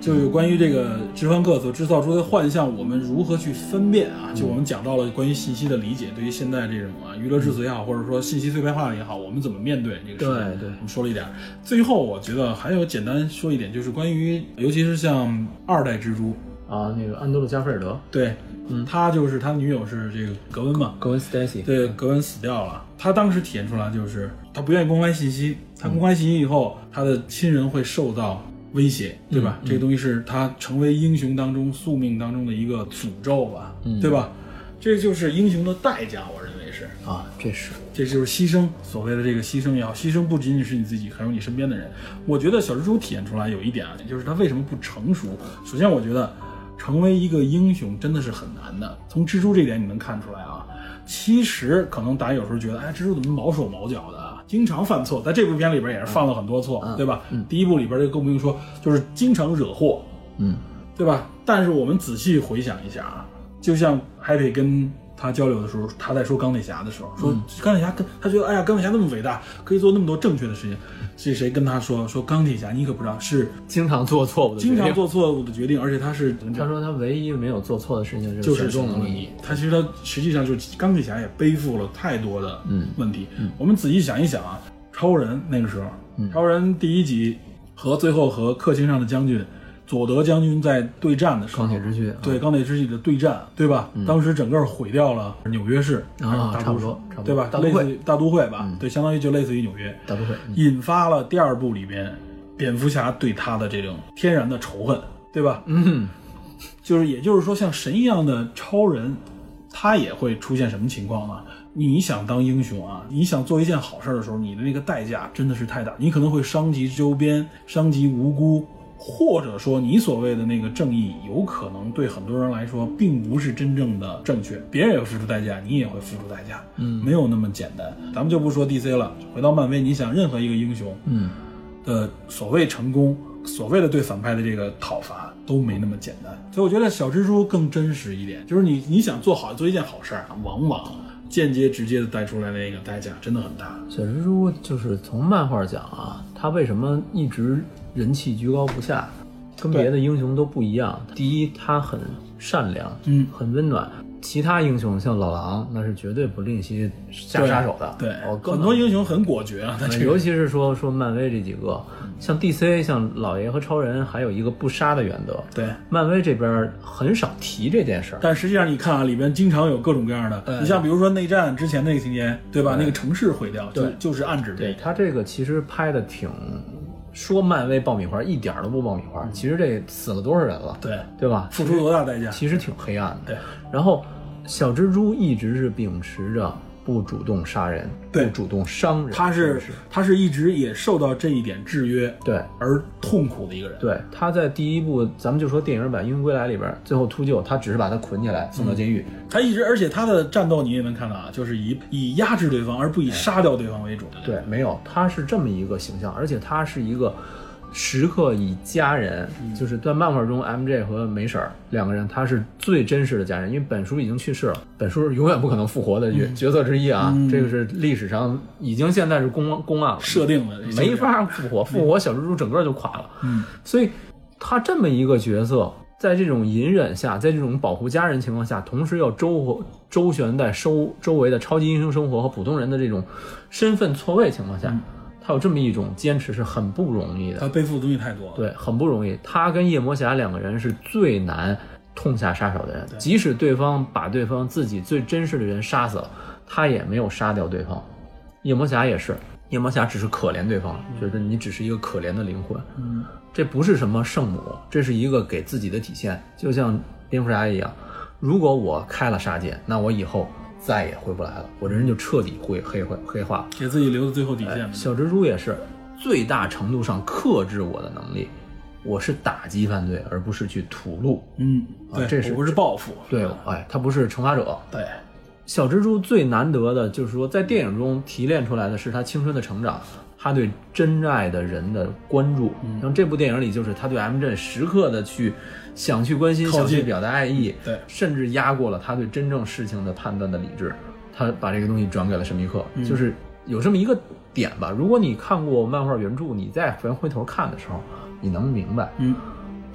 S3: 就有关于这个直环课所制造出的幻象，我们如何去分辨啊？就我
S2: 嗯
S3: 们讲到了关于信息的理解，对于现在这种啊娱乐至死也好，或者说信息碎片化也好，我们怎么面对这个事情？
S2: 对对
S3: 我们说了一点儿。最后我觉得还有简单说一点，就是关于尤其是像二代蜘蛛，
S2: 啊，那个安德鲁·加菲尔德，
S3: 对，
S2: 嗯
S3: 他就是他女友是这个格温嘛，
S2: 格温·斯黛西，
S3: 对，格温死掉了。他当时体现出来就是他不愿意公开信息，他公开信息以后，他的亲人会受到威胁，对吧？这个东西是他成为英雄当中宿命当中的一个诅咒吧，对吧？这就是英雄的代价，我认为是，
S2: 啊，这是
S3: 这就是牺牲。所谓的这个牺牲也好，牺牲不仅仅是你自己，还有你身边的人。我觉得小蜘蛛体现出来有一点啊，就是他为什么不成熟。首先，我觉得成为一个英雄真的是很难的。从蜘蛛这点你能看出来啊。其实可能大家有时候觉得，哎，蜘蛛怎么毛手毛脚的啊，经常犯错。在这部片里边也是犯了很多错，对吧？第一部里边就更不用说，就是经常惹祸，
S2: 嗯，
S3: 对吧？但是我们仔细回想一下啊，就像 Happy 跟他交流的时候，他在说钢铁侠的时候，说钢铁侠跟他觉得，哎呀，钢铁侠那么伟大，可以做那么多正确的事情。是谁跟他说说钢铁侠？你可不知道，是
S2: 经常做错误的决
S3: 经
S2: 定
S3: 常。做错误的决定，而且他是
S2: 他说他唯一没有做错的事情
S3: 就是
S2: 选中了
S3: 了
S2: 你。。
S3: 他其实他实际上就是钢铁侠也背负了太多的问题。我们仔细想一想啊，超人那个时候，超人第一集和最后和克星上的将军佐德将军在对战的时候，
S2: 钢铁之躯啊
S3: 嗯对钢铁之躯的对战，对吧？当时整个毁掉了纽约市
S2: 嗯啊
S3: 还是大都
S2: 差不多差不多
S3: 对吧？
S2: 大都会嗯
S3: 类似于大都会吧，对，相当于就类似于纽约，
S2: 大都会嗯
S3: 引发了第二部里边蝙蝠侠对他的这种天然的仇恨，对吧？
S2: 嗯，
S3: 就是也就是说，像神一样的超人，他也会出现什么情况呢？你想当英雄啊，你想做一件好事儿的时候，你的那个代价真的是太大，你可能会伤及周边，伤及无辜，或者说你所谓的那个正义，有可能对很多人来说并不是真正的正确，别人也会付出代价，你也会付出代价，嗯，没有那么简单。咱们就不说 DC 了，回到漫威，你想任何一个英雄，
S2: 嗯，
S3: 的所谓成功，所谓的对反派的这个讨伐都没那么简单。所以我觉得小蜘蛛更真实一点，就是你你想做好做一件好事儿啊，往往间接直接的带出来的那个代价真的很大。
S2: 小蜘蛛就是从漫画讲啊，他为什么一直人气居高不下，跟别的英雄都不一样。第一，他很善良，
S3: 嗯
S2: 很温暖。其他英雄像老狼，那是绝对不吝惜下杀手的。
S3: 对，
S2: 哦，更
S3: 很多英雄很果决啊，但
S2: 呃
S3: 这
S2: 尤
S3: 个
S2: 其是说说漫威这几个，像 DC、像老爷和超人，还有一个不杀的原则。
S3: 对。
S2: 漫威这边很少提这件事儿。
S3: 但实际上，你看啊，里边经常有各种各样的，你像比如说内战之前那个情节，对吧？那个城市毁掉，就
S2: 对
S3: 就是暗指这
S2: 对
S3: 个。
S2: 他这个其实拍的挺，说漫威爆米花一点儿都不爆米花，其实这死了多少人了，
S3: 嗯对，
S2: 对吧？
S3: 付出多大代价？
S2: 其实挺黑暗的。
S3: 对，
S2: 然后小蜘蛛一直是秉持着不主动杀人，
S3: 对
S2: 不主动伤人，
S3: 他是
S2: 是
S3: 他是一直也受到这一点制约
S2: 对。
S3: 而痛苦的一个人。
S2: 对，他在第一部，咱们就说电影版《英雄归来》里边，最后秃鹫，他只是把他捆起来送到监狱，
S3: 他一直，而且他的战斗你也能看到啊，就是以以压制对方，而不以杀掉对方为主。
S2: 对，没有，他是这么一个形象，而且他是一个时刻以家人，就是在漫画中 M J 和梅婶儿两个人，他是最真实的家人，因为本叔已经去世了，本叔是永远不可能复活的角角色之一啊，这个是历史上已经现在是公公案了，
S3: 设定了这
S2: 没
S3: 个
S2: 法复活，复活小蜘蛛整个就垮了，
S3: 嗯，
S2: 所以他这么一个角色。在这种隐忍下，在这种保护家人情况下，同时要周周旋在周周围的超级英雄生活和普通人的这种身份错位情况下，他有这么一种坚持是很不容易的。
S3: 嗯他背负的东西太多了。
S2: 对，很不容易。他跟夜魔侠两个人是最难痛下杀手的人，即使对方把对方自己最真实的人杀死了，他也没有杀掉对方。夜魔侠也是，夜魔侠只是可怜对方，觉得你只是一个可怜的灵魂，
S3: 嗯
S2: 这不是什么圣母，这是一个给自己的体现，就像蝙蝠侠一样。如果我开了杀戒，那我以后再也回不来了，我这人就彻底灰黑化黑化了。
S3: 给自己留的最后底线嘛。
S2: 小蜘蛛也是最大程度上克制我的能力，我是打击犯罪，而不是去吐露。
S3: 嗯，
S2: 啊这是
S3: 我不是报复，
S2: 对，哎，他不是惩罚者。
S3: 对，
S2: 小蜘蛛最难得的就是说，在电影中提炼出来的是他青春的成长，他对真爱的人的关注。
S3: 嗯
S2: 然后这部电影里，就是他对 M 镇时刻的去想去关心，
S3: 靠
S2: 想
S3: 近
S2: 去表达爱意，
S3: 对
S2: 甚至压过了他对真正事情的判断的理智。他把这个东西转给了神秘客，
S3: 嗯
S2: 就是有这么一个点吧。如果你看过漫画原著，你再回回头看的时候，你能明白，
S3: 嗯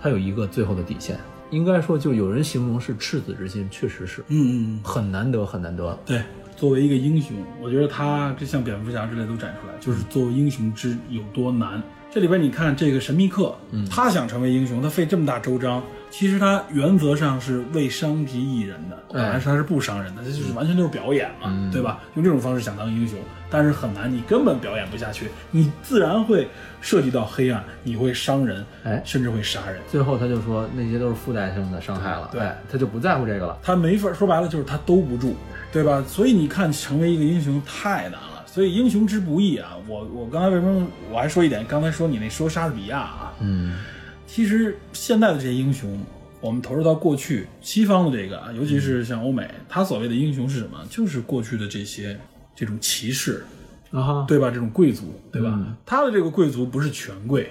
S2: 他有一个最后的底线。应该说，就有人形容是赤子之心，确实是
S3: 嗯嗯，嗯
S2: 很难得，很难得。
S3: 对。作为一个英雄，我觉得他这像蝙蝠侠之类都展出来，就是作为英雄之有多难。这里边你看这个神秘客，他想成为英雄，他费这么大周章，其实他原则上是未伤及一人的，
S2: 哎
S3: 但是他是不伤人的，这就是完全就是表演嘛，对吧？用这种方式想当英雄，但是很难，你根本表演不下去，你自然会涉及到黑暗，你会伤人，
S2: 哎
S3: 甚至会杀人。
S2: 最后他就说那些都是附带性的伤害了，
S3: 对对
S2: 哎他就不在乎这个了。
S3: 他没法说白了就是他兜不住，对吧？所以你看，成为一个英雄太难了。所以英雄之不易啊！我我刚才为什么我还说一点？刚才说你那说莎士比亚啊，
S2: 嗯，
S3: 其实现在的这些英雄，我们投入到过去西方的这个啊，尤其是像欧美，他所谓的英雄是什么？就是过去的这些这种骑士，
S2: 啊哈，
S3: 对吧？这种贵族，对吧？
S2: 嗯
S3: 他的这个贵族不是权贵，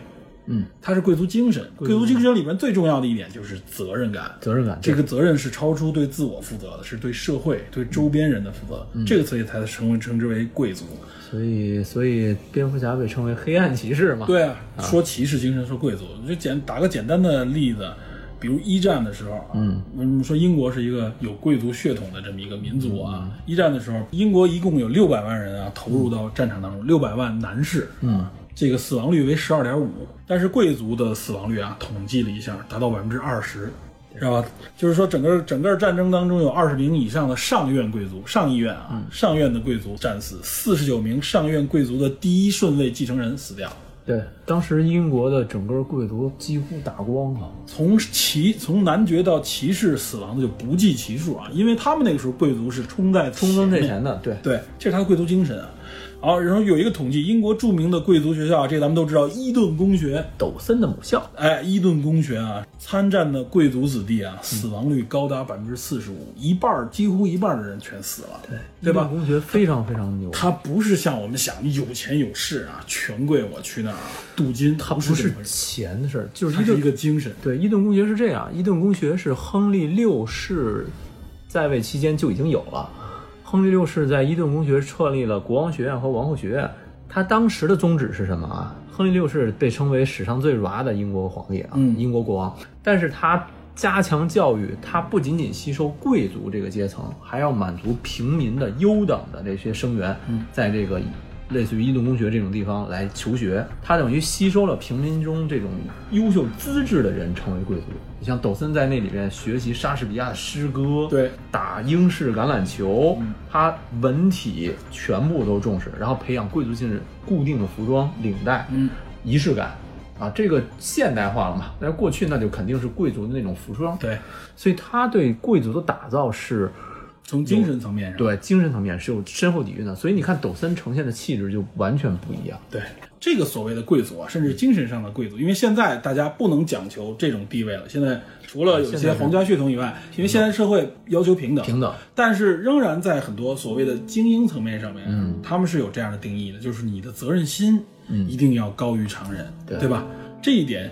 S2: 嗯，
S3: 他是贵族精神。贵族精神里面最重要的一点就是责任感，
S2: 责任感
S3: 这个责任是超出对自我负责的，是对社会、对周边人的负责，
S2: 嗯
S3: 这个所以才成为称之为贵族。
S2: 所以所以蝙蝠侠被称为黑暗骑士嘛。，
S3: 对啊，说骑士精神，说贵族，就简打个简单的例子，比如一战的时候，嗯，我们说英国是一个有贵族血统的这么一个民族啊。一战的时候，英国一共有六百万人啊投入到战场当中，六百万男士，嗯，这个死亡率为十二点五，但是贵族的死亡率啊，统计了一下，达到百分之二十。知道吧？就是说，整个整个战争当中有二十名以上的上院贵族、上议院啊，上院的贵族战死，四十九名上院贵族的第一顺位继承人死掉，
S2: 对，当时英国的整个贵族几乎打光了。
S3: 从骑从男爵到骑士死亡的就不计其数啊，因为他们那个时候贵族是冲在
S2: 冲锋
S3: 面
S2: 在前的，对，
S3: 对，这是他的贵族精神啊。好，然后有一个统计，英国著名的贵族学校，这咱们都知道，伊顿公学。
S2: 抖森的母校，
S3: 哎，伊顿公学啊，参战的贵族子弟啊，死亡率高达百分之四十五，一半儿几乎一半儿的人全死了，对对吧？
S2: 工学非常非常牛，
S3: 他不是像我们想的有钱有势啊，权贵我去那儿镀金，他不
S2: 不
S3: 这
S2: 是
S3: 么回事，
S2: 钱的事儿，就是
S3: 他
S2: 伊顿
S3: 是一个精神。
S2: 对，伊顿公爵是这样，伊顿公爵是亨利六世在位期间就已经有了。亨利六世在伊顿公爵创立了国王学院和王后学院。他当时的宗旨是什么啊？亨利六世被称为史上最 ra 的英国皇帝啊，
S3: 嗯
S2: 英国国王。但是他加强教育，他不仅仅吸收贵族这个阶层，还要满足平民的优等的这些生源，在这个类似于伊顿公学这种地方来求学，他等于吸收了平民中这种优秀资质的人成为贵族。你像抖森在那里面学习莎士比亚的诗歌，
S3: 对，
S2: 打英式橄榄球，
S3: 嗯
S2: 他文体全部都重视，然后培养贵族精神，固定的服装、领带，
S3: 嗯，
S2: 仪式感。啊，这个现代化了嘛？但是过去那就肯定是贵族的那种服装，
S3: 对，
S2: 所以他对贵族的打造是
S3: 从精神层面上，
S2: 对精神层面是有深厚底蕴的。所以你看抖森呈现的气质就完全不一样。
S3: 对，这个所谓的贵族啊，甚至精神上的贵族，因为现在大家不能讲求这种地位了。现在除了有一
S2: 现
S3: 些
S2: 在是
S3: 皇家血统以外，因为现在社会要求平等，
S2: 平等，
S3: 但是仍然在很多所谓的精英层面上面，
S2: 嗯
S3: 他们是有这样的定义的，就是你的责任心一定要高于常人，
S2: 对
S3: 对吧？这一点。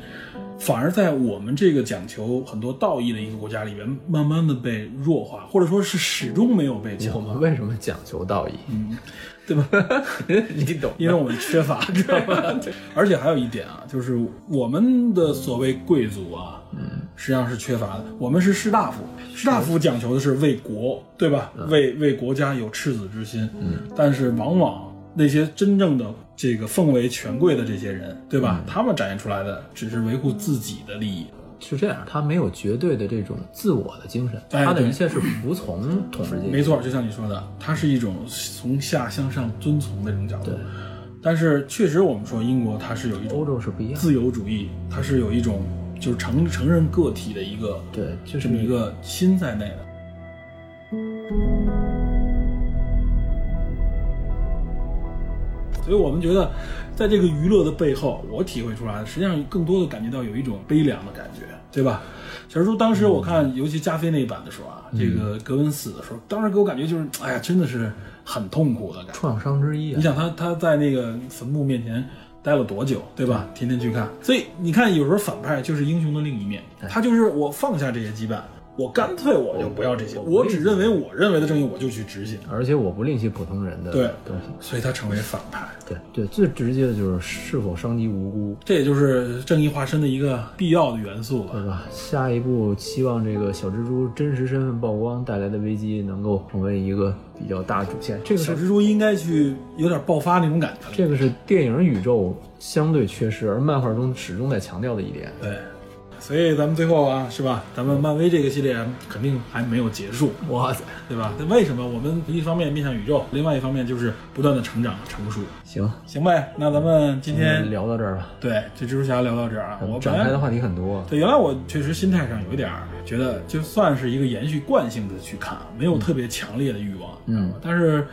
S3: 反而在我们这个讲求很多道义的一个国家里边，慢慢的被弱化，或者说是始终没有被强
S2: 我
S3: 化，
S2: 们为什么讲求道义？
S3: 嗯对吧？
S2: [LAUGHS] 你懂的？
S3: 因为我们缺乏，知道
S2: [LAUGHS]
S3: 吧？而且还有一点啊，就是我们的所谓贵族啊，
S2: 嗯
S3: 实际上是缺乏的。我们是士大夫，士大夫讲求的是为国，对吧？
S2: 嗯
S3: 为为国家有赤子之心。但是往往那些真正的这个奉为权贵的这些人，对
S2: 嗯
S3: 吧？他们展现出来的只是维护自己的利益。
S2: 是这样，他没有绝对的这种自我的精神，
S3: 哎
S2: 他的
S3: 对
S2: 一切是服从统治阶级。
S3: 没错，就像你说的，它是一种从下向上遵从的这种角度。但是确实我们说英国它是有一种
S2: 欧洲是不一样的。
S3: 自由主义，它是有一种就是承承认个体的一个
S2: 对，就
S3: 这
S2: 是
S3: 么一个心在内的。所以我们觉得，在这个娱乐的背后，我体会出来的，实际上更多的感觉到有一种悲凉的感觉，对吧？小猪当时我看，尤其加菲那一版的时候啊，这个格温死的时候，当时给我感觉就是，哎呀，真的是很痛苦的感觉。
S2: 创伤之一
S3: 你
S2: 啊。
S3: 想他他在那个坟墓面前待了多久，对吧？天天去看，所以你看，有时候反派就是英雄的另一面，他就是我放下这些羁绊，我干脆我就不要这些，我只认为我认为的正义，我就去执行，
S2: 而且我不吝惜普通人的
S3: 对
S2: 东西。
S3: 所以他成为反派。
S2: 对对，最直接的就是是否伤及无辜，
S3: 这也就是正义化身的一个必要的元素吧。
S2: 对吧？下一步期望这个小蜘蛛真实身份曝光带来的危机能够成为一个比较大的主线。这个
S3: 小
S2: 是
S3: 蜘蛛应该去有点爆发那种感觉，
S2: 这个是电影宇宙相对缺失，而漫画中始终在强调的一点。
S3: 对。所以咱们最后啊，是吧？咱们漫威这个系列啊肯定还没有结束，
S2: 哇塞，
S3: 对吧？那为什么我们一方面面向宇宙，另外一方面就是不断的成长和成熟？
S2: 行，
S3: 行呗，那咱们今天、
S2: 嗯聊到这儿吧。
S3: 对这蜘蛛侠聊到这儿啊。我本
S2: 展开的
S3: 来
S2: 话题很多，啊
S3: 对原来我确实心态上有一点儿觉得，就算是一个延续惯性的去看，啊没有特别强烈的欲望，
S2: 嗯
S3: 知道吗但是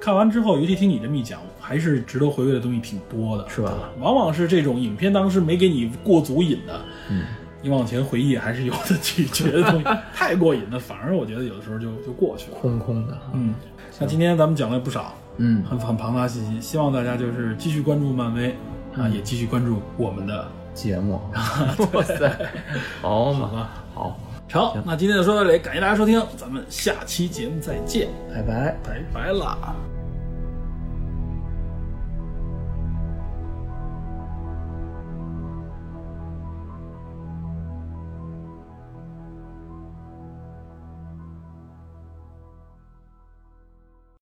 S3: 看完之后，尤其听你这么一讲，还是值得回味的东西挺多的，
S2: 是吧
S3: 对往往是这种影片当时没给你过足瘾的，
S2: 嗯，
S3: 你往前回忆还是有的 [LAUGHS] 去觉得东西太过瘾了，反而我觉得有的时候就就过去了。
S2: 空空的。啊
S3: 嗯，那今天咱们讲了不少，
S2: 嗯，
S3: 很很庞大信息，希望大家就是继续关注漫威啊，也继续关注我们的。[LAUGHS]
S2: 节目，哇塞， [LAUGHS] 好嘛，
S3: 吧
S2: 好，
S3: 好，那今天就说到这里，感谢大家收听，咱们下期节目再见，
S2: 拜拜。
S3: 拜拜啦。